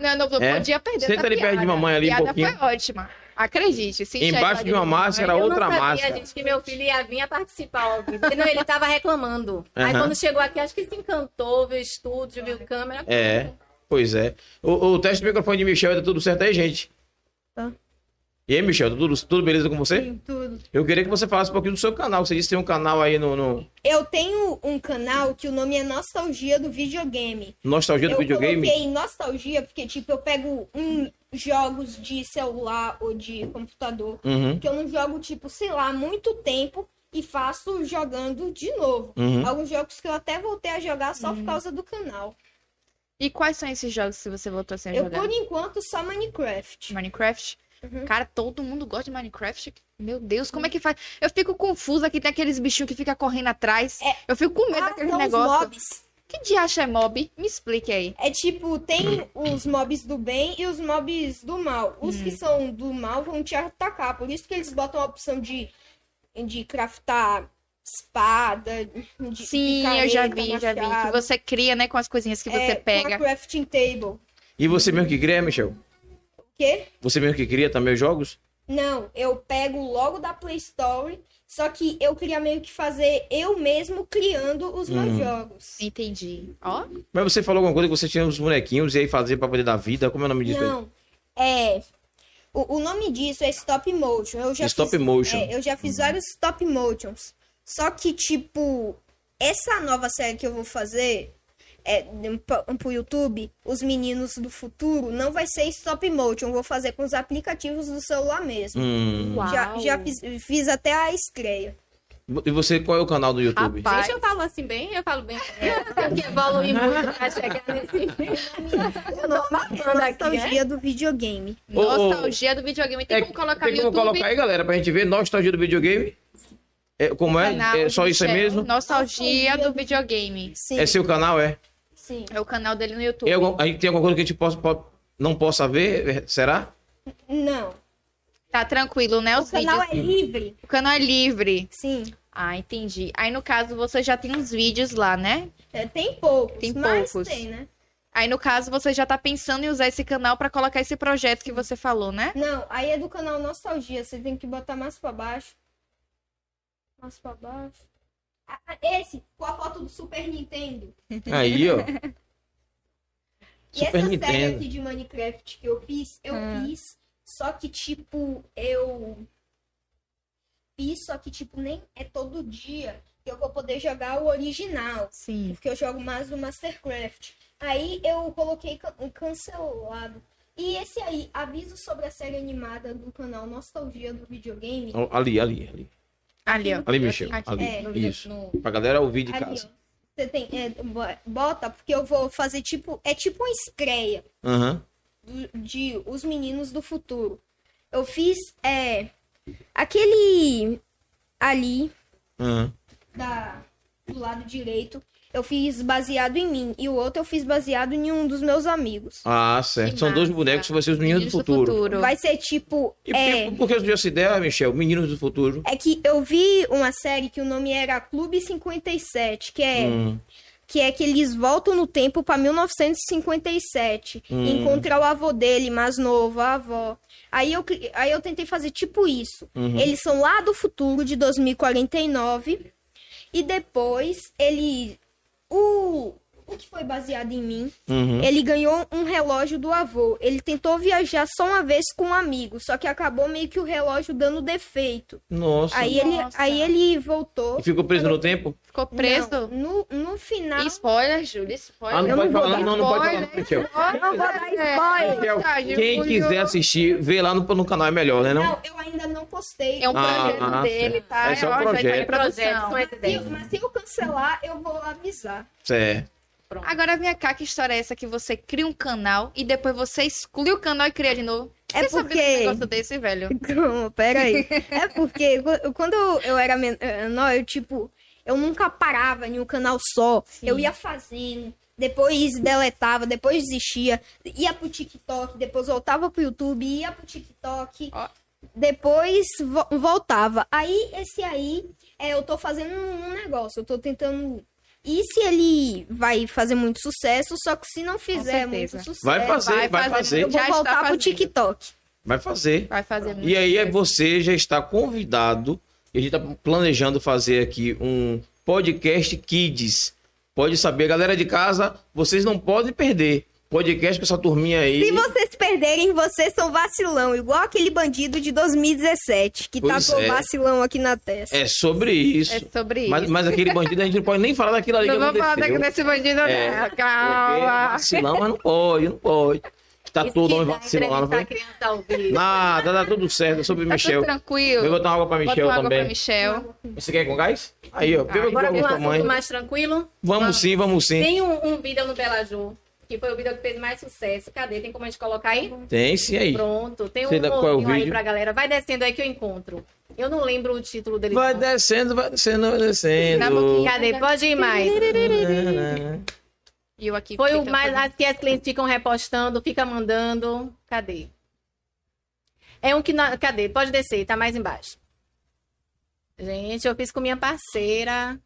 Speaker 4: Não, não, não
Speaker 1: É.
Speaker 4: podia perder
Speaker 1: Senta
Speaker 4: essa
Speaker 1: ali perto de
Speaker 4: piada.
Speaker 1: mamãe ali um
Speaker 4: a piada
Speaker 1: pouquinho.
Speaker 4: foi ótima. Acredite, se enxergar
Speaker 1: Embaixo de uma
Speaker 4: mamãe-
Speaker 1: máscara,
Speaker 3: Eu
Speaker 1: outra
Speaker 3: não sabia,
Speaker 1: máscara.
Speaker 3: gente, que meu filho ia vir a participar ao vivo. Não, ele tava reclamando. Aí
Speaker 1: Aham.
Speaker 3: quando chegou aqui, acho que se encantou, viu estúdio, viu câmera.
Speaker 1: É, pois é. O, o teste do microfone de Michel tá tudo certo aí, gente?
Speaker 5: Tá.
Speaker 1: E aí, Michel, tá tudo, tudo beleza com você?
Speaker 5: Tudo.
Speaker 1: Eu queria que você falasse um pouquinho do seu canal. Você disse que tem um canal aí no, no
Speaker 5: Eu tenho um canal que o nome é Nostalgia do Videogame.
Speaker 1: Nostalgia do
Speaker 5: eu
Speaker 1: Videogame.
Speaker 5: coloquei nostalgia porque, tipo, eu pego hum, jogos de celular ou de computador
Speaker 1: Uhum,
Speaker 5: que eu não jogo, tipo, sei lá, há muito tempo e faço jogando de novo.
Speaker 1: uhum.
Speaker 5: Alguns jogos que eu até voltei a jogar só
Speaker 4: Hum.
Speaker 5: por causa do canal.
Speaker 4: E quais são esses jogos se você voltou a ser
Speaker 5: Eu,
Speaker 4: jogar?
Speaker 5: por enquanto, só Minecraft.
Speaker 4: Minecraft?
Speaker 5: Uhum.
Speaker 4: Cara, todo mundo gosta de Minecraft. Meu Deus, como é que faz? Eu fico confusa que tem aqueles bichinhos que fica correndo atrás. Eu fico com medo
Speaker 5: Ah,
Speaker 4: daquele
Speaker 5: são os
Speaker 4: é negócio.
Speaker 5: mobs.
Speaker 4: Que diacho é mob? Me explique aí.
Speaker 5: É tipo, tem os mobs do bem e os mobs do mal. Os que
Speaker 4: Hum.
Speaker 5: são do mal vão te atacar. Por isso que eles botam a opção de, de craftar espada, de
Speaker 4: Sim, eu já vi,
Speaker 5: picareta,
Speaker 4: já vi. Que
Speaker 5: machado.
Speaker 4: você cria, né, com as coisinhas que você
Speaker 5: É,
Speaker 4: pega.
Speaker 5: Uma crafting table.
Speaker 1: E você mesmo que cria, Michel?
Speaker 5: O quê?
Speaker 1: Você mesmo que cria também os jogos?
Speaker 5: Não, eu pego logo da Play Store, só que eu queria meio que fazer eu mesmo criando os meus
Speaker 1: Hum.
Speaker 5: jogos.
Speaker 4: Entendi. Ó,
Speaker 1: Mas você falou alguma coisa que você tinha uns bonequinhos e aí fazia pra poder dar vida. Como é o nome disso aí?
Speaker 5: Não, é. O, o nome disso é stop motion. Eu já
Speaker 1: Stop
Speaker 5: fiz,
Speaker 1: motion. Uhum.
Speaker 5: é, eu já fiz vários stop motions. Só que, tipo, essa nova série que eu vou fazer é, um, pa- um pro YouTube, Os Meninos do Futuro, não vai ser stop motion. Eu vou fazer com os aplicativos do celular mesmo.
Speaker 1: Hum.
Speaker 3: Uau.
Speaker 5: Já, já fiz, fiz até a estreia.
Speaker 1: E você, qual é o canal do YouTube?
Speaker 4: Rapaz.
Speaker 3: Gente, eu falo assim bem, eu falo bem. Eu tenho que evoluir muito pra chegar nesse nível. Eu tô matando aqui, né?
Speaker 5: nostalgia do videogame.
Speaker 1: Ô, ô,
Speaker 4: nostalgia do videogame. Tem
Speaker 1: É,
Speaker 4: como colocar
Speaker 1: Tem
Speaker 4: no
Speaker 1: como
Speaker 4: YouTube?
Speaker 1: colocar aí, galera, pra gente ver nostalgia do videogame? É, como é?
Speaker 4: Canal
Speaker 1: É só
Speaker 4: do
Speaker 1: isso aí
Speaker 4: Michel,
Speaker 1: mesmo?
Speaker 4: Nostalgia do videogame.
Speaker 5: Sim,
Speaker 1: É seu canal, é?
Speaker 5: sim.
Speaker 4: É o canal dele no YouTube.
Speaker 1: É algum- aí tem alguma coisa que a gente possa, po- não possa ver? é, Será?
Speaker 5: Não.
Speaker 4: Tá tranquilo, né?
Speaker 5: O
Speaker 4: Os
Speaker 5: canal
Speaker 4: vídeos.
Speaker 5: é livre.
Speaker 4: O canal é livre.
Speaker 5: Sim.
Speaker 4: Ah, entendi. Aí, no caso, você já tem uns vídeos lá, né?
Speaker 5: É, tem poucos,
Speaker 4: Tem
Speaker 5: mas
Speaker 4: poucos.
Speaker 5: tem, né?
Speaker 4: Aí, no caso, você já tá pensando em usar esse canal pra colocar esse projeto que você falou, né?
Speaker 5: Não, aí é do canal Nostalgia. Você tem que botar mais pra baixo. Mais pra baixo. Ah, ah, esse, com a foto do Super Nintendo.
Speaker 1: Aí, ó.
Speaker 5: E essa
Speaker 1: Super
Speaker 5: série
Speaker 1: Nintendo.
Speaker 5: aqui de Minecraft que eu fiz, eu fiz. Só que, tipo, eu fiz, só que, tipo, nem é todo dia que eu vou poder jogar o original.
Speaker 4: Sim.
Speaker 5: porque eu jogo mais no Mastercraft. Aí eu coloquei can- um cancelado. E esse aí, aviso sobre a série animada do canal Nostalgia do Videogame.
Speaker 1: Ó, Ali, ali, ali.
Speaker 4: Ali, ó.
Speaker 1: Ali, Michel.
Speaker 4: Aqui.
Speaker 1: Ali.
Speaker 5: É,
Speaker 4: No vídeo-
Speaker 1: Isso.
Speaker 4: no-
Speaker 1: Pra galera ouvir de
Speaker 5: Ali,
Speaker 1: casa.
Speaker 5: ó. Você tem, é, bo- bota, porque eu vou fazer tipo, é tipo uma estreia
Speaker 1: Aham.
Speaker 5: do- de Os Meninos do Futuro. Eu fiz, é, aquele ali
Speaker 1: aham.
Speaker 5: da, do lado direito, eu fiz baseado em mim. E o outro eu fiz baseado em um dos meus amigos.
Speaker 1: Ah, certo.
Speaker 4: Que
Speaker 1: São dois
Speaker 4: massa.
Speaker 1: bonecos que vão ser os meninos do futuro.
Speaker 5: Vai ser tipo,
Speaker 1: E
Speaker 5: é...
Speaker 1: por, por que eu dei essa ideia, Michel? Meninos do futuro.
Speaker 5: É que eu vi uma série que o nome era Clube 57, que é,
Speaker 1: Hum.
Speaker 5: que, é que eles voltam no tempo pra 1957,
Speaker 1: Hum.
Speaker 5: encontrar o avô dele, mais novo, a avó. Aí eu, cri- aí eu tentei fazer tipo isso.
Speaker 1: Uhum.
Speaker 5: Eles são lá do futuro, de 2049, e depois ele... O, o que foi baseado em mim
Speaker 1: Uhum.
Speaker 5: ele ganhou um relógio do avô. Ele tentou viajar só uma vez com um amigo, só que acabou meio que o relógio dando defeito.
Speaker 1: Nossa.
Speaker 5: Aí ele,
Speaker 4: Nossa.
Speaker 5: aí ele voltou.
Speaker 1: E ficou preso no tempo?
Speaker 4: Ficou preso?
Speaker 5: Não, no, no final.
Speaker 4: Spoiler, Júlio, spoiler.
Speaker 1: Ah, não pode
Speaker 5: Eu não vou
Speaker 1: falar.
Speaker 5: dar
Speaker 1: Não, não pode falar, não,
Speaker 4: spoiler.
Speaker 1: Michel.
Speaker 4: Olha,
Speaker 5: Não vou dar
Speaker 4: é,
Speaker 5: spoiler.
Speaker 1: Michel,
Speaker 4: tá, Júlio,
Speaker 1: quem
Speaker 4: Júlio,
Speaker 1: quiser assistir, vê lá no, no canal, é melhor, né? Não?
Speaker 5: Não, eu ainda não postei.
Speaker 4: É um
Speaker 1: Ah,
Speaker 4: projeto
Speaker 1: ah,
Speaker 4: dele, tá?
Speaker 1: É só um
Speaker 4: Ó, já tá em
Speaker 1: projeto.
Speaker 3: Projeto
Speaker 4: produção.
Speaker 3: com essa
Speaker 5: Se-
Speaker 3: ideia.
Speaker 5: mas se eu cancelar, eu vou avisar.
Speaker 1: Certo.
Speaker 4: Agora vem cá, que história é essa que você cria um canal e depois você exclui o canal e cria de novo?
Speaker 5: É
Speaker 4: Quer saber
Speaker 5: porque-
Speaker 4: um negócio desse, velho?
Speaker 5: Calma, pera aí. É porque qu- quando eu era menor, eu tipo, eu nunca parava em um canal só. Eu ia fazendo, depois deletava, depois desistia, ia pro TikTok, depois voltava pro YouTube, ia pro TikTok.
Speaker 4: Ó.
Speaker 5: Depois vo- voltava. Aí esse aí, é, eu tô fazendo um um negócio, eu tô tentando e se ele vai fazer muito sucesso, só que se não fizer muito
Speaker 4: certeza.
Speaker 5: sucesso,
Speaker 1: Vai fazer, vai,
Speaker 4: vai
Speaker 1: fazer.
Speaker 4: fazer.
Speaker 5: eu vou
Speaker 4: Já está
Speaker 5: voltar pro
Speaker 4: fazendo.
Speaker 5: TikTok.
Speaker 1: Vai fazer.
Speaker 4: Vai fazer muito
Speaker 1: E aí é
Speaker 4: sucesso.
Speaker 1: você já está convidado. E a gente está planejando fazer aqui um podcast Kids. Pode saber, galera de casa, vocês não podem perder. Podcast com essa turminha aí.
Speaker 5: Se vocês perderem, vocês são vacilão, igual aquele bandido de 2017 que
Speaker 1: Pois
Speaker 5: tatuou
Speaker 1: é.
Speaker 5: vacilão aqui na testa.
Speaker 1: É sobre isso.
Speaker 4: É sobre isso.
Speaker 1: Mas, mas aquele bandido a gente não pode nem falar daquilo ali
Speaker 4: não
Speaker 1: que
Speaker 4: vou falar
Speaker 1: aconteceu.
Speaker 4: daqui desse bandido,
Speaker 1: É,
Speaker 4: não.
Speaker 1: Porque
Speaker 4: Calma.
Speaker 1: vacilão, mas não pode, não pode. Tá
Speaker 3: Isso
Speaker 1: todo
Speaker 3: que
Speaker 1: mundo
Speaker 3: dá
Speaker 1: vacilão lá. Não foi?
Speaker 3: entrevistar criança tá ao vivo.
Speaker 1: Nada, tá tudo certo. É sobre
Speaker 4: Tá tudo
Speaker 1: Michel. Eu vou
Speaker 4: tranquilo.
Speaker 1: botar uma água pra
Speaker 4: Bota
Speaker 1: Michel
Speaker 4: uma água pra
Speaker 1: também.
Speaker 4: Michel. Tá,
Speaker 1: Você quer com gás? Aí, ó. Beba com
Speaker 3: Bora ver um
Speaker 1: água
Speaker 3: assunto
Speaker 1: tamanho.
Speaker 3: mais tranquilo?
Speaker 1: Vamos sim, vamos sim.
Speaker 3: Tem um, um vídeo no Bela Ju, que foi o vídeo que fez mais sucesso. Cadê? Tem como a gente colocar aí?
Speaker 1: Tem sim aí.
Speaker 3: Pronto, tem um
Speaker 1: Sei lá qual é o
Speaker 3: novinho aí
Speaker 1: vídeo.
Speaker 3: pra galera. Vai descendo aí que eu encontro. Eu não lembro o título dele.
Speaker 1: Vai Né,
Speaker 3: não.
Speaker 4: um
Speaker 1: descendo, vai descendo, vai descendo.
Speaker 4: Na boquinha.
Speaker 3: Cadê? Pode ir mais.
Speaker 4: E eu aqui.
Speaker 3: Foi o
Speaker 4: tentando
Speaker 3: mais
Speaker 4: fazer-
Speaker 3: as que as clientes ficam repostando, fica mandando. Cadê? É um que na... cadê? Pode descer, tá mais embaixo. Gente, eu fiz com minha parceira.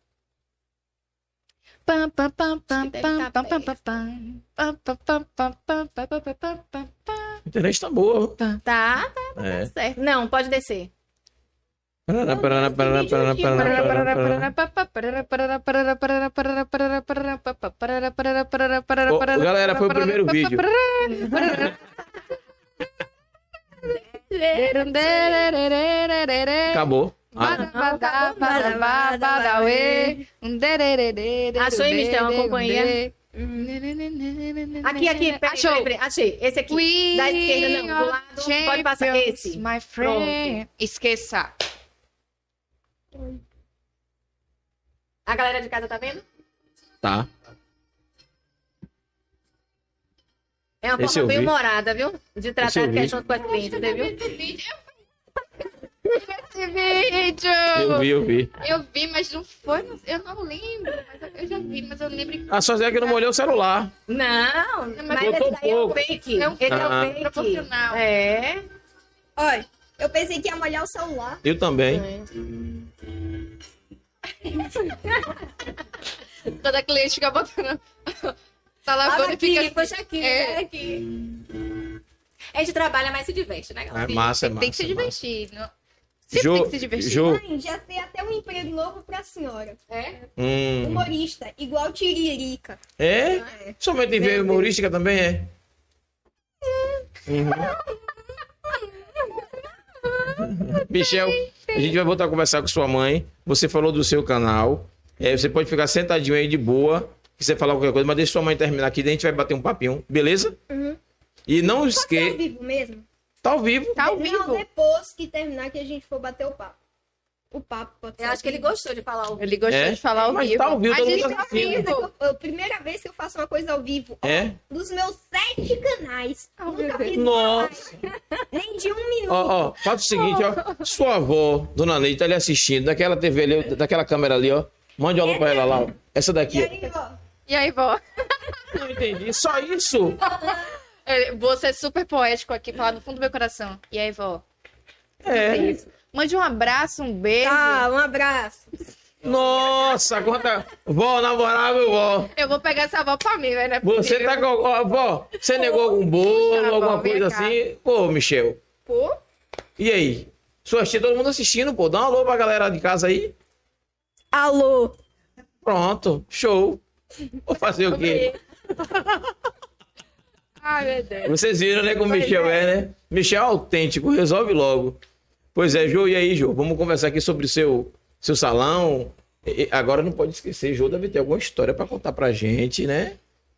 Speaker 4: Pam, pam, pam, pam,
Speaker 3: Acho que
Speaker 4: pam,
Speaker 3: deve tá
Speaker 4: pam, pam, pam, pam. Pam, pam, pam, pam, pam, pam, pam, pam, pam, pam, pam.
Speaker 1: A internet tá boa.
Speaker 3: Tá, tá
Speaker 1: É.
Speaker 3: certo. Não, pode descer.
Speaker 1: Paraná, paraná,
Speaker 4: um
Speaker 1: paraná, paraná, paraná, paraná, paraná. Ô, galera, foi o primeiro vídeo. Acabou. Ah,
Speaker 3: Achou, hein, Michel, uma companhia? Aqui, aqui, peraí,
Speaker 4: Achou.
Speaker 3: peraí, peraí, achei. Esse aqui.
Speaker 4: We
Speaker 3: Da esquerda, não, do lado.
Speaker 4: are
Speaker 3: Pode passar
Speaker 4: champions,
Speaker 3: esse.
Speaker 4: My friend. Esqueça.
Speaker 3: A galera de casa tá vendo?
Speaker 1: tá.
Speaker 3: É uma
Speaker 1: Esse eu
Speaker 3: forma
Speaker 1: vi.
Speaker 3: bem humorada, viu? De
Speaker 1: Esse
Speaker 3: tratar
Speaker 1: eu
Speaker 3: as
Speaker 1: vi.
Speaker 3: questões com as clientes, você viu?
Speaker 4: Esse vídeo.
Speaker 1: Eu vi, eu vi.
Speaker 4: Eu vi, mas não foi. não- Eu não lembro. mas eu- Eu já vi, mas eu não lembro.
Speaker 1: A só é que eu não molhei o celular.
Speaker 3: Não,
Speaker 4: Mas
Speaker 3: mas
Speaker 1: botou
Speaker 3: esse daí é o
Speaker 1: pouco.
Speaker 3: fake.
Speaker 4: um É um
Speaker 3: Esse é
Speaker 1: Ah.
Speaker 3: o fake.
Speaker 4: Proporcional.
Speaker 3: É.
Speaker 5: Olha, eu pensei que ia molhar o celular.
Speaker 1: Eu
Speaker 4: É.
Speaker 1: também.
Speaker 4: Quando a cliente fica botando. Tá
Speaker 3: Fala
Speaker 4: lavando e
Speaker 3: aqui,
Speaker 4: fica.
Speaker 3: puxa aqui,
Speaker 4: É.
Speaker 3: é. aqui. A gente trabalha, mas se diverte, né, galera?
Speaker 1: É massa, é massa.
Speaker 4: Tem que se
Speaker 1: é massa.
Speaker 4: divertir. não- Sempre
Speaker 1: Jo-
Speaker 4: tem que se divertir.
Speaker 1: Jo,
Speaker 5: Mãe, já tem até um emprego novo pra senhora.
Speaker 3: É?
Speaker 1: hum,
Speaker 5: Humorista, igual Tiririca.
Speaker 1: é? Somente em veia humorística também é? Uhum. Michel, a gente vai voltar a conversar com sua mãe. Você falou do seu canal. É, você pode ficar sentadinho aí de boa. Se você falar qualquer coisa, mas deixa sua mãe terminar aqui. Daí a gente vai bater um papinho, beleza? E não
Speaker 5: Você é ao
Speaker 1: esqueça.
Speaker 5: vivo mesmo?
Speaker 1: Tá ao vivo.
Speaker 4: Tá ao
Speaker 5: Não, é
Speaker 4: vivo.
Speaker 5: depois que terminar que a gente for bater o papo. O papo pode ser.
Speaker 3: Eu acho que ele gostou de falar o
Speaker 4: Ele gostou
Speaker 1: É?
Speaker 4: de falar ao
Speaker 1: Mas
Speaker 4: vivo.
Speaker 1: tá ao vivo,
Speaker 4: a
Speaker 1: todo
Speaker 4: gente
Speaker 1: mundo
Speaker 4: tá ao
Speaker 1: assistindo.
Speaker 4: vivo.
Speaker 5: Foi é a primeira vez que eu faço uma coisa ao vivo.
Speaker 1: É?
Speaker 5: Dos meus sete canais. nunca fiz
Speaker 1: Nossa.
Speaker 5: nem de um minuto.
Speaker 1: Ó, ó, faça o seguinte, ó. Sua avó, dona Neide, tá ali assistindo, daquela TV ali, daquela câmera ali, ó. Mande um alô pra ela lá, ó. Essa daqui,
Speaker 5: E
Speaker 1: ó.
Speaker 5: aí, ó.
Speaker 4: E aí, vó?
Speaker 1: Não entendi. Só isso?
Speaker 4: É, Você é super poético aqui, falar no fundo do meu coração. E aí, vó?
Speaker 1: É.
Speaker 4: Mande um abraço, um beijo.
Speaker 5: Tá, um abraço.
Speaker 1: Nossa, quanta. Vó, na moral, meu vó.
Speaker 4: Eu vou pegar essa avó pra mim, velho. não é
Speaker 1: Você
Speaker 4: possível.
Speaker 1: tá com. Ó, vó, você negou algum bolo,
Speaker 4: Puxa, vó,
Speaker 1: alguma
Speaker 4: vem
Speaker 1: coisa
Speaker 4: cá.
Speaker 1: assim? Ô, Michel,
Speaker 4: Pô,
Speaker 1: e aí? Sua tia, todo mundo assistindo, pô. Dá um alô pra galera de casa aí.
Speaker 5: Alô.
Speaker 1: Pronto, show. Vou fazer o quê?
Speaker 4: Ai, meu Deus.
Speaker 1: Vocês viram, né, como o Michel é, né? Michel é autêntico, resolve logo. Pois é, Jô, e aí, Jô? Vamos conversar aqui sobre o seu, seu salão. E- e agora não pode esquecer, Jô deve ter alguma história pra contar pra gente, né?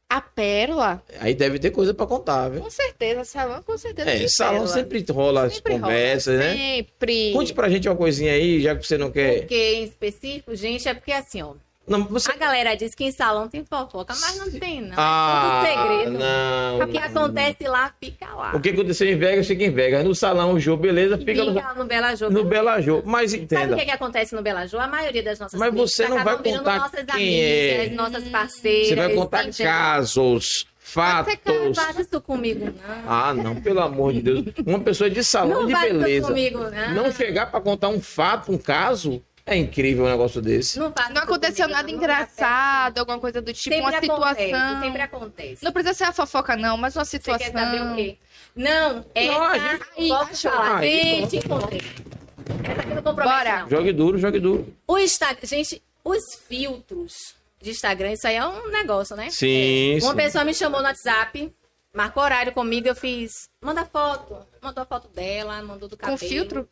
Speaker 4: A pérola?
Speaker 1: Aí deve ter coisa pra contar, viu?
Speaker 4: Com certeza, salão, com certeza.
Speaker 1: É,
Speaker 4: tem
Speaker 1: salão
Speaker 4: pérola.
Speaker 1: sempre rola as
Speaker 4: Sempre rola,
Speaker 1: conversas, né?
Speaker 4: Sempre.
Speaker 1: Conte pra gente uma coisinha aí, já que você não quer.
Speaker 3: que em específico, gente, é porque assim, ó.
Speaker 1: Não, você.
Speaker 3: A galera diz que em salão tem fofoca, mas não tem, não.
Speaker 1: Ah,
Speaker 3: é tudo segredo.
Speaker 1: não.
Speaker 3: O que acontece lá, fica lá.
Speaker 1: O que aconteceu em Vegas, fica em Vegas. No salão, o Jô, beleza,
Speaker 3: E
Speaker 1: fica no,
Speaker 3: fica no Bela Jô.
Speaker 1: no Bela Jô. Mas
Speaker 3: Sabe o
Speaker 1: entenda.
Speaker 3: que, é que acontece no Bela Jô? A maioria das nossas
Speaker 1: Mas
Speaker 3: clientes
Speaker 1: você não
Speaker 3: acabam
Speaker 1: vai
Speaker 3: virando
Speaker 1: contar
Speaker 3: nossas
Speaker 1: quem é.
Speaker 3: amigas, nossas parceiras.
Speaker 1: Você vai contar
Speaker 3: entendeu?
Speaker 1: casos,
Speaker 3: Não
Speaker 1: fatos.
Speaker 3: faz isso comigo, não.
Speaker 1: Ah, não, pelo amor de Deus. Uma pessoa de salão
Speaker 3: Não
Speaker 1: Ah, de
Speaker 3: faz isso
Speaker 1: beleza.
Speaker 3: comigo, não.
Speaker 1: Não chegar pra contar um fato, um caso, é incrível um negócio desse.
Speaker 3: Não, faz
Speaker 4: Não
Speaker 3: isso
Speaker 4: aconteceu
Speaker 3: comigo,
Speaker 4: nada
Speaker 1: né?
Speaker 3: não.
Speaker 4: engraçado, alguma coisa do tipo, uma
Speaker 3: acontece,
Speaker 4: situação.
Speaker 3: sempre acontece.
Speaker 4: Não precisa ser a fofoca, não, mas uma
Speaker 3: Você
Speaker 4: situação.
Speaker 3: quer saber o quê? Não,
Speaker 1: Não, a
Speaker 3: essa...
Speaker 1: gente-
Speaker 3: Aí, posso
Speaker 1: achou.
Speaker 3: falar?
Speaker 1: Aí,
Speaker 3: gente, encontrei. Essa aqui não compromete,
Speaker 4: Bora.
Speaker 3: não.
Speaker 1: Jogue duro, jogue duro.
Speaker 3: O Instagram... Gente, os filtros de Instagram, isso aí é um negócio, né?
Speaker 1: Sim,
Speaker 3: Uma
Speaker 1: sim.
Speaker 3: pessoa me chamou no WhatsApp, marcou horário comigo, eu fiz... Manda foto. Mandou a foto dela, mandou do
Speaker 4: Com
Speaker 3: cabelo.
Speaker 4: filtro?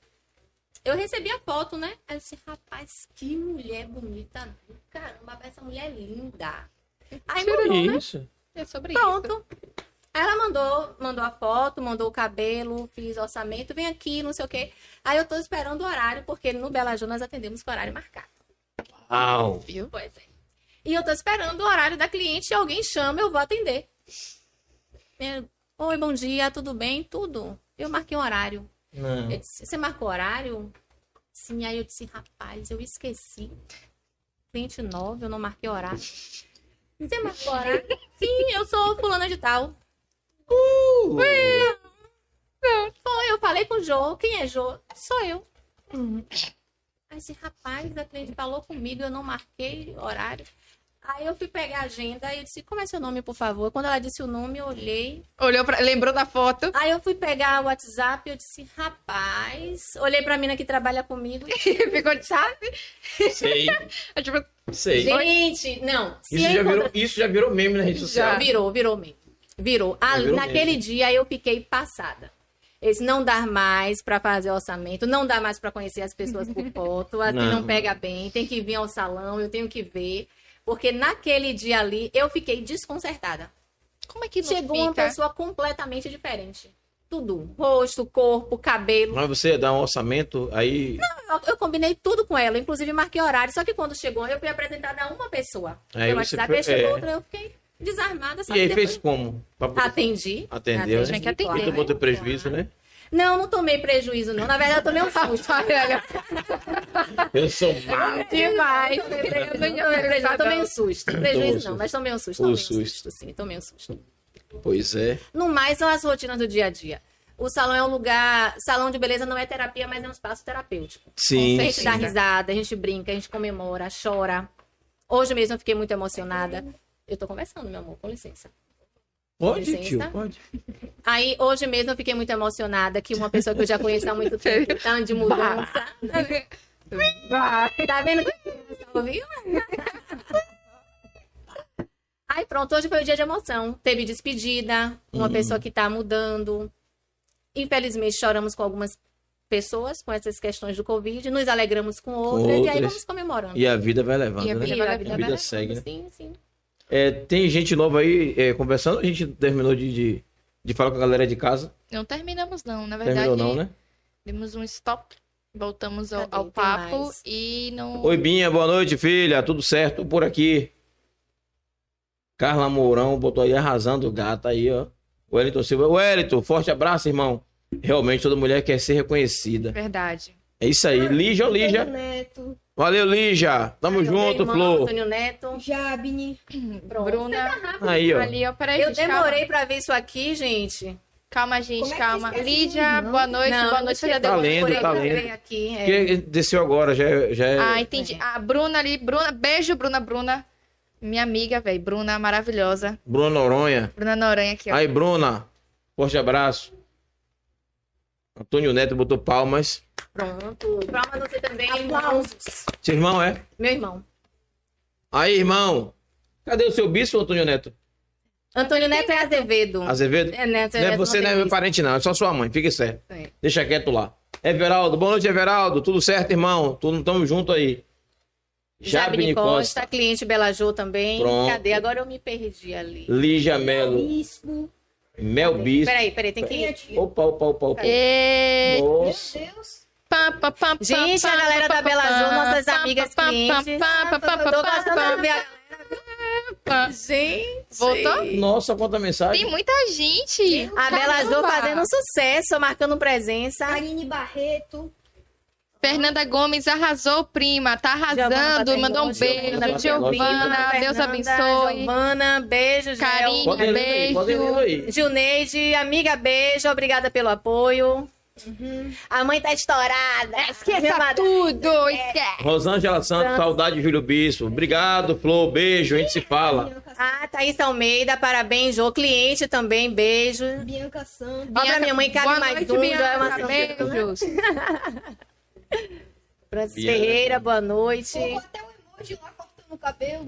Speaker 3: Eu recebi a foto, né? Aí eu disse, rapaz, que mulher bonita. viu? Caramba, essa mulher é linda. Aí mandou, né?
Speaker 1: Isso.
Speaker 4: É sobre isso.
Speaker 3: Pronto. Aí ela mandou, mandou a foto, mandou o cabelo, fiz orçamento, vem aqui, não sei o quê. Aí eu tô esperando o horário, porque no Bela Ju nós atendemos com horário marcado.
Speaker 1: Uau.
Speaker 4: Viu?
Speaker 3: Pois é. E eu tô esperando o horário da cliente, alguém chama, eu vou atender. Eu, Oi, bom dia, tudo bem? Tudo. Eu marquei um horário.
Speaker 1: Não.
Speaker 3: Eu disse, você marcou horário? Sim, aí eu disse, rapaz, eu esqueci. Cliente nova, eu não marquei horário. Você é Marco Borá? Sim, eu sou fulana de tal. Foi, eu falei com o Jô. Quem é Jô? Sou eu. Hum. Aí esse rapaz, a cliente falou comigo, eu não marquei horário. Aí eu fui pegar a agenda e eu disse, como é seu nome, por favor? Quando ela disse o nome, eu olhei.
Speaker 4: Olhou pra... Lembrou da foto?
Speaker 3: Aí eu fui pegar o WhatsApp e eu disse, rapaz... Olhei pra mina que trabalha comigo e
Speaker 4: Ficou, sabe?
Speaker 1: Sei,
Speaker 4: É tipo,
Speaker 1: sei.
Speaker 3: Gente, não. Se
Speaker 1: Isso já,
Speaker 3: encontrar-
Speaker 1: virou, isso já virou meme na rede social.
Speaker 3: Já virou, virou mesmo. Virou. Ah,
Speaker 1: Tá. virou
Speaker 3: naquele
Speaker 1: mesmo.
Speaker 3: dia eu fiquei passada. Eles não dá mais para fazer orçamento, não dá mais para conhecer as pessoas por foto, assim não.
Speaker 1: Não.
Speaker 3: pega bem, tem que vir ao salão, eu tenho que ver. Porque naquele dia ali eu fiquei desconcertada.
Speaker 4: como é que não
Speaker 3: Chegou uma
Speaker 4: fica?
Speaker 3: pessoa completamente diferente. Tudo. Rosto, corpo, cabelo.
Speaker 1: Mas você dá um orçamento, aí.
Speaker 3: Eu, eu combinei tudo com ela, inclusive marquei horário. Só que quando chegou, eu fui apresentada a uma pessoa.
Speaker 1: Aí
Speaker 3: pelo
Speaker 1: você
Speaker 3: WhatsApp,
Speaker 1: foi-
Speaker 3: aí chegou
Speaker 1: é.
Speaker 3: outra, eu fiquei desarmada. Só
Speaker 1: e aí
Speaker 3: que
Speaker 1: fez como? Pra poder-
Speaker 3: Atendi.
Speaker 1: Atendeu, né?
Speaker 4: Tem que
Speaker 3: claro.
Speaker 4: atender.
Speaker 1: Muito bom ter prejuízo, né?
Speaker 3: Não, não tomei prejuízo, não. Na verdade, eu tomei um susto.
Speaker 4: Olha,
Speaker 3: Tá.
Speaker 1: Eu sou mal.
Speaker 4: demais.
Speaker 3: Não tomei prejuízo, não tomei prejuízo, eu tomei um susto.
Speaker 1: Tomou um
Speaker 3: Prejuízo
Speaker 1: susto.
Speaker 3: não, mas tomei um susto.
Speaker 1: Um
Speaker 3: Tomei um
Speaker 1: susto.
Speaker 3: susto, sim, tomei um susto.
Speaker 1: Pois é.
Speaker 3: No mais, são as rotinas do dia a dia. O salão é um lugar. Salão de beleza não é terapia, mas é um espaço terapêutico.
Speaker 1: Sim.
Speaker 3: a gente
Speaker 1: sim.
Speaker 3: dá risada, a gente brinca, a gente comemora, chora. Hoje mesmo eu fiquei muito emocionada. Eu tô conversando, meu amor, com licença.
Speaker 1: Pode,
Speaker 3: Licença.
Speaker 1: tio, pode.
Speaker 3: Aí, hoje mesmo, eu fiquei muito emocionada que uma pessoa que eu já conheço há muito tempo, tá de mudança.
Speaker 4: Vai.
Speaker 3: Tá vendo que você ouviu? Aí pronto, hoje foi o dia de emoção. Teve despedida, uma
Speaker 1: Hum.
Speaker 3: pessoa que tá mudando. Infelizmente, choramos com algumas pessoas, com essas questões do Covid. Nos alegramos com outras, e aí
Speaker 1: outras.
Speaker 3: vamos comemorando.
Speaker 1: E a vida vai levando,
Speaker 4: E a
Speaker 1: né?
Speaker 4: vida-
Speaker 3: vai
Speaker 1: a vida
Speaker 3: levando.
Speaker 1: segue, né?
Speaker 3: Sim, sim.
Speaker 1: É, tem gente nova aí é, conversando, a gente terminou de, de, de falar com a galera de casa.
Speaker 4: Não terminamos, não. Na verdade,
Speaker 1: Terminou não, né?
Speaker 4: demos um stop. Voltamos ao,
Speaker 3: Cadê?
Speaker 4: ao
Speaker 3: Tá Tem
Speaker 4: papo
Speaker 3: mais.
Speaker 4: e não.
Speaker 1: Oi, Binha, boa noite, filha. Tudo certo por aqui? Carla Mourão botou aí arrasando o gato aí, ó. Wellington Silva. Wellington, forte abraço, irmão. Realmente toda mulher quer ser reconhecida.
Speaker 4: Verdade.
Speaker 1: É isso aí. Lígia, ou
Speaker 5: Antônio
Speaker 1: Lígia.
Speaker 5: Neto,
Speaker 1: Valeu, Lígia. Tamo
Speaker 3: Meu
Speaker 1: junto,
Speaker 3: irmão,
Speaker 1: Flor.
Speaker 3: Antônio Neto.
Speaker 5: Jabine.
Speaker 3: Pronto.
Speaker 4: Bruna,
Speaker 1: Aí, ó.
Speaker 4: ali, ó. Peraí,
Speaker 3: Eu
Speaker 4: gente, calma.
Speaker 3: demorei pra ver isso aqui, gente.
Speaker 4: Calma,
Speaker 5: Como
Speaker 4: gente,
Speaker 5: é que
Speaker 4: calma.
Speaker 5: esquece
Speaker 4: Lídia,
Speaker 5: de mim,
Speaker 4: boa
Speaker 5: não?
Speaker 4: noite, boa noite. Você já deu
Speaker 1: Tá
Speaker 4: uma-
Speaker 1: lendo,
Speaker 3: demorei
Speaker 1: tá
Speaker 3: pra
Speaker 1: lendo.
Speaker 3: ver Aqui, é.
Speaker 1: Porque desceu agora, já, é- já é.
Speaker 4: Ah, entendi.
Speaker 3: É.
Speaker 4: A Bruna ali, Bruna, beijo, Bruna, Bruna. Minha amiga, velho, Bruna, maravilhosa.
Speaker 1: Bruna Noronha.
Speaker 4: Bruna Noranha aqui, ó.
Speaker 1: Aí, Bruna. Forte abraço. Antônio Neto botou palmas.
Speaker 3: Pronto. Palma você também.
Speaker 5: Aplausos.
Speaker 1: Seu irmão é?
Speaker 3: Meu irmão.
Speaker 1: Aí, irmão. Cadê o seu bispo, Antônio Neto?
Speaker 3: Antônio Neto é Azevedo.
Speaker 1: Azevedo?
Speaker 3: É, né?
Speaker 1: Não é você não é meu parente, não. É só sua mãe. Fique certo. Deixa quieto lá. Everaldo, boa noite, Everaldo. Tudo certo, irmão? Tudo, tamo junto aí.
Speaker 3: Jabine
Speaker 1: Jabine
Speaker 3: Costa,
Speaker 1: Costa,
Speaker 3: cliente Bela Jô também.
Speaker 1: Pronto.
Speaker 3: Cadê? Agora eu me perdi ali.
Speaker 1: Lígia Melo,
Speaker 5: Bispo.
Speaker 1: Mel Bispo.
Speaker 3: Peraí, peraí, tem que
Speaker 1: é
Speaker 5: Minha
Speaker 3: ir.
Speaker 5: tia.
Speaker 1: Opa, opa, opa, opa.
Speaker 4: E...
Speaker 5: é Meu
Speaker 1: Nossa.
Speaker 5: Deus.
Speaker 4: Pam, pam, pam,
Speaker 3: Gente,
Speaker 4: pam,
Speaker 3: a galera
Speaker 4: pam,
Speaker 3: da Bela
Speaker 4: pam,
Speaker 3: Ju,
Speaker 4: pam,
Speaker 3: nossas
Speaker 4: pam,
Speaker 3: amigas
Speaker 4: pam,
Speaker 3: clientes.
Speaker 4: Pam, pam, pam,
Speaker 3: Eu
Speaker 4: pam,
Speaker 3: Tô
Speaker 4: pam,
Speaker 3: gostando de
Speaker 4: pam,
Speaker 3: ver a
Speaker 4: pam.
Speaker 3: Gente.
Speaker 4: Voltou?
Speaker 1: Nossa, quanta mensagem.
Speaker 4: Tem muita gente.
Speaker 3: A Bela Jô
Speaker 4: Caramba.
Speaker 3: fazendo um sucesso, marcando presença.
Speaker 5: Karine Barreto.
Speaker 4: Fernanda Gomes arrasou, prima. Tá arrasando.
Speaker 3: Giovana
Speaker 4: Mandou um
Speaker 3: Paterniotti,
Speaker 1: Giovana
Speaker 4: beijo.
Speaker 1: Paterniotti.
Speaker 4: Giovana,
Speaker 1: Giovana
Speaker 4: Deus
Speaker 3: Fernanda,
Speaker 4: abençoe.
Speaker 3: Giovana, beijo, Gel.
Speaker 4: Karine.
Speaker 1: Podem ler aí, podem ler aí.
Speaker 3: Gilneide, amiga, beijo, obrigada pelo apoio. A mãe tá estourada. Minha
Speaker 4: Uhum. Esqueça
Speaker 3: madre-
Speaker 4: é tudo. é Esquece.
Speaker 3: É.
Speaker 1: Rosângela Santos, saudade de Júlio Bispo. Obrigado, Flor. Beijo, a gente se fala.
Speaker 5: Bianca,
Speaker 3: Ah, Thaís Almeida, parabéns, Jô. Cliente também, beijo.
Speaker 5: Bianca Santos.
Speaker 3: Ó pra minha mãe, cabe
Speaker 4: boa
Speaker 3: mais
Speaker 4: noite,
Speaker 3: um,
Speaker 4: Bianca.
Speaker 3: já é uma sanfona.
Speaker 4: Beijos.
Speaker 3: Francis
Speaker 1: Bianca.
Speaker 3: Ferreira, boa noite.
Speaker 5: Colocou até o emoji lá cortando o cabelo.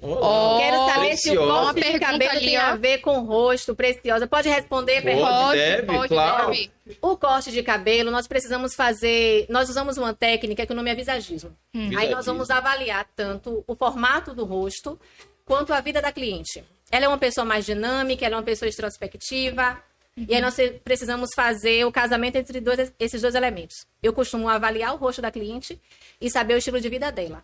Speaker 1: Olá.
Speaker 3: Quero saber se o
Speaker 1: preciosa.
Speaker 3: corte de
Speaker 4: Pergunta
Speaker 3: cabelo
Speaker 4: ali,
Speaker 3: tem
Speaker 4: ó.
Speaker 3: a ver com o rosto, preciosa. Pode responder,
Speaker 1: Pode.
Speaker 3: pergunta.
Speaker 1: deve, claro.
Speaker 3: O corte de cabelo, nós precisamos fazer. Nós usamos uma técnica que o nome é visagismo. Aí nós vamos avaliar tanto o formato do rosto quanto a vida da cliente. Ela é uma pessoa mais dinâmica, ela é uma pessoa introspectiva. E aí nós te- precisamos fazer o casamento entre dois- esses dois elementos. Eu costumo avaliar o rosto da cliente e saber o estilo de vida dela.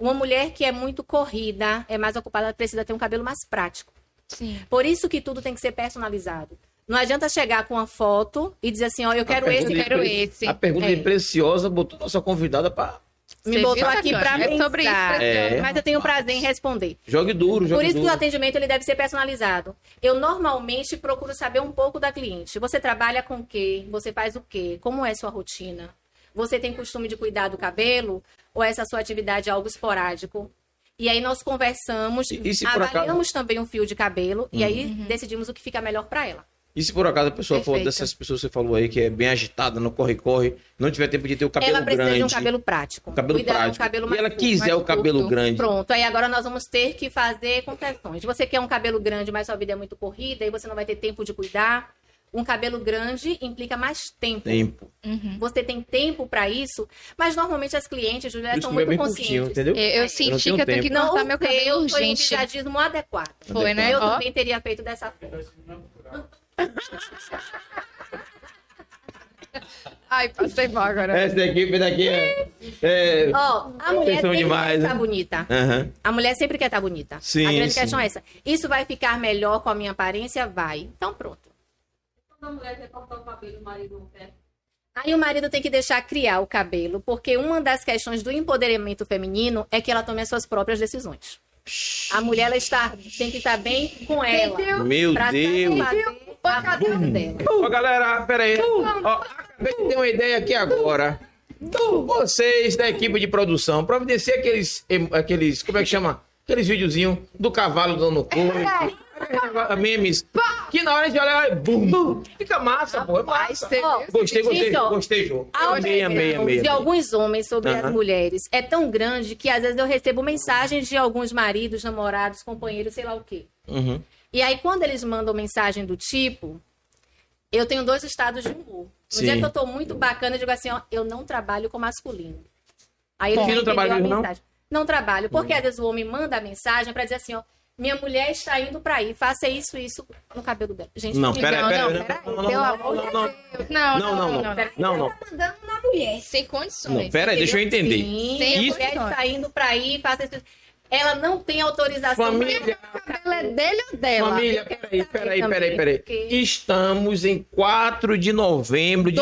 Speaker 3: Uma mulher que é muito corrida, é mais ocupada, ela precisa ter um cabelo mais prático.
Speaker 4: Sim.
Speaker 3: Por isso que tudo tem que ser personalizado. Não adianta chegar com uma foto e dizer assim, ó, eu quero
Speaker 1: pergunta
Speaker 3: esse.
Speaker 1: de
Speaker 4: Tá quero
Speaker 1: pre-
Speaker 4: esse.
Speaker 1: A pergunta de
Speaker 3: É.
Speaker 1: Preciosa botou nossa convidada pra
Speaker 3: Me botou aqui pra
Speaker 4: mim. É sobre isso,
Speaker 3: pensar.
Speaker 1: É.
Speaker 3: Mas eu tenho prazer em responder.
Speaker 1: Jogue duro, jogue
Speaker 3: Por isso que o
Speaker 1: duro.
Speaker 3: atendimento ele deve ser personalizado. Eu normalmente procuro saber um pouco da cliente. Você trabalha com o quê? Você faz o quê? Como é sua rotina? Você tem costume de cuidar do cabelo? Ou essa sua atividade é algo esporádico? E aí nós conversamos,
Speaker 1: E- e se por acaso- Uhum.
Speaker 3: avaliamos também um fio de cabelo e aí decidimos o que fica melhor para ela.
Speaker 1: E se por acaso a pessoa for
Speaker 4: Perfeito.
Speaker 1: dessas pessoas que você falou aí, que é bem agitada, não corre, corre, não tiver tempo de ter o cabelo
Speaker 3: ela precisa
Speaker 1: grande,
Speaker 3: de um cabelo prático.
Speaker 1: o cabelo
Speaker 3: Cuidar
Speaker 1: prático,
Speaker 3: Um cabelo
Speaker 1: e
Speaker 3: mais
Speaker 1: ela
Speaker 3: curto,
Speaker 1: quiser
Speaker 3: mais
Speaker 1: o cabelo
Speaker 4: curto.
Speaker 1: grande,
Speaker 3: Pronto, aí agora nós vamos ter que fazer concessões. Você quer um cabelo grande, mas sua vida é muito corrida e você não vai ter tempo de cuidar. Um cabelo grande implica mais tempo.
Speaker 1: tempo.
Speaker 4: Uhum.
Speaker 3: Você tem tempo para isso, mas normalmente as clientes, Julia,
Speaker 1: Por isso
Speaker 3: são
Speaker 1: que o meu é
Speaker 3: muito
Speaker 1: bem curtinho,
Speaker 3: conscientes.
Speaker 1: entendeu?
Speaker 4: Eu, eu senti
Speaker 1: tenho
Speaker 4: que eu tenho que
Speaker 3: Não
Speaker 4: cortar tá meu
Speaker 3: sei,
Speaker 4: cabelo
Speaker 3: foi um
Speaker 4: urgente.
Speaker 3: visadismo adequado.
Speaker 4: Foi, né?
Speaker 3: Eu
Speaker 4: Ó.
Speaker 3: também teria feito dessa forma.
Speaker 4: Ai, passei mal agora.
Speaker 1: Essa daqui, essa daqui é... é...
Speaker 3: Ó, a mulher
Speaker 1: são
Speaker 3: sempre
Speaker 1: demais,
Speaker 3: quer
Speaker 1: né?
Speaker 3: estar bonita.
Speaker 1: aham.
Speaker 3: A mulher sempre quer estar bonita.
Speaker 1: Sim,
Speaker 3: a grande
Speaker 1: sim.
Speaker 3: questão é essa. Isso vai ficar melhor com a minha aparência? Vai. Então pronto. Quando a mulher quer cortar o cabelo, o marido não quer. Aí o marido tem que deixar criar o cabelo, porque uma das questões do empoderamento feminino é que ela tome as suas próprias decisões. A mulher ela está, tem que estar bem com ela.
Speaker 1: Meu
Speaker 3: é pra
Speaker 1: Deus.
Speaker 3: satisfazer a vontade dela.
Speaker 1: Ó, galera, pera aí. Ó, acabei de ter uma ideia aqui agora. Vocês da equipe de produção, providencia aqueles, em- aqueles como é que chama? Aqueles videozinhos do cavalo dando coisa, memes, que na hora a gente olha e bum, bum, fica massa, pô, é massa.
Speaker 4: Você
Speaker 3: Ó,
Speaker 4: viu?
Speaker 1: Gostei, gostei,
Speaker 3: Gente, ó,
Speaker 1: gostei, Jô.
Speaker 3: A
Speaker 1: Amei, amei,
Speaker 3: opinião
Speaker 1: amei.
Speaker 3: de alguns homens sobre
Speaker 1: Aham.
Speaker 3: as mulheres é tão grande que às vezes eu recebo mensagens de alguns maridos, namorados, companheiros, sei lá o quê.
Speaker 1: Uhum.
Speaker 3: E aí, quando eles mandam mensagem do tipo, eu tenho dois estados de humor. No
Speaker 1: Sim.
Speaker 3: dia que eu tô muito bacana, eu digo assim, ó, eu não trabalho com masculino. Aí
Speaker 1: Bom.
Speaker 3: ele
Speaker 1: Você não trabalha Hum. mesmo, não?
Speaker 3: mensagem. Não trabalho, porque às vezes o homem manda a mensagem pra dizer assim, ó, minha mulher está indo pra aí, faça isso, isso no cabelo dela. Gente,
Speaker 1: Não,
Speaker 3: diga,
Speaker 1: pera,
Speaker 4: Não,
Speaker 1: pera,
Speaker 4: não,
Speaker 1: não,
Speaker 4: pera aí,
Speaker 1: não, não,
Speaker 4: pelo
Speaker 1: não,
Speaker 4: amor
Speaker 1: não, não,
Speaker 4: Não,
Speaker 1: não, não, não,
Speaker 3: pera-
Speaker 1: não, não,
Speaker 5: Mandando na mulher.
Speaker 4: Sem
Speaker 1: não,
Speaker 4: condições.
Speaker 1: pera aí, deixa eu entender.
Speaker 3: Sim,
Speaker 4: Sem
Speaker 3: a mulher
Speaker 4: condições.
Speaker 3: está indo pra aí, faça isso. Ela não tem autorização pra-
Speaker 1: Família,
Speaker 4: O cabelo é dele ou dela?
Speaker 1: Família, peraí, peraí, peraí,
Speaker 3: também,
Speaker 1: peraí.
Speaker 3: porque-
Speaker 1: Estamos em 4 de novembro de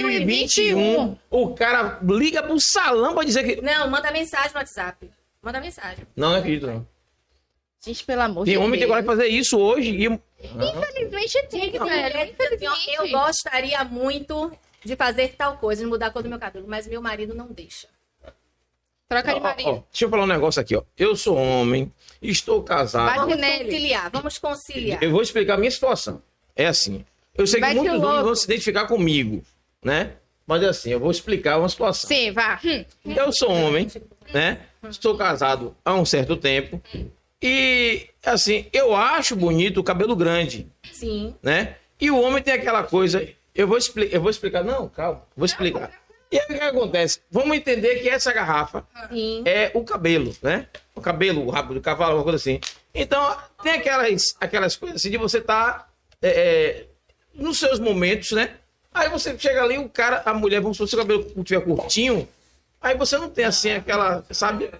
Speaker 1: 2021.
Speaker 4: 2021.
Speaker 1: O cara liga pro salão pra dizer que.
Speaker 3: Não, manda mensagem no WhatsApp. Manda mensagem.
Speaker 1: Não, não acredito, não.
Speaker 4: Gente, pelo amor de
Speaker 1: Tem
Speaker 4: Deus.
Speaker 1: homem que tem coragem de fazer isso hoje. E...
Speaker 4: Infelizmente tem,
Speaker 3: Gente,
Speaker 4: velho.
Speaker 3: mulher, assim, ó, eu
Speaker 4: é, Infelizmente.
Speaker 3: gostaria muito de fazer tal coisa, de mudar a cor do meu cabelo, mas meu marido não deixa.
Speaker 4: Troca
Speaker 1: Ó,
Speaker 4: de
Speaker 1: ó,
Speaker 4: marido.
Speaker 1: ó, deixa eu falar um negócio aqui, ó. Eu sou homem, estou casado.
Speaker 4: Bate
Speaker 3: Vamos
Speaker 4: nele.
Speaker 3: conciliar, vamos conciliar.
Speaker 1: Eu vou explicar a minha situação. É assim. Eu sei que
Speaker 4: Bate
Speaker 1: muitos homens
Speaker 4: louco.
Speaker 1: vão se identificar comigo, né? Mas é assim, eu vou explicar uma situação.
Speaker 4: Sim, vá. Hum.
Speaker 1: Eu sou homem, né? Estou casado há um certo tempo. E, assim, eu acho bonito o cabelo grande,
Speaker 3: Sim.
Speaker 1: né? E o homem tem aquela coisa. Eu vou, expli eu vou explicar. Não, calma, vou explicar. E aí o que acontece? Vamos entender que essa garrafa
Speaker 3: Sim.
Speaker 1: é o cabelo, né? O cabelo, o rabo do cavalo, uma coisa assim. Então, tem aquelas, aquelas coisas assim de você tá é, é, nos seus momentos, né? Aí você chega ali, o cara, a mulher, vamos supor, se o cabelo tiver curtinho, aí você não tem assim aquela, sabe?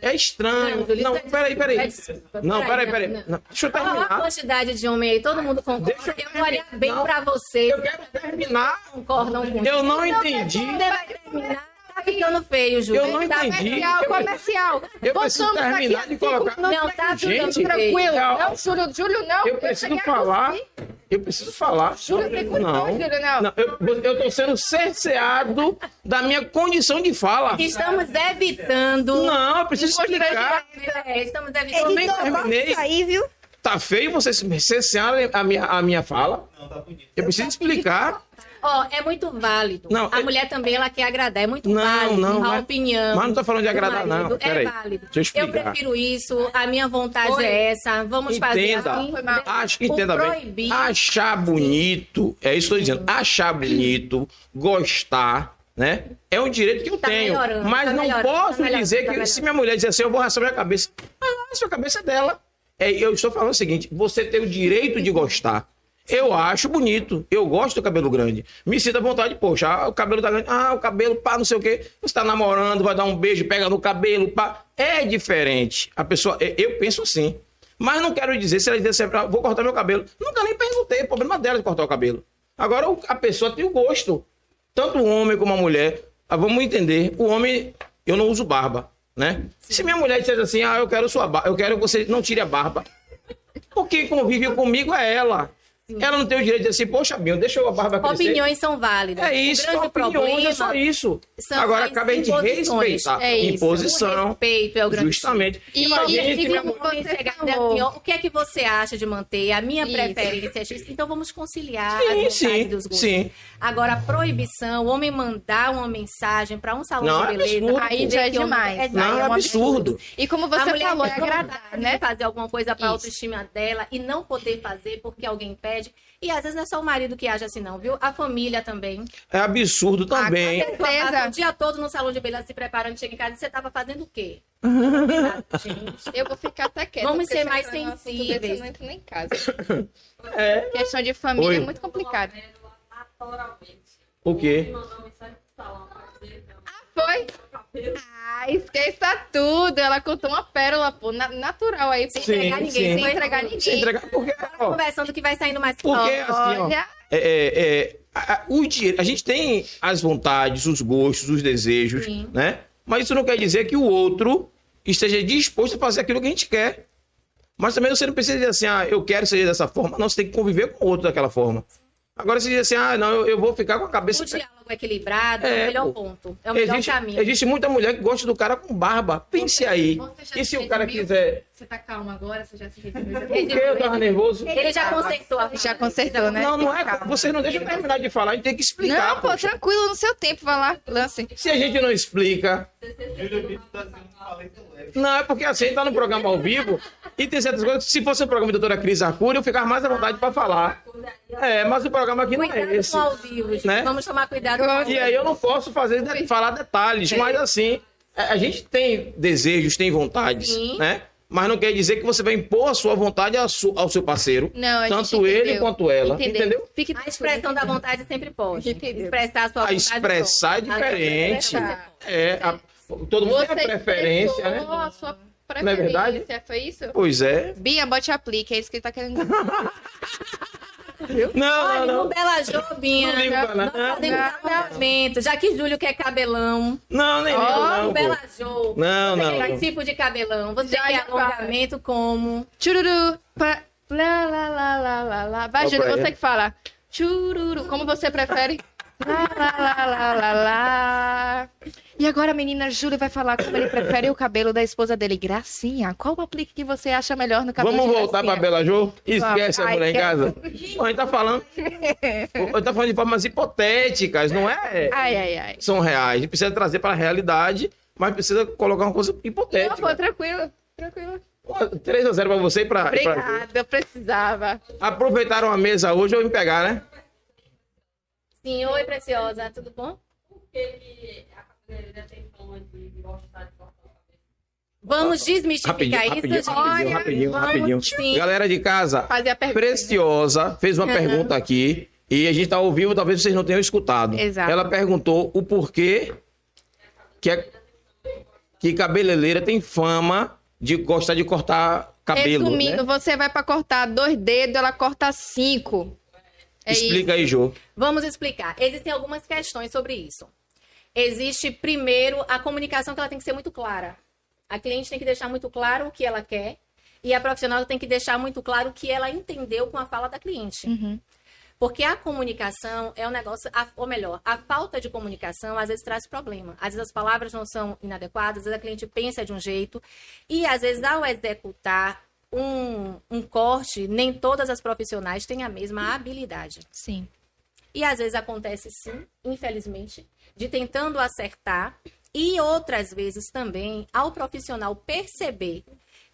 Speaker 1: É estranho.
Speaker 3: Júlio,
Speaker 1: Não,
Speaker 3: isso é
Speaker 1: peraí, peraí.
Speaker 3: desculpa,
Speaker 1: Não, peraí, peraí.
Speaker 3: não.
Speaker 1: Não, Ah, Deixa eu
Speaker 3: Olha a
Speaker 1: terminar.
Speaker 3: quantidade de homem aí, todo mundo concorda.
Speaker 1: é Deixa eu
Speaker 3: eu vou olhar
Speaker 1: terminar.
Speaker 3: bem
Speaker 1: Não.
Speaker 3: pra você.
Speaker 1: Eu quero terminar.
Speaker 3: Concordam com
Speaker 1: Eu não
Speaker 3: isso.
Speaker 1: entendi.
Speaker 3: Você vai terminar, tá ficando feio, Júlio.
Speaker 1: Eu não
Speaker 3: Tá
Speaker 1: entendi.
Speaker 4: Comercial,
Speaker 1: Eu-
Speaker 4: comercial.
Speaker 1: Eu preciso
Speaker 4: Voltamos daqui a
Speaker 1: terminar de
Speaker 4: cinco
Speaker 1: colocar.
Speaker 4: minutos.
Speaker 3: Não, tá
Speaker 1: Gente,
Speaker 3: ficando
Speaker 4: Tranquilo.
Speaker 3: feio.
Speaker 1: eu-
Speaker 4: Não, Júlio, Júlio, não.
Speaker 1: Eu preciso
Speaker 4: cheguei a
Speaker 1: falar.
Speaker 4: tossir.
Speaker 1: Eu preciso falar.
Speaker 4: Júlio, tem culpa,
Speaker 1: não.
Speaker 4: Júlio, não.
Speaker 1: não eu, eu tô sendo cerceado da minha condição de fala.
Speaker 3: Estamos evitando.
Speaker 1: Não, eu preciso explicar.
Speaker 3: É, estamos evitando.
Speaker 1: Também
Speaker 5: Editor, bota
Speaker 1: terminei.
Speaker 5: isso aí, viu?
Speaker 1: Tá feio você cercear a minha, a minha fala? Não, tá bonito. Eu preciso explicar.
Speaker 3: Ó, é muito válido.
Speaker 1: Não,
Speaker 3: a
Speaker 1: é-
Speaker 3: mulher também ela quer agradar. É muito
Speaker 1: Não,
Speaker 3: válido
Speaker 1: não,
Speaker 3: a
Speaker 1: mas-
Speaker 3: opinião.
Speaker 1: mas não tô falando de
Speaker 3: do
Speaker 1: agradar,
Speaker 3: marido.
Speaker 1: não. Peraí.
Speaker 3: É válido.
Speaker 1: Deixa eu explicar.
Speaker 3: prefiro isso. A minha vontade
Speaker 4: Oi.
Speaker 3: é essa. Vamos fazer
Speaker 1: Entenda.
Speaker 3: assim.
Speaker 1: Acho,
Speaker 3: O
Speaker 1: entenda bem.
Speaker 3: proibir-
Speaker 1: Achar bonito, é isso que eu tô dizendo. Achar bonito, gostar, né? É um direito que eu
Speaker 3: Tá
Speaker 1: tenho.
Speaker 3: melhorando,
Speaker 1: mas
Speaker 3: tá
Speaker 1: não
Speaker 3: melhorando, tá
Speaker 1: posso
Speaker 3: melhorando,
Speaker 1: dizer
Speaker 3: tá
Speaker 1: que
Speaker 3: melhorando.
Speaker 1: se minha mulher dizer assim, eu vou raspar minha cabeça. Ah, sua cabeça é dela. É, eu estou falando o seguinte: você tem o direito de gostar. Eu acho bonito, eu gosto do cabelo grande. Me sinto à vontade, poxa, ah, o cabelo tá grande, ah, o cabelo, pá, não sei o quê. Você tá namorando, vai dar um beijo, pega no cabelo, pá. É diferente. A pessoa, eu- eu penso assim. Mas não quero dizer, se ela dizer assim, ah, vou cortar meu cabelo. Nunca nem perguntei, é problema dela de cortar o cabelo. Agora um o- a pessoa tem o gosto. Tanto o homem como a mulher. Ah, Vamos entender. O homem, eu não uso barba, né? Se minha mulher disser assim, ah, eu quero sua barba, eu quero que você não tire a barba. Porque quem convive comigo é ela. Ela não tem o direito de dizer assim, poxa, Binho, deixa a barba crescer.
Speaker 3: Opiniões são válidas.
Speaker 1: É isso,
Speaker 3: o um grande
Speaker 1: opiniões
Speaker 3: problema
Speaker 1: é só isso.
Speaker 3: são
Speaker 1: Agora
Speaker 3: as
Speaker 1: cabe a gente
Speaker 3: imposições.
Speaker 1: respeitar.
Speaker 4: É isso.
Speaker 3: O
Speaker 1: Imposição,
Speaker 3: respeito é o grande
Speaker 1: justamente. um-
Speaker 4: E,
Speaker 1: Pra
Speaker 4: e,
Speaker 1: mim,
Speaker 4: e,
Speaker 1: que minha
Speaker 4: como
Speaker 3: Vamos
Speaker 4: você
Speaker 3: chegar até
Speaker 4: falou,
Speaker 3: aqui, ó. O que é que você acha de manter? A minha
Speaker 4: Isso.
Speaker 3: preferência é X. Então vamos conciliar
Speaker 1: Sim,
Speaker 3: as vontades
Speaker 1: sim,
Speaker 3: dos gostos.
Speaker 1: sim.
Speaker 3: Agora, a proibição, o homem mandar uma mensagem para um salão
Speaker 1: Não,
Speaker 3: de
Speaker 1: é
Speaker 3: beleza.
Speaker 1: absurdo,
Speaker 3: aí
Speaker 1: pô.
Speaker 3: dizer
Speaker 4: Já é
Speaker 3: que o homem-
Speaker 4: demais.
Speaker 3: É,
Speaker 1: Não, é um
Speaker 3: um
Speaker 1: absurdo.
Speaker 4: e como
Speaker 3: A
Speaker 4: você
Speaker 3: mulher
Speaker 4: falou, é
Speaker 3: tem
Speaker 4: agradar,
Speaker 3: vontade
Speaker 4: né?
Speaker 3: de fazer alguma coisa para
Speaker 4: Isso.
Speaker 3: autoestima dela e não poder fazer porque alguém pede. E às vezes não é só o marido que age assim, não, viu? A família também.
Speaker 1: É absurdo também.
Speaker 3: Tu passa o
Speaker 4: Certeza.
Speaker 3: dia todo no salão de beleza se preparando, chega em casa e você tava fazendo o quê? Tá Gente,
Speaker 4: Eu vou ficar até quieta.
Speaker 3: Vamos
Speaker 4: porque
Speaker 3: ser
Speaker 4: se
Speaker 3: mais
Speaker 4: entrar no assunto desse,
Speaker 3: sensíveis.
Speaker 4: Eu não entro nem em casa.
Speaker 1: É.
Speaker 4: Questão de família é
Speaker 1: Oi.
Speaker 4: muito complicada.
Speaker 1: O quê?
Speaker 4: Foi. Ah, esqueça tudo. Ela contou uma pérola, pô, na- natural aí. Sem
Speaker 1: Sim,
Speaker 4: entregar ninguém.
Speaker 1: sim.
Speaker 4: Sem entregar ninguém.
Speaker 1: Se entregar porque, ó,
Speaker 3: conversando que vai saindo mais
Speaker 1: porque
Speaker 3: caro.
Speaker 1: assim, ó,
Speaker 4: Olha,
Speaker 1: é, é, é, a, a- o dinhe- a gente tem as vontades, os gostos, os desejos,
Speaker 3: Sim.
Speaker 1: né? Mas isso não quer dizer que o outro esteja disposto a fazer aquilo que a gente quer. Mas também você não precisa dizer assim, ah, eu quero que seja dessa forma. Não, você tem que conviver com o outro daquela forma. Agora você diz assim, ah, não, eu, eu vou ficar com a cabeça...
Speaker 3: O diálogo equilibrado é,
Speaker 1: É,
Speaker 3: o melhor
Speaker 1: pô.
Speaker 3: ponto. É o melhor
Speaker 1: existe,
Speaker 3: caminho.
Speaker 1: existe muita mulher que gosta do cara com barba. Pense aí.
Speaker 4: você já
Speaker 1: E se
Speaker 4: se
Speaker 1: o cara
Speaker 4: redimiu?
Speaker 1: quiser...
Speaker 4: Você tá calma agora? Você já se redimiu?
Speaker 1: Por que eu tava nervoso?
Speaker 3: Ele já consertou a
Speaker 4: Já consertou, né?
Speaker 1: Não, não é. Você não deixa eu terminar de falar, a gente tem que explicar.
Speaker 4: Não, pô,
Speaker 1: poxa.
Speaker 4: tranquilo, no seu tempo, vai lá, lance.
Speaker 1: Se a gente não explica. Não, é porque assim, tá no programa ao vivo e tem certas coisas que se fosse o programa da doutora Cris Arcuri, eu ficava mais à vontade para falar. É, mas o programa aqui não
Speaker 3: Cuidado
Speaker 1: é esse.
Speaker 3: com ao vivo, gente.
Speaker 1: né?
Speaker 3: Vamos tomar cuidado com ao
Speaker 1: E
Speaker 3: vivo.
Speaker 1: aí eu não posso fazer falar detalhes, mas assim, a a gente tem desejos, tem vontades,
Speaker 3: Sim.
Speaker 1: né? Mas não quer dizer que você vai impor a sua vontade ao su- ao seu parceiro,
Speaker 4: Não, a gente
Speaker 1: tanto ele
Speaker 4: entendeu.
Speaker 1: quanto ela,
Speaker 4: Entendeu?
Speaker 1: entendeu?
Speaker 4: Fique
Speaker 3: A expressão da vontade sempre pode.
Speaker 4: Entendeu.
Speaker 3: Expressar a sua
Speaker 1: A
Speaker 3: vontade.
Speaker 1: expressar é
Speaker 3: pode. A
Speaker 1: diferente.
Speaker 3: expressar.
Speaker 1: É, a- todo mundo tem a preferência,
Speaker 4: expressou
Speaker 1: né?
Speaker 4: A sua preferência,
Speaker 1: verdade?
Speaker 4: Foi isso?
Speaker 1: Pois é.
Speaker 4: Bia, bote aplique, é isso que ele tá querendo dizer.
Speaker 1: Não, não,
Speaker 3: Olha,
Speaker 1: não.
Speaker 3: no Bela Jobinha,
Speaker 1: Não ligo pra
Speaker 3: nós
Speaker 1: nada.
Speaker 3: fazemos alongamento. Já que Júlio quer cabelão,
Speaker 1: Não, nem
Speaker 3: ó,
Speaker 1: eu, não,
Speaker 3: no
Speaker 1: pô.
Speaker 3: Bela Jo,
Speaker 1: Não,
Speaker 3: você
Speaker 1: não,
Speaker 3: quer
Speaker 1: não.
Speaker 3: tipo de cabelão? Você
Speaker 4: Já
Speaker 3: quer
Speaker 4: já fala.
Speaker 3: alongamento como?
Speaker 4: Chururu, pa, lá, lá, lá, lá, lá, lá. Vai,
Speaker 1: Ó,
Speaker 4: Júlio,
Speaker 1: pra
Speaker 4: você
Speaker 1: ele.
Speaker 4: que fala. Chururu, como você prefere? Lá, lá, lá, lá, lá, lá. E agora a menina Júlia vai falar como ele prefere o cabelo da esposa dele. Gracinha, qual o aplique que você acha melhor no cabelo
Speaker 1: Vamos
Speaker 4: de
Speaker 1: voltar
Speaker 4: Gracinha?
Speaker 1: pra Bela Jo? Esquece a
Speaker 4: Ai,
Speaker 1: mulher em
Speaker 4: que-
Speaker 1: casa? Pô, a gente tá falando. Eu tá falando de formas hipotéticas, não é?
Speaker 4: Ai, ai, ai.
Speaker 1: São reais. A gente precisa trazer pra realidade, mas precisa colocar uma coisa
Speaker 4: Não, pô,
Speaker 1: hipotética.
Speaker 4: tranquilo, tranquilo.
Speaker 1: 3x0 pra você e pra. pra...
Speaker 4: Obrigada, eu precisava.
Speaker 1: Aproveitaram a mesa hoje ou me pegar, né?
Speaker 3: Sim, oi, preciosa, tudo bom? Vamos desmistificar
Speaker 1: rapidinho,
Speaker 3: isso,
Speaker 1: rapidinho,
Speaker 3: gente.
Speaker 1: rapidinho,
Speaker 3: Vamos
Speaker 1: rapidinho.
Speaker 3: sim.
Speaker 1: Galera de casa,
Speaker 4: Fazer a pergunta.
Speaker 1: Preciosa fez uma pergunta aqui e a gente está ao vivo, talvez vocês não tenham escutado.
Speaker 4: Exato.
Speaker 1: Ela perguntou o porquê que, a- que cabeleireira tem fama de gostar de cortar cabelo.
Speaker 4: Resumindo,
Speaker 1: né?
Speaker 4: você vai pra cortar dois dedos, ela corta cinco. É
Speaker 1: Explica aí, Jô.
Speaker 3: Vamos explicar. Existem algumas questões sobre isso. Existe, primeiro, a comunicação que ela tem que ser muito clara. A cliente tem que deixar muito claro o que ela quer e a profissional tem que deixar muito claro o que ela entendeu com a fala da
Speaker 4: isso.
Speaker 3: cliente.
Speaker 4: Uhum.
Speaker 3: Porque a comunicação é um negócio, a- ou melhor, a falta de comunicação às vezes traz problema. Às vezes as palavras não são inadequadas, às vezes a cliente pensa de um jeito e às vezes ao executar um, um corte, nem todas as profissionais têm a mesma habilidade.
Speaker 4: Sim.
Speaker 3: E às vezes acontece sim, infelizmente, de tentando acertar. E outras vezes também, ao profissional perceber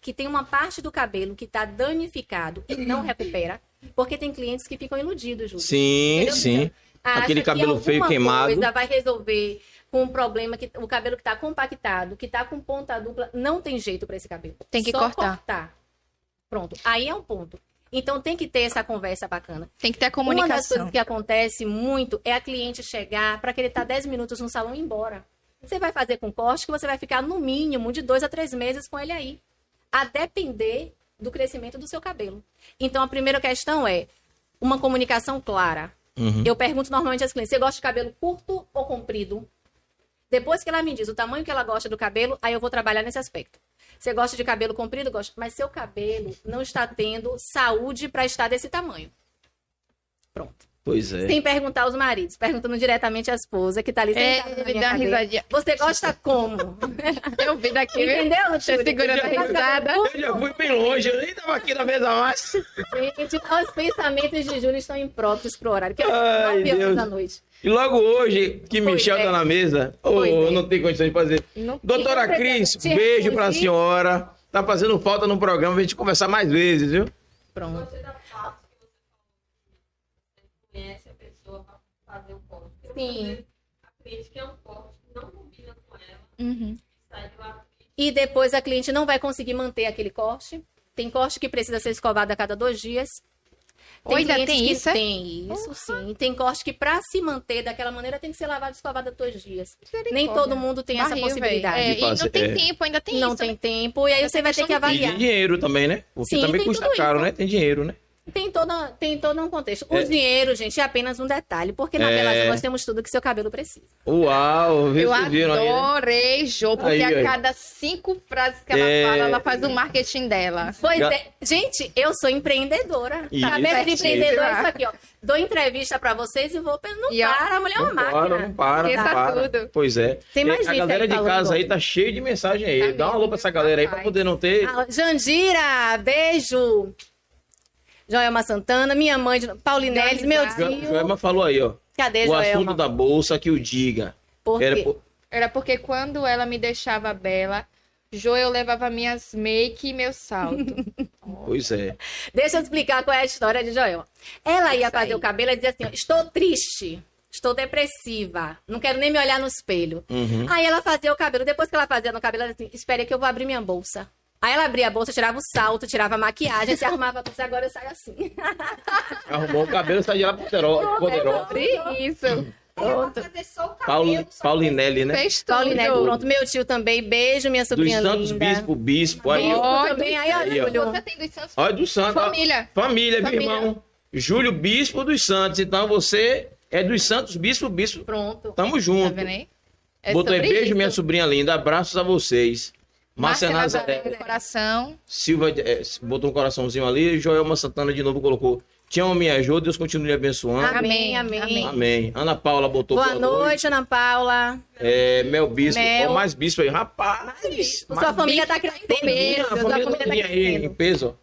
Speaker 3: que tem uma parte do cabelo que está danificado e não recupera, porque tem clientes que ficam iludidos, Júlio.
Speaker 1: Sim,
Speaker 3: Entendeu?
Speaker 1: sim.
Speaker 3: Acha
Speaker 1: Aquele
Speaker 3: que
Speaker 1: cabelo
Speaker 3: alguma
Speaker 1: feio queimado.
Speaker 3: Coisa vai resolver com um problema que o cabelo que está compactado, que está com ponta dupla, não tem jeito para esse cabelo.
Speaker 4: Tem que
Speaker 3: Só
Speaker 4: cortar.
Speaker 3: Pronto. Aí é um ponto. Então tem que ter essa conversa bacana.
Speaker 4: Tem que ter a
Speaker 3: Uma das coisas
Speaker 4: comunicação.
Speaker 3: que acontece muito é a cliente chegar para querer estar 10 minutos no salão e ir embora. Você vai fazer com corte que você vai ficar no mínimo de dois a três meses com ele aí. A depender do crescimento do seu cabelo. Então a primeira questão é uma comunicação clara.
Speaker 1: Uhum.
Speaker 3: Eu pergunto normalmente às clientes: você gosta de cabelo curto ou comprido? Depois que ela me diz o tamanho que ela gosta do cabelo, aí eu vou trabalhar nesse aspecto. Você gosta de cabelo comprido? Gosta. Mas seu cabelo não está tendo saúde para estar desse tamanho. Pronto.
Speaker 1: Pois é.
Speaker 3: Sem perguntar aos maridos, perguntando diretamente à esposa que tá ali sentada na
Speaker 4: Ele
Speaker 3: minha
Speaker 4: deu uma
Speaker 3: cadeira.
Speaker 4: É, risadinha.
Speaker 3: Você gosta como?
Speaker 4: Eu vi daqui, né? viu?
Speaker 3: Entendeu,
Speaker 4: Você
Speaker 3: Júlia?
Speaker 4: segurando a
Speaker 3: Você gosta
Speaker 4: risada.
Speaker 1: Eu já fui bem longe, eu nem tava aqui na mesa mais.
Speaker 3: Gente, os pensamentos de Júlia estão impróprios pro horário, que é
Speaker 1: Ai,
Speaker 3: 9
Speaker 1: Deus.
Speaker 3: horas da noite.
Speaker 1: E logo hoje, que
Speaker 3: Pois
Speaker 1: Michel
Speaker 3: é.
Speaker 1: tá na mesa, ô,
Speaker 3: Pois é.
Speaker 1: não tem condições de fazer.
Speaker 4: Não
Speaker 1: Doutora
Speaker 3: tem.
Speaker 1: Cris,
Speaker 3: Te
Speaker 1: beijo pra
Speaker 3: refugi.
Speaker 1: senhora. Tá fazendo falta no programa pra gente conversar mais vezes, viu?
Speaker 3: Pronto.
Speaker 6: conhece a pessoa para fazer o corte. Porque
Speaker 3: Sim.
Speaker 6: A cliente quer um corte que não combina com ela,
Speaker 4: Uhum.
Speaker 6: sai de lá.
Speaker 3: E depois a cliente não vai conseguir manter aquele corte. Tem corte que precisa ser escovado a cada dois dias.
Speaker 4: Ou ainda
Speaker 3: clientes
Speaker 4: tem
Speaker 3: que
Speaker 4: isso, é?
Speaker 3: Tem isso, sim. Tem corte que para se manter daquela maneira tem que ser lavado e escovado a dois dias. Nem todo mundo tem essa
Speaker 4: né? Barril,
Speaker 3: possibilidade.
Speaker 4: véi. É,
Speaker 1: De
Speaker 4: e
Speaker 1: fazer-
Speaker 4: não tem
Speaker 1: é.
Speaker 4: tempo, ainda tem
Speaker 3: não
Speaker 4: isso.
Speaker 3: tem
Speaker 4: né?
Speaker 3: tempo. E aí
Speaker 4: Essa
Speaker 3: você vai ter
Speaker 4: questão
Speaker 3: que
Speaker 4: do
Speaker 1: E
Speaker 3: avaliar.
Speaker 1: de dinheiro também, né? Porque
Speaker 3: Sim,
Speaker 1: também
Speaker 3: tem
Speaker 1: custa
Speaker 3: tudo
Speaker 1: caro, né? Tem dinheiro, né?
Speaker 3: Tem todo, tem todo um contexto. O
Speaker 1: É.
Speaker 3: dinheiro, gente, é apenas um detalhe, porque na
Speaker 1: É.
Speaker 3: Belas nós temos tudo que seu cabelo precisa.
Speaker 1: Uau,
Speaker 4: Eu
Speaker 1: vocês viram aí, né?
Speaker 4: adorei, Jô, porque
Speaker 1: Aí,
Speaker 4: a
Speaker 1: aí.
Speaker 4: cada cinco frases que ela
Speaker 1: É.
Speaker 4: fala, ela faz o marketing dela.
Speaker 3: Pois
Speaker 1: Ga-
Speaker 3: é. Gente, eu sou empreendedora.
Speaker 1: Isso.
Speaker 3: Cabeça de
Speaker 4: Isso.
Speaker 3: empreendedor é isso aqui, ó. Dou entrevista pra vocês e vou. Não
Speaker 4: E, ó,
Speaker 3: para, a mulher é uma
Speaker 1: Não para, não
Speaker 3: máquina.
Speaker 1: para, não
Speaker 4: Esqueça
Speaker 1: para.
Speaker 4: tudo.
Speaker 1: Pois é.
Speaker 3: Tem mais
Speaker 1: a
Speaker 3: gente
Speaker 1: galera
Speaker 3: aí
Speaker 1: de
Speaker 3: falando
Speaker 1: casa aí
Speaker 3: agora.
Speaker 1: tá cheio de mensagem aí.
Speaker 4: Tá
Speaker 1: Dá uma
Speaker 4: mesmo,
Speaker 1: alô pra essa
Speaker 4: viu?
Speaker 1: galera aí pra
Speaker 4: Papai.
Speaker 1: poder não ter.
Speaker 3: Ah, Jandira, beijo. Joelma Santana, minha mãe, de... Paulinelli,
Speaker 4: Dá
Speaker 3: meu
Speaker 4: risada.
Speaker 1: Jo-
Speaker 3: tio.
Speaker 1: Joelma falou aí, ó.
Speaker 3: Cadê
Speaker 1: o
Speaker 3: Joelma?
Speaker 1: assunto da bolsa que o diga.
Speaker 3: Por
Speaker 1: Era
Speaker 3: quê?
Speaker 1: por-
Speaker 4: Era porque quando ela me deixava bela, Jô, eu levava minhas make e meu salto.
Speaker 1: Pois é.
Speaker 3: Deixa eu explicar qual é a história de Joelma. Ela ia fazer o cabelo e dizia assim: ó, estou triste, estou depressiva, não quero nem me olhar no espelho.
Speaker 1: Uhum.
Speaker 3: Aí ela fazia o cabelo. Depois que ela fazia no cabelo, ela dizia assim: espere que eu vou abrir minha bolsa. Aí ela abria a bolsa, tirava o salto, tirava a maquiagem, se arrumava tudo. Agora eu saio assim.
Speaker 1: Arrumou o cabelo e saiu de lá poderó- poderosa.
Speaker 4: Isso,
Speaker 5: Ela vai fazer só o
Speaker 1: Pauli-
Speaker 5: cabelo, só
Speaker 1: Paulinelli, né?
Speaker 4: fez tudo.
Speaker 3: Paulinete, pronto. Meu tio também. Beijo, minha
Speaker 1: Dos
Speaker 3: sobrinha
Speaker 1: Santos
Speaker 3: linda.
Speaker 1: Bispo, Bispo. Aí, ó.
Speaker 3: Bispo
Speaker 4: Olha,
Speaker 3: também. Aí,
Speaker 1: aí, ó.
Speaker 3: olha, olhou.
Speaker 4: Você tem dos Santos?
Speaker 1: Olha, do Santos. ó.
Speaker 4: Família. tá
Speaker 1: Família, meu
Speaker 4: Família.
Speaker 1: irmão. Júlio Bispo dos Santos. Então você é dos Santos Bispo, Bispo.
Speaker 3: Pronto.
Speaker 1: Tamo
Speaker 4: Tá
Speaker 1: junto.
Speaker 4: vendo aí? É
Speaker 1: Botou aí,
Speaker 4: sobre
Speaker 1: beijo,
Speaker 4: isso.
Speaker 1: minha sobrinha linda. Abraços a vocês. Márcia Nazaré.
Speaker 4: do Coração.
Speaker 1: Silva eh, botou um coraçãozinho ali. Joelma Santana de novo colocou. Te amo, me ajuda. Deus continue lhe abençoando.
Speaker 3: Amém, amém.
Speaker 4: Amém.
Speaker 1: Amém. Ana Paula botou
Speaker 3: Boa noite, Ana Paula.
Speaker 1: É, Mel Bispo.
Speaker 3: Mel.
Speaker 1: Ó, mais Bispo aí. Rapaz.
Speaker 3: Sua família tá
Speaker 1: Minha,
Speaker 3: crescendo.
Speaker 1: a
Speaker 3: Sua
Speaker 1: família
Speaker 3: família tá
Speaker 1: todinha aí, em
Speaker 3: crescendo.
Speaker 1: peso.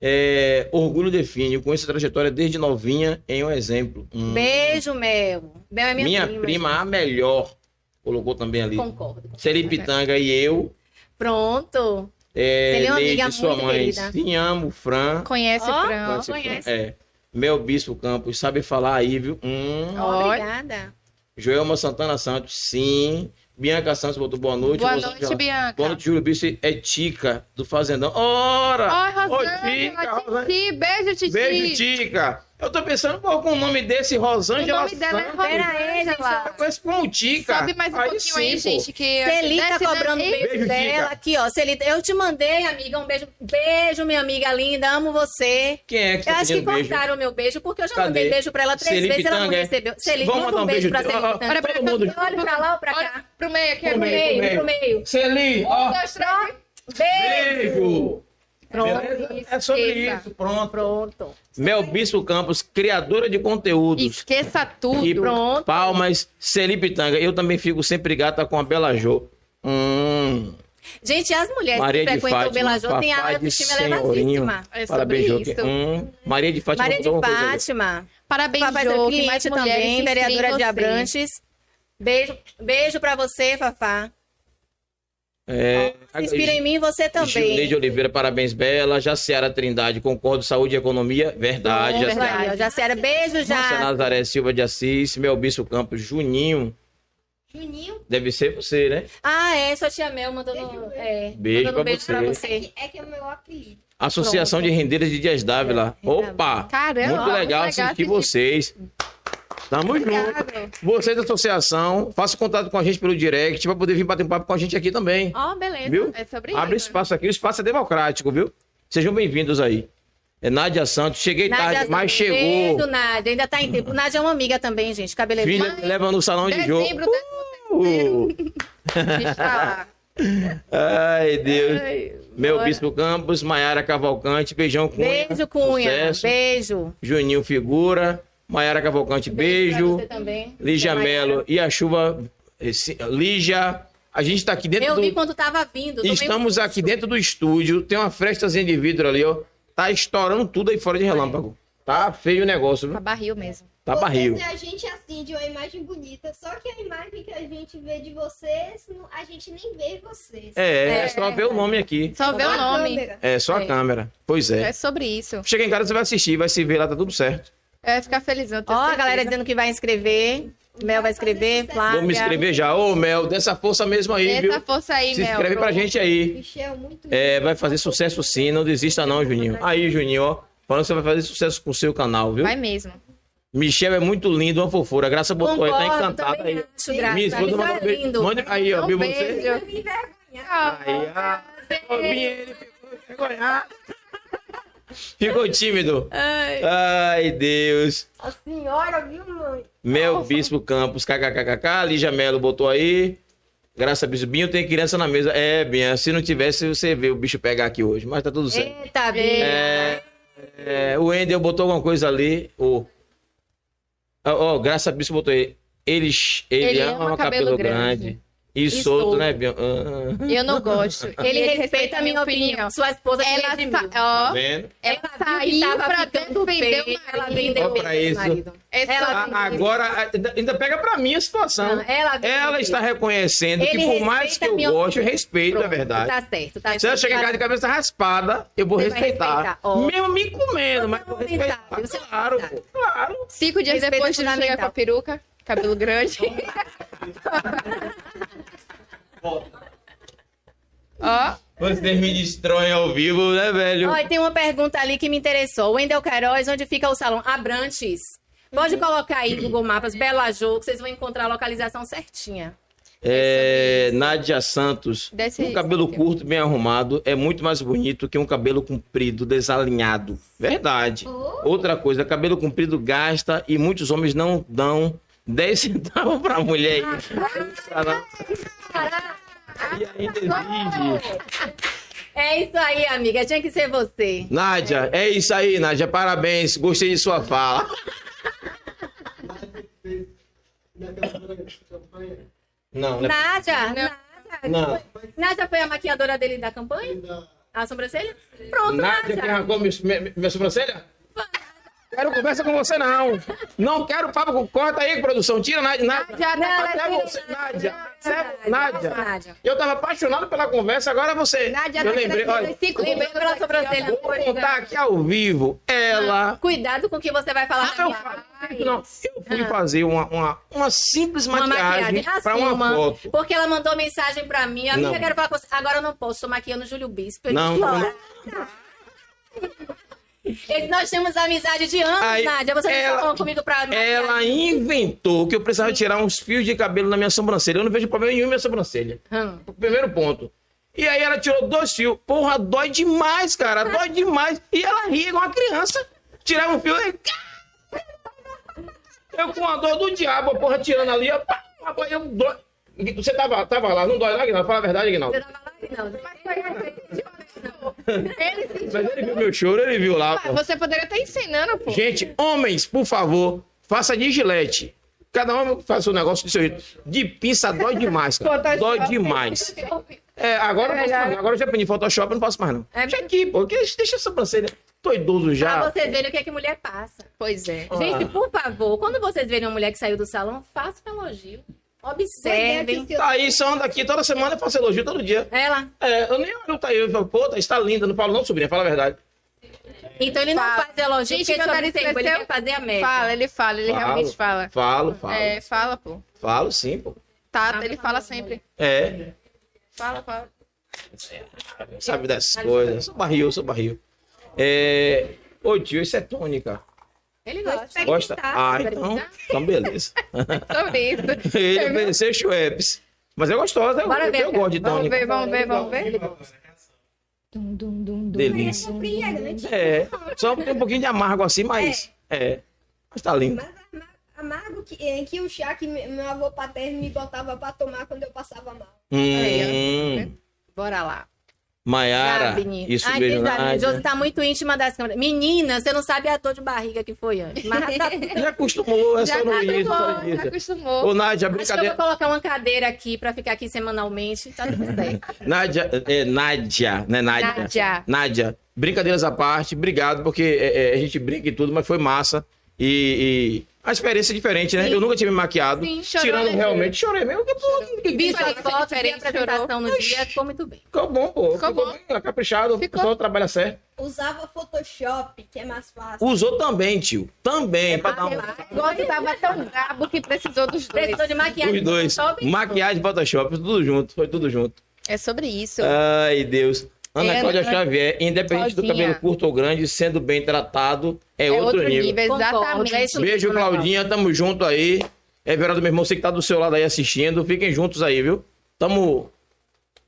Speaker 1: É, orgulho define. Com essa trajetória desde novinha em um exemplo. Hum.
Speaker 3: Beijo, Mel. Mel é minha,
Speaker 1: Minha
Speaker 3: prima.
Speaker 1: prima, a melhor. Colocou também ali.
Speaker 3: Concordo.
Speaker 1: Seripitanga e eu.
Speaker 3: Pronto.
Speaker 1: É,
Speaker 3: Você é uma
Speaker 1: Neide,
Speaker 3: amiga
Speaker 1: sua
Speaker 3: muito
Speaker 1: mãe.
Speaker 3: querida.
Speaker 1: Te amo, Fran.
Speaker 4: Conhece
Speaker 3: Ó.
Speaker 4: o Fran.
Speaker 1: Conhece,
Speaker 3: conhece.
Speaker 1: Fran? É. Mel Bispo Campos, sabe falar aí, viu? Hum.
Speaker 4: Olha.
Speaker 3: Obrigada.
Speaker 1: Joelma Santana Santos, sim. Bianca Santos botou boa noite.
Speaker 4: Boa
Speaker 1: Rosângela-
Speaker 4: noite, Bianca.
Speaker 1: Boa noite, Júlio Bispo. É Tica, do Fazendão. Ora!
Speaker 4: Oi,
Speaker 1: Tica,
Speaker 4: Rosângela.
Speaker 1: Rosângela.
Speaker 4: Titi. Beijo, Titi.
Speaker 1: Beijo, Tica. Eu tô pensando, pô, com o nome desse,
Speaker 4: O
Speaker 1: Rosângela
Speaker 4: nome dela é
Speaker 1: Santos.
Speaker 4: Rosângela.
Speaker 1: Eu conheço como Tica.
Speaker 4: Sobe mais um
Speaker 1: Aí
Speaker 4: pouquinho
Speaker 1: sim,
Speaker 4: aí,
Speaker 1: pô.
Speaker 4: gente, que...
Speaker 3: Celita
Speaker 4: Desce,
Speaker 3: cobrando
Speaker 4: né?
Speaker 3: beijo,
Speaker 1: Beijo,
Speaker 3: dela
Speaker 1: Dica.
Speaker 3: aqui, ó. Celita, eu te mandei, amiga, um beijo. Beijo, minha amiga linda, amo você.
Speaker 1: Quem é que
Speaker 3: Eu
Speaker 1: tá
Speaker 3: acho que
Speaker 1: pedindo beijo?
Speaker 3: cortaram o meu beijo, porque eu já
Speaker 1: Cadê?
Speaker 3: mandei beijo pra ela três
Speaker 1: Celita
Speaker 3: vezes, ela não
Speaker 1: Pitanga, é?
Speaker 3: recebeu. Celita,
Speaker 1: Vamos
Speaker 3: manda
Speaker 1: mandar
Speaker 3: um beijo pra Celita.
Speaker 1: Ó, ó,
Speaker 4: pra-
Speaker 1: todo mundo.
Speaker 3: Olha pra lá ou pra
Speaker 4: Olha
Speaker 3: cá?
Speaker 4: pro meio aqui.
Speaker 1: Pro
Speaker 4: agora.
Speaker 1: meio,
Speaker 3: Meio,
Speaker 1: pro
Speaker 3: pro meio.
Speaker 1: Celi,
Speaker 4: Um,
Speaker 1: ó.
Speaker 4: dois, três.
Speaker 1: Beijo. Beleza? É sobre
Speaker 4: Esqueça.
Speaker 1: isso, pronto.
Speaker 3: Pronto.
Speaker 1: Mel Bispo Campos, criadora de conteúdos.
Speaker 4: Esqueça tudo.
Speaker 1: E
Speaker 3: Pronto.
Speaker 1: Palmas, Celi Pitanga. Eu também fico sempre grata com a Bela Jô. Hum.
Speaker 3: Gente, as mulheres
Speaker 1: Maria
Speaker 3: que
Speaker 1: de
Speaker 3: frequentam
Speaker 1: Fátima,
Speaker 3: o Bela Jô têm a
Speaker 1: papai de
Speaker 3: autoestima
Speaker 1: senhorinho.
Speaker 3: elevadíssima.
Speaker 4: É sobre
Speaker 1: Parabéns, Jô.
Speaker 4: isso.
Speaker 1: Hum. Maria de Fátima.
Speaker 3: Maria de
Speaker 1: botou uma coisa assim. ali.
Speaker 3: Fátima.
Speaker 4: Parabéns,
Speaker 3: Papai
Speaker 4: Jô,
Speaker 3: Jô,
Speaker 4: que mais
Speaker 3: cliente
Speaker 4: mulheres se
Speaker 3: também,
Speaker 4: inspirem em
Speaker 3: vereadora de
Speaker 4: você.
Speaker 3: Abrantes. Beijo, beijo pra você, Fafá.
Speaker 1: É,
Speaker 3: Se inspira em mim, você também.
Speaker 1: Gilneide Oliveira, parabéns, Bela. Jaciara Trindade, concordo, saúde e economia. Verdade,
Speaker 3: Bom,
Speaker 1: Jaciara.
Speaker 3: É Verdade. Já sério, beijo
Speaker 1: Márcia
Speaker 3: já.
Speaker 1: Nazaré Silva de Assis, Mel Bispo Campos, Juninho.
Speaker 5: Juninho,
Speaker 1: Deve ser você, né?
Speaker 3: Ah, é, sua tia Mel mandando, é,
Speaker 1: Beijo
Speaker 3: mandando
Speaker 1: pra
Speaker 3: um beijo pra
Speaker 1: você.
Speaker 3: você.
Speaker 5: é que é o meu apelido.
Speaker 1: Associação de Rendeiras de Dias Dávila.
Speaker 3: Verdade.
Speaker 1: Opa!
Speaker 4: Caramba,
Speaker 1: muito legal assim, assistir vocês. Tamo junto. Vocês da associação, faça contato com a gente pelo direct para poder vir bater um papo com a gente aqui também.
Speaker 3: Ó, beleza.
Speaker 1: Viu?
Speaker 4: É sobre
Speaker 1: Abre
Speaker 4: isso.
Speaker 1: espaço aqui, o espaço é democrático, viu? Sejam bem-vindos aí. É Nádia Santos, cheguei
Speaker 3: Nádia
Speaker 1: tarde,
Speaker 3: Santos,
Speaker 1: mas chegou.
Speaker 3: tá Beijo, Nádia. Ainda tá em tempo. Nádia é uma amiga também, gente. Cabeleireira.
Speaker 1: Filha, me leva no salão de jogo.
Speaker 4: Dezembro, né? décimo terceiro.
Speaker 1: Uh!
Speaker 4: Está tá lá.
Speaker 1: Ai, Deus.
Speaker 3: Ai,
Speaker 1: Meu
Speaker 3: bora.
Speaker 1: Bispo Campos, Maiara Cavalcante, beijão Cunha.
Speaker 3: Beijo, Cunha.
Speaker 1: Sucesso.
Speaker 3: Beijo.
Speaker 1: Juninho Figura, Maiara Cavalcante, beijo.
Speaker 3: pra Você também.
Speaker 1: Lígia
Speaker 3: Até mais, cara.
Speaker 1: Melo e a chuva. esse- Lígia, a gente tá aqui dentro
Speaker 3: Eu
Speaker 1: do.
Speaker 3: vi quando tava vindo. tomei um
Speaker 1: Estamos aqui
Speaker 3: susto.
Speaker 1: dentro do estúdio, tem uma frestazinha de vidro ali, ó. Tá estourando tudo aí fora de relâmpago. Tá feio o negócio,
Speaker 4: Pra
Speaker 1: viu?
Speaker 4: barril mesmo.
Speaker 1: Tá barril.
Speaker 5: Porque é se a gente acende uma imagem bonita, só que a imagem que a gente vê de vocês, não- a gente nem vê vocês.
Speaker 1: É, é só ver o nome aqui.
Speaker 4: Só vê o
Speaker 5: A
Speaker 4: nome.
Speaker 5: câmera.
Speaker 1: É, só a
Speaker 3: É.
Speaker 1: câmera. Pois é.
Speaker 4: É sobre isso.
Speaker 1: Chega em casa, você vai assistir, vai se ver lá, tá tudo certo.
Speaker 4: É ficar felizão.
Speaker 3: Ó, a galera dizendo que vai inscrever. Mel vai escrever. Flávia.
Speaker 1: Vou me inscrever já. Ô, Mel, dessa força mesmo aí, viu?
Speaker 4: Essa força aí,
Speaker 1: Se
Speaker 4: Mel.
Speaker 1: inscreve pra gente aí.
Speaker 5: Michel, muito
Speaker 1: É, vai fazer sucesso sim, não desista não, Juninho. Aí, Juninho, ó. Falando que você vai fazer sucesso com o seu canal, viu?
Speaker 4: Vai mesmo.
Speaker 1: Michel é muito lindo, uma fofura. A Graça botou aí, tá
Speaker 3: Concordo,
Speaker 1: encantada
Speaker 3: também
Speaker 1: aí.
Speaker 3: acho, Graça.
Speaker 1: Minha esposa
Speaker 3: Ele tá
Speaker 1: mandou um beijo.
Speaker 3: lindo.
Speaker 1: Manda aí, ó,
Speaker 4: Um
Speaker 1: viu você?
Speaker 4: beijo.
Speaker 1: Aí, ah, o Pinheiro ficou envergonhado. Ficou tímido. Ai, Deus.
Speaker 5: A senhora, viu, mãe?
Speaker 1: Mel Bispo Campos, kkkk, Lígia Melo botou aí. Graça Bispo, Binho tem criança na mesa. É, Binha, se não tivesse, você vê o bicho pegar aqui hoje, mas tá tudo certo.
Speaker 3: Eita, Bia.
Speaker 1: É, é, o Endel botou alguma coisa ali. Ó, ó, Graça Bispo botou aí. Ele, ele, ama, cabelo, grande. E,
Speaker 3: solto.
Speaker 1: solto, né, Binha? Ah,
Speaker 4: Eu não gosto.
Speaker 3: Ele, respeita a minha opinião. Sua esposa que
Speaker 4: Ela,
Speaker 3: redimiu.
Speaker 1: tá
Speaker 4: tá, ó,
Speaker 1: vendo?
Speaker 4: ela
Speaker 3: Ela viu que
Speaker 4: saiu
Speaker 3: tava
Speaker 4: pra
Speaker 3: ficando
Speaker 4: defender
Speaker 3: feio,
Speaker 4: o
Speaker 3: ela
Speaker 4: marido. É
Speaker 3: vendeu
Speaker 1: Ó pra
Speaker 3: o
Speaker 1: isso.
Speaker 3: marido.
Speaker 4: Essa-
Speaker 3: Ela-
Speaker 1: A- Agora, ainda- ainda pega pra mim a situação.
Speaker 3: Não, ela vendeu
Speaker 1: Ela
Speaker 3: o
Speaker 1: está
Speaker 3: filho.
Speaker 1: reconhecendo
Speaker 3: Ele
Speaker 1: que, por mais que
Speaker 3: respeita
Speaker 1: eu
Speaker 3: a minha
Speaker 1: goste, eu
Speaker 3: opinião.
Speaker 1: respeito, é
Speaker 3: Pronto,
Speaker 1: verdade.
Speaker 3: Tá certo, tá
Speaker 1: Se ela chegar em casa de cabeça raspada, eu vou
Speaker 3: Você vai
Speaker 1: respeitar.
Speaker 3: respeitar, ó.
Speaker 1: Mesmo me comendo, mas vou
Speaker 3: vou respeitar,
Speaker 1: respeitar.
Speaker 3: você vai
Speaker 1: Claro,
Speaker 3: respeitar.
Speaker 1: pô, claro.
Speaker 4: Cinco dias
Speaker 3: Respeito
Speaker 4: depois, tu chega com a
Speaker 3: fundamental.
Speaker 4: peruca, cabelo grande. ó,
Speaker 1: Vocês me destroem ao vivo, né, velho?
Speaker 3: Olha, tem uma pergunta ali que me interessou. Wendel Queiroz, onde fica o salão? Abrantes. Pode colocar aí Google Mapas, Belo Ajô, que vocês vão encontrar a localização certinha.
Speaker 1: É, Nádia Santos.
Speaker 4: desce
Speaker 1: Um
Speaker 4: aí,
Speaker 1: cabelo
Speaker 4: Cíntia.
Speaker 1: curto, bem arrumado, é muito mais bonito que um cabelo comprido, desalinhado. Verdade.
Speaker 4: Oh.
Speaker 1: Outra coisa, cabelo comprido gasta e muitos homens não dão 10 centavos pra mulher.
Speaker 4: Ah,
Speaker 1: E ainda exige.
Speaker 3: É isso aí, amiga. Tinha que ser você.
Speaker 1: Nádia, é isso aí, Nádia. Parabéns. Gostei de sua fala. Não, não. é-
Speaker 3: Nádia, Nádia.
Speaker 1: Não.
Speaker 3: Nádia foi a maquiadora dele da campanha? A sobrancelha? Pronto,
Speaker 1: Nádia que
Speaker 3: Nádia.
Speaker 1: arrancou minha, minha, minha sobrancelha? Quero conversa com você, não. Não quero papo com. Corta aí, produção. Tira, Nádia. Nádia,
Speaker 3: Nádia, Nádia,
Speaker 1: até você, Nádia. Sério, Nádia. Eu tava apaixonado pela conversa, agora é você.
Speaker 4: Nádia, tá
Speaker 1: eu lembrei. Olha,
Speaker 4: cinco
Speaker 3: Lembrei pela sobrancelha.
Speaker 1: vou contar aqui ao vivo. Ela.
Speaker 3: Cuidado com o que você vai falar.
Speaker 1: Ah, eu,
Speaker 3: Maria.
Speaker 1: falo isso, não. eu fui fazer uma, uma, uma simples
Speaker 3: Uma
Speaker 1: maquiagem,
Speaker 3: maquiagem.
Speaker 1: pra uma
Speaker 3: Assuma,
Speaker 1: foto.
Speaker 3: Porque ela mandou mensagem pra mim. Amiga,
Speaker 1: Não.
Speaker 3: eu quero falar com você. Agora eu não posso, tô maquiando o Júlio Bispo. Ele
Speaker 1: Não, tá
Speaker 3: disse,
Speaker 1: não.
Speaker 3: "Ora". Ele- Nós temos amizade de anos,
Speaker 1: Aí,
Speaker 3: Nádia. Você
Speaker 1: ela-
Speaker 3: não tá falando comigo pra maquiagem.
Speaker 1: Ela inventou que eu precisava tirar uns fios de cabelo na minha sobrancelha. Eu não vejo problema nenhum na minha sobrancelha.
Speaker 3: Hum.
Speaker 1: Primeiro ponto. E aí ela tirou dois fios. Porra, dói demais, cara. Dói demais. E ela ria igual uma criança. Tirava um fio. Eu, eu com a dor do diabo, a porra, tirando ali. Eu, pá, pá, pá, eu dói. Você tava, tava lá, não dói lá, Guinaldo? Fala a verdade, Guinaldo.
Speaker 3: Você tava lá? Não. Mas foi
Speaker 1: Mas ele viu meu choro, ele viu lá, pô.
Speaker 4: Você poderia estar ensinando, pô.
Speaker 1: Gente, homens, por favor, faça de gilete. Cada homem faça o negócio do seu jeito. De pinça dói demais, cara. Dói demais. É, agora eu não faço mais, não. Agora eu já aprendi Photoshop, eu não faço mais, não.
Speaker 3: É.
Speaker 1: Deixa aqui, pô. que- Deixa a sobrancelha. Tô idoso
Speaker 3: Pra
Speaker 1: já.
Speaker 3: vocês verem o que é que mulher passa.
Speaker 4: Pois é.
Speaker 3: Gente, por favor, quando vocês verem uma mulher que saiu do salão, faça um elogio.
Speaker 4: é
Speaker 3: Observem.
Speaker 1: Tá aí, só anda aqui toda semana, eu faço elogio todo dia.
Speaker 3: Ela.
Speaker 1: É, eu nem olho, tá aí. Eu falo, pô, Thaís, tá linda. Não falo não, sobrinha, fala a verdade.
Speaker 3: Então ele não
Speaker 4: Fala.
Speaker 3: faz elogio,
Speaker 4: Gente,
Speaker 3: porque ele,
Speaker 4: meu nariz
Speaker 3: observa, ele
Speaker 4: cresceu.
Speaker 3: quer fazer a média.
Speaker 4: Fala, ele fala, ele
Speaker 1: Falo.
Speaker 4: realmente fala.
Speaker 1: Falo, falo.
Speaker 4: É, fala, pô.
Speaker 1: Falo sim, pô.
Speaker 4: Tata, ele fala sempre.
Speaker 1: É.
Speaker 4: Fala, fala.
Speaker 1: Sabe dessas coisas. Sou barril, sou barril. É... Ô, tio, isso é tônica.
Speaker 3: Ele gosta.
Speaker 1: Gosta? Ah, então, então beleza.
Speaker 4: Sobre isso.
Speaker 1: Ele ofereceu Schweppes. Mas é gostosa, eu,
Speaker 3: Bora
Speaker 1: eu,
Speaker 3: ver,
Speaker 1: eu
Speaker 3: cara.
Speaker 1: gosto de
Speaker 4: Vamos
Speaker 1: tônica.
Speaker 4: ver, vamos ver, vamos ver.
Speaker 2: Dum, dum, dum, dum.
Speaker 1: Delícia. um
Speaker 3: É.
Speaker 1: É, só tem um pouquinho de amargo assim, mas... É. Mas é. tá lindo.
Speaker 5: amargo que, eh, que o chá que me- meu avô paterno me botava pra tomar quando eu passava mal.
Speaker 3: Aí,
Speaker 1: Hum,
Speaker 3: Bora lá.
Speaker 1: Maiara,
Speaker 3: Gabni.
Speaker 1: isso
Speaker 3: Ai,
Speaker 1: mesmo.
Speaker 3: diz a
Speaker 1: Ai, né?
Speaker 3: Josi tá muito íntima das câmeras. Menina, você não sabe a dor de barriga que foi antes. Mas tá tudo.
Speaker 1: Já acostumou, é
Speaker 4: Já
Speaker 1: só no início. só no
Speaker 4: acostumou, já
Speaker 1: início.
Speaker 4: acostumou.
Speaker 1: Ô, Nádia,
Speaker 3: Acho que eu vou
Speaker 1: brincadeira.
Speaker 3: colocar uma cadeira aqui pra ficar aqui semanalmente. Tá tudo certo.
Speaker 1: Nádia, é, Nádia, né, Nádia?
Speaker 4: Nádia.
Speaker 1: Nádia, brincadeiras à parte, obrigado, porque é, é, a gente brinca e tudo, mas foi massa. E, e a experiência é diferente, né?
Speaker 3: Sim.
Speaker 1: Eu nunca tive maquiado.
Speaker 4: Sim, chorou,
Speaker 1: Tirando
Speaker 4: né?
Speaker 1: realmente, chorei mesmo. Que, pô, que, que,
Speaker 3: Vi
Speaker 1: que,
Speaker 3: suas
Speaker 4: Diferente,
Speaker 3: fotos, vi a
Speaker 4: diferente,
Speaker 3: apresentação no dia, ficou muito bem.
Speaker 1: ficou bom, pô.
Speaker 4: Ficou
Speaker 1: Ficou,
Speaker 4: bom.
Speaker 1: bem, é caprichado,
Speaker 4: Ficou.
Speaker 1: o pessoal trabalha certo.
Speaker 5: Usava Photoshop, que é mais fácil.
Speaker 1: Usou também, tio. Também, pra dar um...
Speaker 4: Gosto tava tão brabo que precisou dos dois.
Speaker 3: Precisou de maquiagem.
Speaker 1: Os dois.
Speaker 3: só bem-
Speaker 1: Maquiagem, Photoshop, tudo junto. Foi tudo junto.
Speaker 4: É sobre isso.
Speaker 1: Ai, Deus. Ana
Speaker 4: É,
Speaker 1: Cláudia
Speaker 4: Ana-
Speaker 1: Xavier, independente do
Speaker 4: Claudinha.
Speaker 1: cabelo curto ou grande, sendo bem tratado, é, outro, nível.
Speaker 3: Concordo,
Speaker 4: exatamente.
Speaker 3: é isso mesmo,
Speaker 1: Beijo,
Speaker 3: Ana
Speaker 1: Claudinha. Tamo junto aí. É verdade, meu irmão, você que tá do seu lado aí assistindo. Fiquem juntos aí, viu? Tamo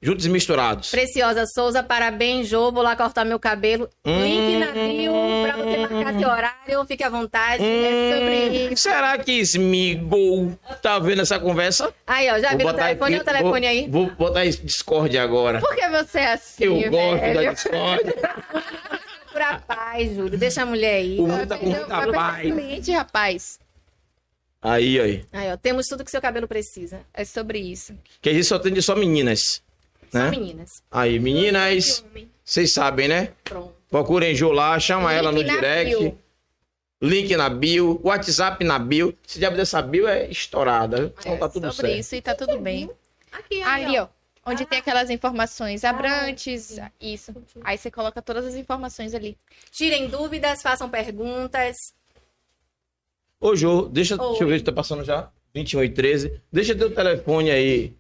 Speaker 1: juntos e misturados.
Speaker 3: Preciosa Souza, parabéns, Jô. Vou lá cortar meu cabelo. Link na bio pra você marcar seu horário. Fique à vontade. É sobre isso.
Speaker 1: Hum, Será que Smigol tá vendo essa conversa?
Speaker 3: Aí, ó, já
Speaker 1: Vou
Speaker 3: viu o
Speaker 1: botar
Speaker 3: Tá telefone?
Speaker 1: aqui,
Speaker 3: Olha o telefone
Speaker 1: vou-
Speaker 3: aí.
Speaker 1: Vou botar esse Discord agora.
Speaker 4: Por que você é assim,
Speaker 1: Eu gosto da
Speaker 4: velho?
Speaker 1: Discord.
Speaker 3: Por a paz, Júlio. Deixa a mulher aí.
Speaker 1: O mundo tá com
Speaker 4: Vai
Speaker 1: muita
Speaker 4: perder
Speaker 1: paz.
Speaker 4: cliente, rapaz.
Speaker 1: Aí, aí.
Speaker 3: Aí, ó, temos tudo que seu cabelo precisa.
Speaker 4: É sobre isso.
Speaker 1: Que a gente só atende só meninas.
Speaker 3: Só
Speaker 1: Né?
Speaker 3: meninas.
Speaker 1: Aí, meninas, vocês sabem, né?
Speaker 3: Pronto.
Speaker 1: Procurem Jo lá, chama
Speaker 4: Link
Speaker 1: ela no
Speaker 4: na
Speaker 1: direct.
Speaker 4: bio.
Speaker 1: Link na bio, WhatsApp na bio. Esse diabo dessa bio é estourada. viu? Então tá tudo
Speaker 4: sobre
Speaker 1: certo.
Speaker 4: isso e tá tudo bem.
Speaker 3: Aqui,
Speaker 4: Ali,
Speaker 3: ali, ó.
Speaker 4: ó. Onde tem aquelas informações abrantes, isso. Aí você coloca todas as informações ali.
Speaker 3: Tirem dúvidas, façam perguntas.
Speaker 1: Ô, Jo, deixa, deixa eu
Speaker 3: Oi.
Speaker 1: ver se tá passando já. 21 e 13. Deixa teu telefone aí.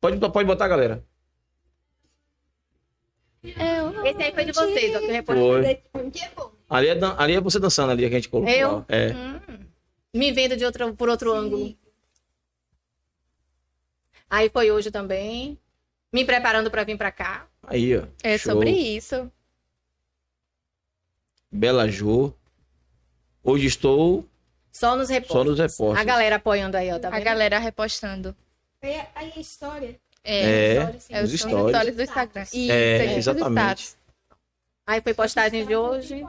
Speaker 1: Pode, pode botar, galera.
Speaker 3: Esse aí foi de vocês, ó. Que eu reportei.
Speaker 1: Foi.
Speaker 5: Porque, pô,
Speaker 1: Ali é, dan- ali é você dançando ali que a gente colocou.
Speaker 3: Eu?
Speaker 1: lá. É.
Speaker 3: Me vendo de outro, por outro ângulo. Aí foi hoje também. Me preparando pra vir pra cá.
Speaker 1: Aí, ó.
Speaker 4: É
Speaker 1: Show.
Speaker 4: sobre isso.
Speaker 1: Bela Jo. Hoje estou
Speaker 3: Só nos
Speaker 1: só
Speaker 3: repórteres.
Speaker 1: nos repórteres.
Speaker 3: A galera apoiando aí, ó. Tá
Speaker 4: A
Speaker 3: vendo?
Speaker 4: galera repostando.
Speaker 5: aí a- aí a história.
Speaker 4: É.
Speaker 1: É,
Speaker 4: é
Speaker 1: os
Speaker 4: os
Speaker 1: stories.
Speaker 4: stories do Instagram. Isso,
Speaker 1: É,
Speaker 4: gente, os
Speaker 1: exatamente.
Speaker 4: status.
Speaker 3: Aí foi postagem de hoje.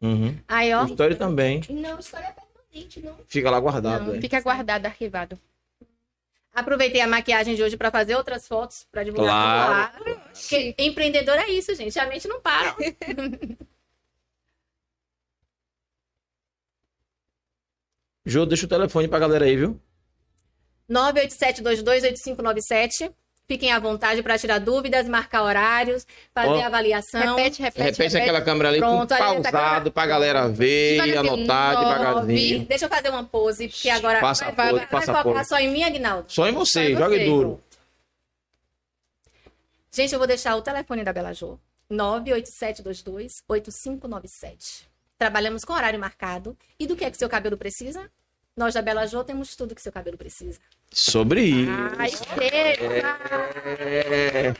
Speaker 1: Uhum.
Speaker 3: Aí, ó.
Speaker 1: O story também.
Speaker 5: Não, história é permanente, não.
Speaker 1: Fica lá guardado. é.
Speaker 4: Fica guardado, arquivado.
Speaker 3: Aproveitei a maquiagem de hoje pra fazer outras fotos pra divulgar.
Speaker 1: Claro.
Speaker 3: Claro. Porque empreendedor é isso, gente. A mente não para.
Speaker 1: Jô, deixa o telefone pra galera aí, viu?
Speaker 3: 987-228597. Fiquem à vontade para tirar dúvidas, marcar horários, fazer
Speaker 1: Ó.
Speaker 3: avaliação.
Speaker 4: Repete, repete,
Speaker 1: repete,
Speaker 4: repete.
Speaker 1: aquela câmera ali
Speaker 3: Pronto,
Speaker 1: com
Speaker 3: ali nessa
Speaker 1: pausado
Speaker 3: câmera.
Speaker 1: pra galera ver e
Speaker 4: Devagarzinho,
Speaker 1: anotar
Speaker 4: nove.
Speaker 1: devagarzinho.
Speaker 3: Deixa eu fazer uma pose, porque agora
Speaker 1: Passa
Speaker 3: vai,
Speaker 1: a pose,
Speaker 3: vai
Speaker 1: passa a
Speaker 3: focar
Speaker 1: pose.
Speaker 3: só em mim, Aguinaldo.
Speaker 1: Só em você,
Speaker 4: Só em
Speaker 1: jogue
Speaker 4: você.
Speaker 1: duro.
Speaker 3: Gente, eu vou deixar o telefone da Bela Jô. 987228597. Trabalhamos com horário marcado. E do que é que seu cabelo precisa? Nós da Bela Jô temos tudo que seu cabelo precisa.
Speaker 1: Sobre isso.
Speaker 4: Ai,
Speaker 1: É.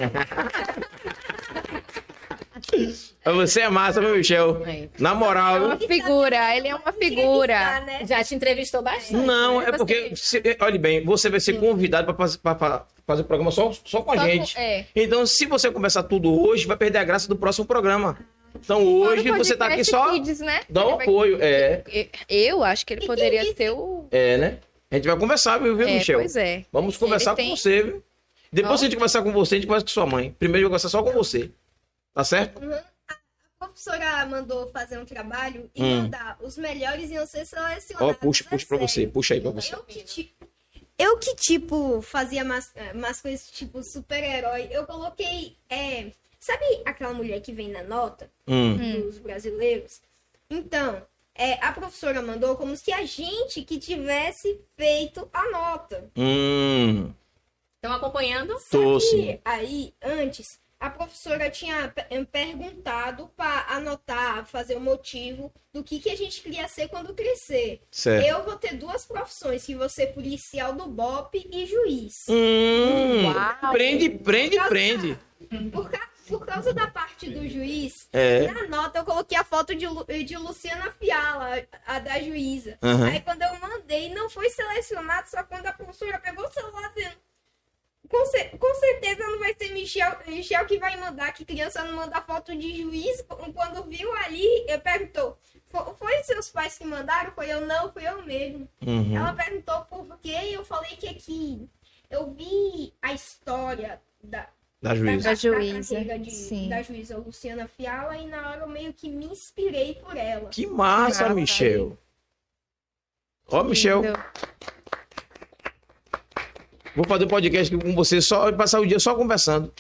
Speaker 4: chega.
Speaker 1: Você é massa, meu Michel.
Speaker 3: É.
Speaker 1: Na
Speaker 4: É
Speaker 1: moral.
Speaker 4: uma figura, ele é uma figura.
Speaker 5: né?
Speaker 3: Já te entrevistou bastante.
Speaker 1: Não,
Speaker 3: né?
Speaker 1: é porque, se- olhe bem, você vai ser convidado pra faz- pra- pra fazer o programa só, só com a
Speaker 4: Só com-
Speaker 1: gente.
Speaker 4: é.
Speaker 1: Então, se você começar tudo hoje, vai perder a graça do próximo programa. Então, hoje
Speaker 4: Só no
Speaker 1: você tá aqui
Speaker 4: podcast
Speaker 1: só
Speaker 4: Kids, né?
Speaker 1: dá
Speaker 4: Ele
Speaker 1: um
Speaker 4: vai-
Speaker 1: apoio. É,
Speaker 4: Eu acho que ele poderia ser o.
Speaker 1: é, né? A gente vai conversar, viu, viu,
Speaker 4: É,
Speaker 1: Michel?
Speaker 4: pois é.
Speaker 1: Vamos conversar
Speaker 4: tem-
Speaker 1: com você, viu? Depois que a gente conversar com você, a gente conversa com sua mãe. Primeiro eu vou conversar só com você. Tá certo?
Speaker 5: A professora mandou fazer um trabalho e
Speaker 1: Hum.
Speaker 5: mandar os melhores iam ser
Speaker 1: Ó,
Speaker 5: selecionados.
Speaker 1: puxa, puxa pra
Speaker 5: É
Speaker 1: você,
Speaker 5: sério.
Speaker 1: puxa aí pra você.
Speaker 5: Eu que, ti- eu que, tipo, fazia mais, mais coisas tipo super-herói. Eu coloquei. é, sabe aquela mulher que vem na nota
Speaker 1: Hum.
Speaker 5: dos brasileiros? Então, é, a professora mandou como se a gente que tivesse feito a nota.
Speaker 1: Hum.
Speaker 3: Estão acompanhando?
Speaker 1: Tô sim.
Speaker 5: E aí, antes, a professora tinha pe- eh, perguntado para anotar, fazer o motivo do que, que a gente queria ser quando crescer.
Speaker 1: Certo.
Speaker 5: Eu vou ter duas profissões, que vou ser policial do BOP e juiz.
Speaker 1: Hum. Prende, prende, prende.
Speaker 5: Por causa Por causa da parte do juiz,
Speaker 1: É.
Speaker 5: na nota eu coloquei a foto de, Lu- de Luciana Fiala, a da juíza.
Speaker 1: Aham.
Speaker 5: Aí quando eu mandei, não foi selecionado, só quando a professora pegou o celular dizendo. Com, cer- com certeza não vai ser Michel, Michel que vai mandar, que criança não manda foto de juiz. Quando viu ali, eu perguntou: "Fo- Foi seus pais que mandaram? Foi eu não, foi eu mesmo.
Speaker 1: Uhum.
Speaker 5: Ela perguntou por quê e eu falei que aqui eu vi a história da,
Speaker 1: Da juíza.
Speaker 5: tá
Speaker 4: Da juíza,
Speaker 5: carreira de-
Speaker 4: sim.
Speaker 5: da juíza Luciana Fiala e na hora eu meio que me inspirei por ela.
Speaker 1: Que massa,
Speaker 4: Maravilha.
Speaker 1: Michel. Ó, Michel,
Speaker 4: Entendeu?
Speaker 1: vou fazer um podcast aqui com você só e passar o dia só conversando.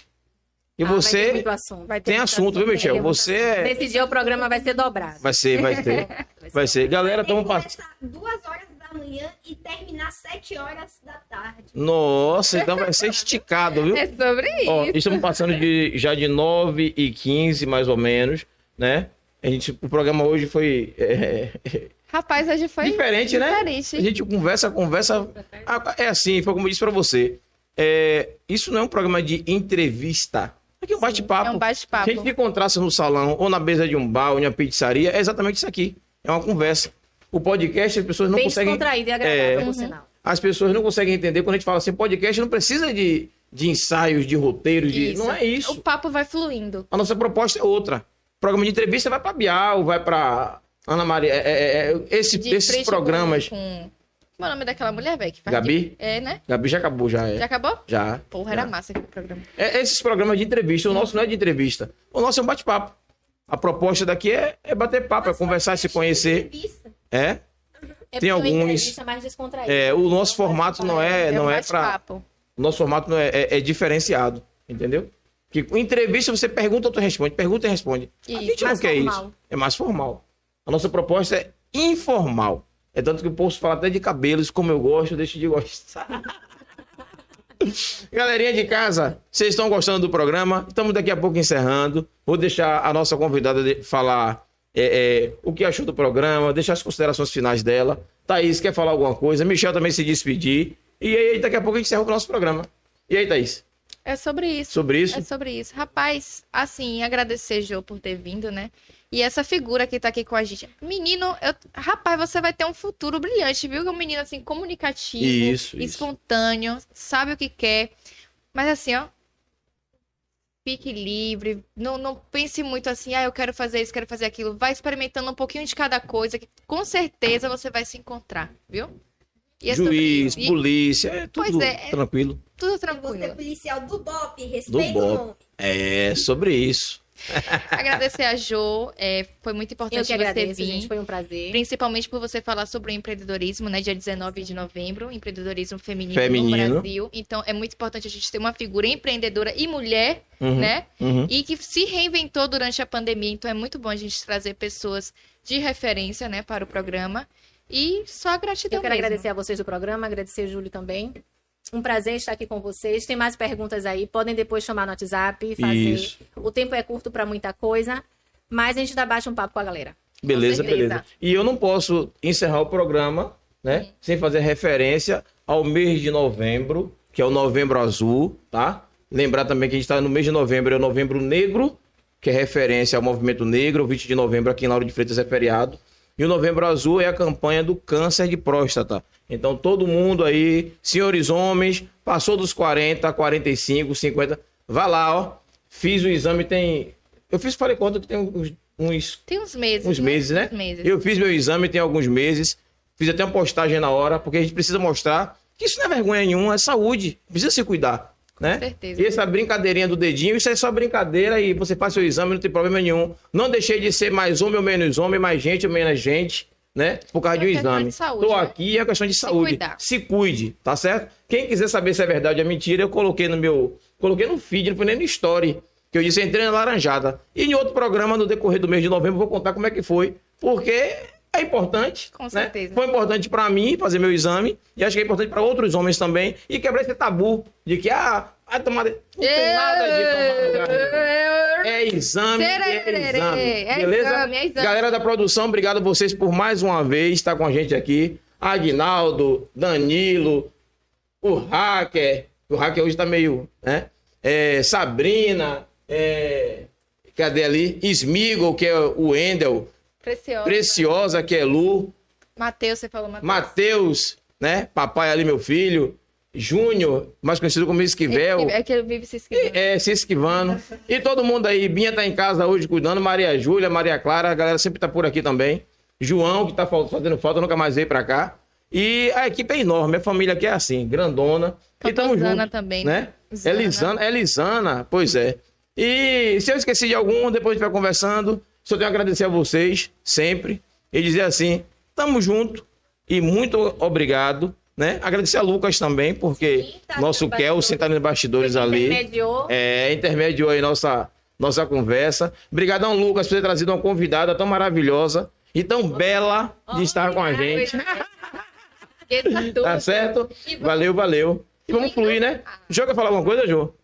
Speaker 1: E
Speaker 3: Ah, Vai ter
Speaker 1: você
Speaker 3: muito assunto.
Speaker 4: Vai ter
Speaker 1: tem
Speaker 4: muita-
Speaker 1: assunto, viu, Michel? Você é-
Speaker 3: Nesse dia o programa vai ser dobrado.
Speaker 1: vai ser, vai ter, vai ser. Galera,
Speaker 5: Tem que
Speaker 1: estamos passando.
Speaker 5: começar duas horas da manhã e terminar sete horas da tarde.
Speaker 1: Nossa, então vai ser esticado, viu?
Speaker 4: É sobre
Speaker 1: Ó,
Speaker 4: isso.
Speaker 1: estamos passando de, já de 9 e 15, mais ou menos, né? A gente, o programa hoje foi é,
Speaker 4: Rapaz, hoje foi
Speaker 1: diferente, né?
Speaker 4: diferente.
Speaker 1: A gente conversa, conversa. Ah, É assim, foi como eu disse pra você. É, isso não é um programa de entrevista. Aqui é um bate-papo.
Speaker 4: É um
Speaker 1: Se a
Speaker 4: bate-papo.
Speaker 1: gente encontrasse no salão, ou na mesa de um bar, ou em uma pizzaria, é exatamente isso aqui. É uma conversa. O podcast, as pessoas não
Speaker 3: Bem
Speaker 1: conseguem.
Speaker 3: descontraído e agradável,
Speaker 1: É.
Speaker 3: por sinal.
Speaker 1: As pessoas não conseguem entender quando a gente fala assim, podcast não precisa de, de ensaios, de roteiros, de.
Speaker 4: Isso.
Speaker 1: Não é isso.
Speaker 4: O papo vai fluindo.
Speaker 1: A nossa proposta é outra. Programa de entrevista vai para Bial, vai para Ana Maria. é, é, é, esse-
Speaker 4: De
Speaker 1: esses
Speaker 4: frente
Speaker 1: programas.
Speaker 4: Com, com... Como é o nome daquela mulher, velho? que faz-
Speaker 1: Gabi?
Speaker 4: É, né?
Speaker 1: Gabi já acabou, já é.
Speaker 4: Já acabou?
Speaker 1: Já.
Speaker 4: Porra, era massa aquele programa.
Speaker 1: É, esses programas de entrevista, o nosso não é de entrevista. O nosso é um bate-papo. A proposta daqui é, é bater papo, é conversar, se conhecer.
Speaker 5: Entrevista.
Speaker 1: É.
Speaker 3: É
Speaker 1: Tem
Speaker 3: porque uma
Speaker 1: alguns-
Speaker 3: entrevista mais descontraída.
Speaker 1: É, o nosso formato não é, não
Speaker 4: um
Speaker 1: é para
Speaker 4: bate-papo.
Speaker 1: o nosso formato não é, é- é diferenciado, entendeu? Que com entrevista você pergunta, outro responde, pergunta e responde. A
Speaker 4: Isso,
Speaker 1: gente não
Speaker 3: mais
Speaker 1: quer
Speaker 3: formal.
Speaker 1: isso. É mais formal. A nossa proposta é informal. É tanto que eu posso falar até de cabelos, como eu gosto, eu deixo de gostar. Galerinha de casa, vocês estão gostando do programa? Estamos daqui a pouco encerrando. Vou deixar a nossa convidada de- falar é, é, o que achou do programa, deixar as considerações finais dela. Thaís, quer falar alguma coisa? Michel também se despedir. E aí, daqui a pouco a gente encerra o nosso programa. E aí, Thaís,
Speaker 4: É sobre isso.
Speaker 1: sobre isso?
Speaker 4: É
Speaker 3: Assim,
Speaker 4: sobre isso. Rapaz, assim, agradecer, Jô, por ter vindo, né? E essa figura que tá aqui com a gente. Menino, eu- rapaz, você vai ter um futuro brilhante, viu? É um menino, assim, comunicativo,
Speaker 1: Isso, isso.
Speaker 4: espontâneo, sabe o que quer. Mas assim, ó, fique livre. Não, não pense muito assim, ah, eu quero fazer isso, quero fazer aquilo. Vai experimentando um pouquinho de cada coisa, que com certeza você vai se encontrar, viu? E é sobre
Speaker 1: Juiz,
Speaker 4: isso. E
Speaker 1: polícia, é
Speaker 4: Pois
Speaker 1: tudo
Speaker 4: é, é-
Speaker 1: tranquilo.
Speaker 4: tudo
Speaker 5: E Você é
Speaker 4: tranquilo.
Speaker 5: policial do BOP, respeita
Speaker 1: BOPE.
Speaker 5: o nome.
Speaker 1: É sobre isso.
Speaker 4: Agradecer a Jo, é, foi muito
Speaker 3: Eu
Speaker 4: importante
Speaker 3: que
Speaker 4: você
Speaker 3: agradeço,
Speaker 4: vir.
Speaker 3: gente. Foi um prazer.
Speaker 4: Principalmente por você falar sobre o empreendedorismo, né? Dia 19 de novembro, empreendedorismo feminino,
Speaker 1: Feminino.
Speaker 4: no Brasil. Então, é muito importante a gente ter uma figura empreendedora e mulher,
Speaker 1: Uhum,
Speaker 4: né?
Speaker 1: uhum.
Speaker 4: E que se reinventou durante a pandemia. Então, é muito bom a gente trazer pessoas de referência, né, para o programa. E só gratidão
Speaker 3: Eu quero
Speaker 4: mesmo.
Speaker 3: agradecer a vocês do programa, agradecer Júlio também. Um prazer estar aqui com vocês. Tem mais perguntas aí, podem depois chamar no WhatsApp, fazer.
Speaker 1: Isso.
Speaker 3: O tempo é curto para muita coisa, mas a gente dá bate um papo com a galera.
Speaker 1: Beleza,
Speaker 4: certeza.
Speaker 1: beleza. E eu não posso encerrar o programa, né? Sem fazer referência ao mês de novembro, que é o novembro azul, tá? Lembrar também que a gente está no mês de novembro, é o novembro negro, que é referência ao movimento negro. O 20 de novembro aqui em Lauro de Freitas é feriado. E o novembro azul é a campanha do câncer de próstata. Então todo mundo aí, senhores homens, passou dos 40, 45, 50, vá lá, ó. Fiz o exame, tem. Eu fiz, falei conta que tem uns- uns
Speaker 4: Tem uns meses.
Speaker 1: Uns meses, né?
Speaker 4: Uns meses.
Speaker 1: eu fiz meu exame tem alguns meses, fiz até uma postagem na hora, porque a gente precisa mostrar que isso não é vergonha nenhuma, é saúde, precisa se cuidar, né?
Speaker 4: certeza.
Speaker 1: E essa brincadeirinha do dedinho, isso é só brincadeira e você faz seu exame, não tem problema nenhum. Não deixei de ser mais homem ou menos homem, mais gente ou menos gente, né? Por causa
Speaker 4: É
Speaker 1: de um
Speaker 4: questão de
Speaker 1: exame.
Speaker 4: saúde,
Speaker 1: Tô
Speaker 4: né?
Speaker 1: aqui, é questão de saúde.
Speaker 4: cuidar.
Speaker 1: Se cuide, tá certo? Quem quiser saber se é verdade ou é mentira, eu coloquei no meu. Coloquei no feed, não foi nem no story. Que eu disse, entrei na laranjada. E em outro programa, no decorrer do mês de novembro, eu vou contar como é que foi. Porque é importante.
Speaker 4: Com
Speaker 1: né?
Speaker 4: certeza.
Speaker 1: Foi importante pra mim fazer meu exame. E acho que é importante pra outros homens também. E quebrar esse tabu de que, ah, a tomada. Não tem nada de tomada. É exame, é
Speaker 4: Tererê,
Speaker 1: exame.
Speaker 4: é
Speaker 1: beleza?
Speaker 4: exame, é exame.
Speaker 1: Galera da produção, obrigado a vocês por mais uma vez estar com a gente aqui. Agnaldo, Danilo, o Hacker. O Hacker hoje tá meio, né? É, Sabrina, é, cadê ali? Smigol, que é o Endel,
Speaker 4: Preciosa.
Speaker 1: Preciosa, que é Lu,
Speaker 4: Matheus, você falou Matheus.
Speaker 1: Matheus, né? Papai ali, meu filho, Júnior, mais conhecido como Esquivel.
Speaker 4: É que ele vive se esquivando.
Speaker 1: É, se esquivando. E todo mundo aí, Binha tá em casa hoje cuidando, Maria Júlia, Maria Clara, a galera sempre tá por aqui também. João, que tá fal- fazendo falta, nunca mais veio pra cá. E a equipe é enorme, a família aqui é assim, grandona. e tamo
Speaker 4: Tá Zana
Speaker 1: junto,
Speaker 4: também.
Speaker 1: né?
Speaker 4: Zana.
Speaker 1: Elisana, Elisana, pois é. E se eu esqueci de algum, depois a gente vai conversando. Só tenho a agradecer a vocês, sempre, e dizer assim, tamo junto e muito obrigado, né? Agradecer a Lucas também, porque
Speaker 3: Sim, tá
Speaker 1: nosso
Speaker 3: nos
Speaker 1: Kelsen tá nos bastidores ali.
Speaker 3: Intermediou.
Speaker 1: É, intermediou aí nossa, nossa conversa. Obrigadão, Lucas, por ter trazido uma convidada tão maravilhosa e tão bela de estar com a gente.
Speaker 3: Esqueça tudo.
Speaker 1: Tá certo?
Speaker 3: E vamos-
Speaker 1: Valeu, valeu. E vamos fluir, né? Jô, quer falar alguma coisa, Jô?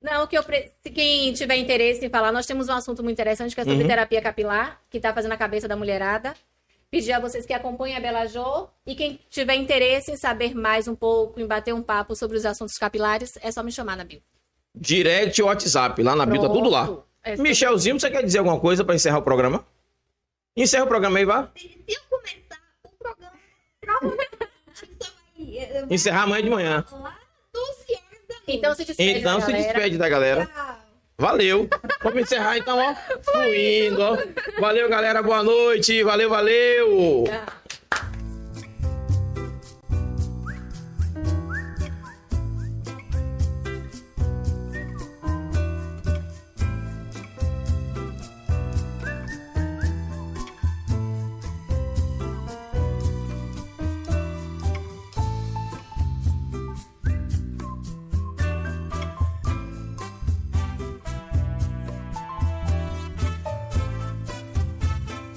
Speaker 3: Não, que eu pre- se quem tiver interesse em falar, nós temos um assunto muito interessante que é sobre
Speaker 1: Uhum.
Speaker 3: terapia capilar, que está fazendo a cabeça da mulherada. Pedir a vocês que acompanhem a Bela Jô e quem tiver interesse em saber mais um pouco, em bater um papo sobre os assuntos capilares, é só me chamar na bio.
Speaker 1: Direct e WhatsApp, lá na Bio, tá tudo lá.
Speaker 3: Pronto.
Speaker 4: É,
Speaker 1: Michelzinho, você quer dizer alguma coisa pra encerrar o programa? Encerra o programa aí, vá.
Speaker 5: Se eu começar o programa, provavelmente só vai- eh, vai
Speaker 1: Encerrar amanhã de manhã.
Speaker 5: lá 12 horas da noite.
Speaker 3: Então se despede,
Speaker 1: Então se
Speaker 3: galera.
Speaker 1: despede da galera.
Speaker 5: Tchau.
Speaker 1: Valeu. Vamos encerrar então, ó. Fluindo, ó. Valeu, galera. Boa noite. Valeu, valeu.
Speaker 3: Tchau.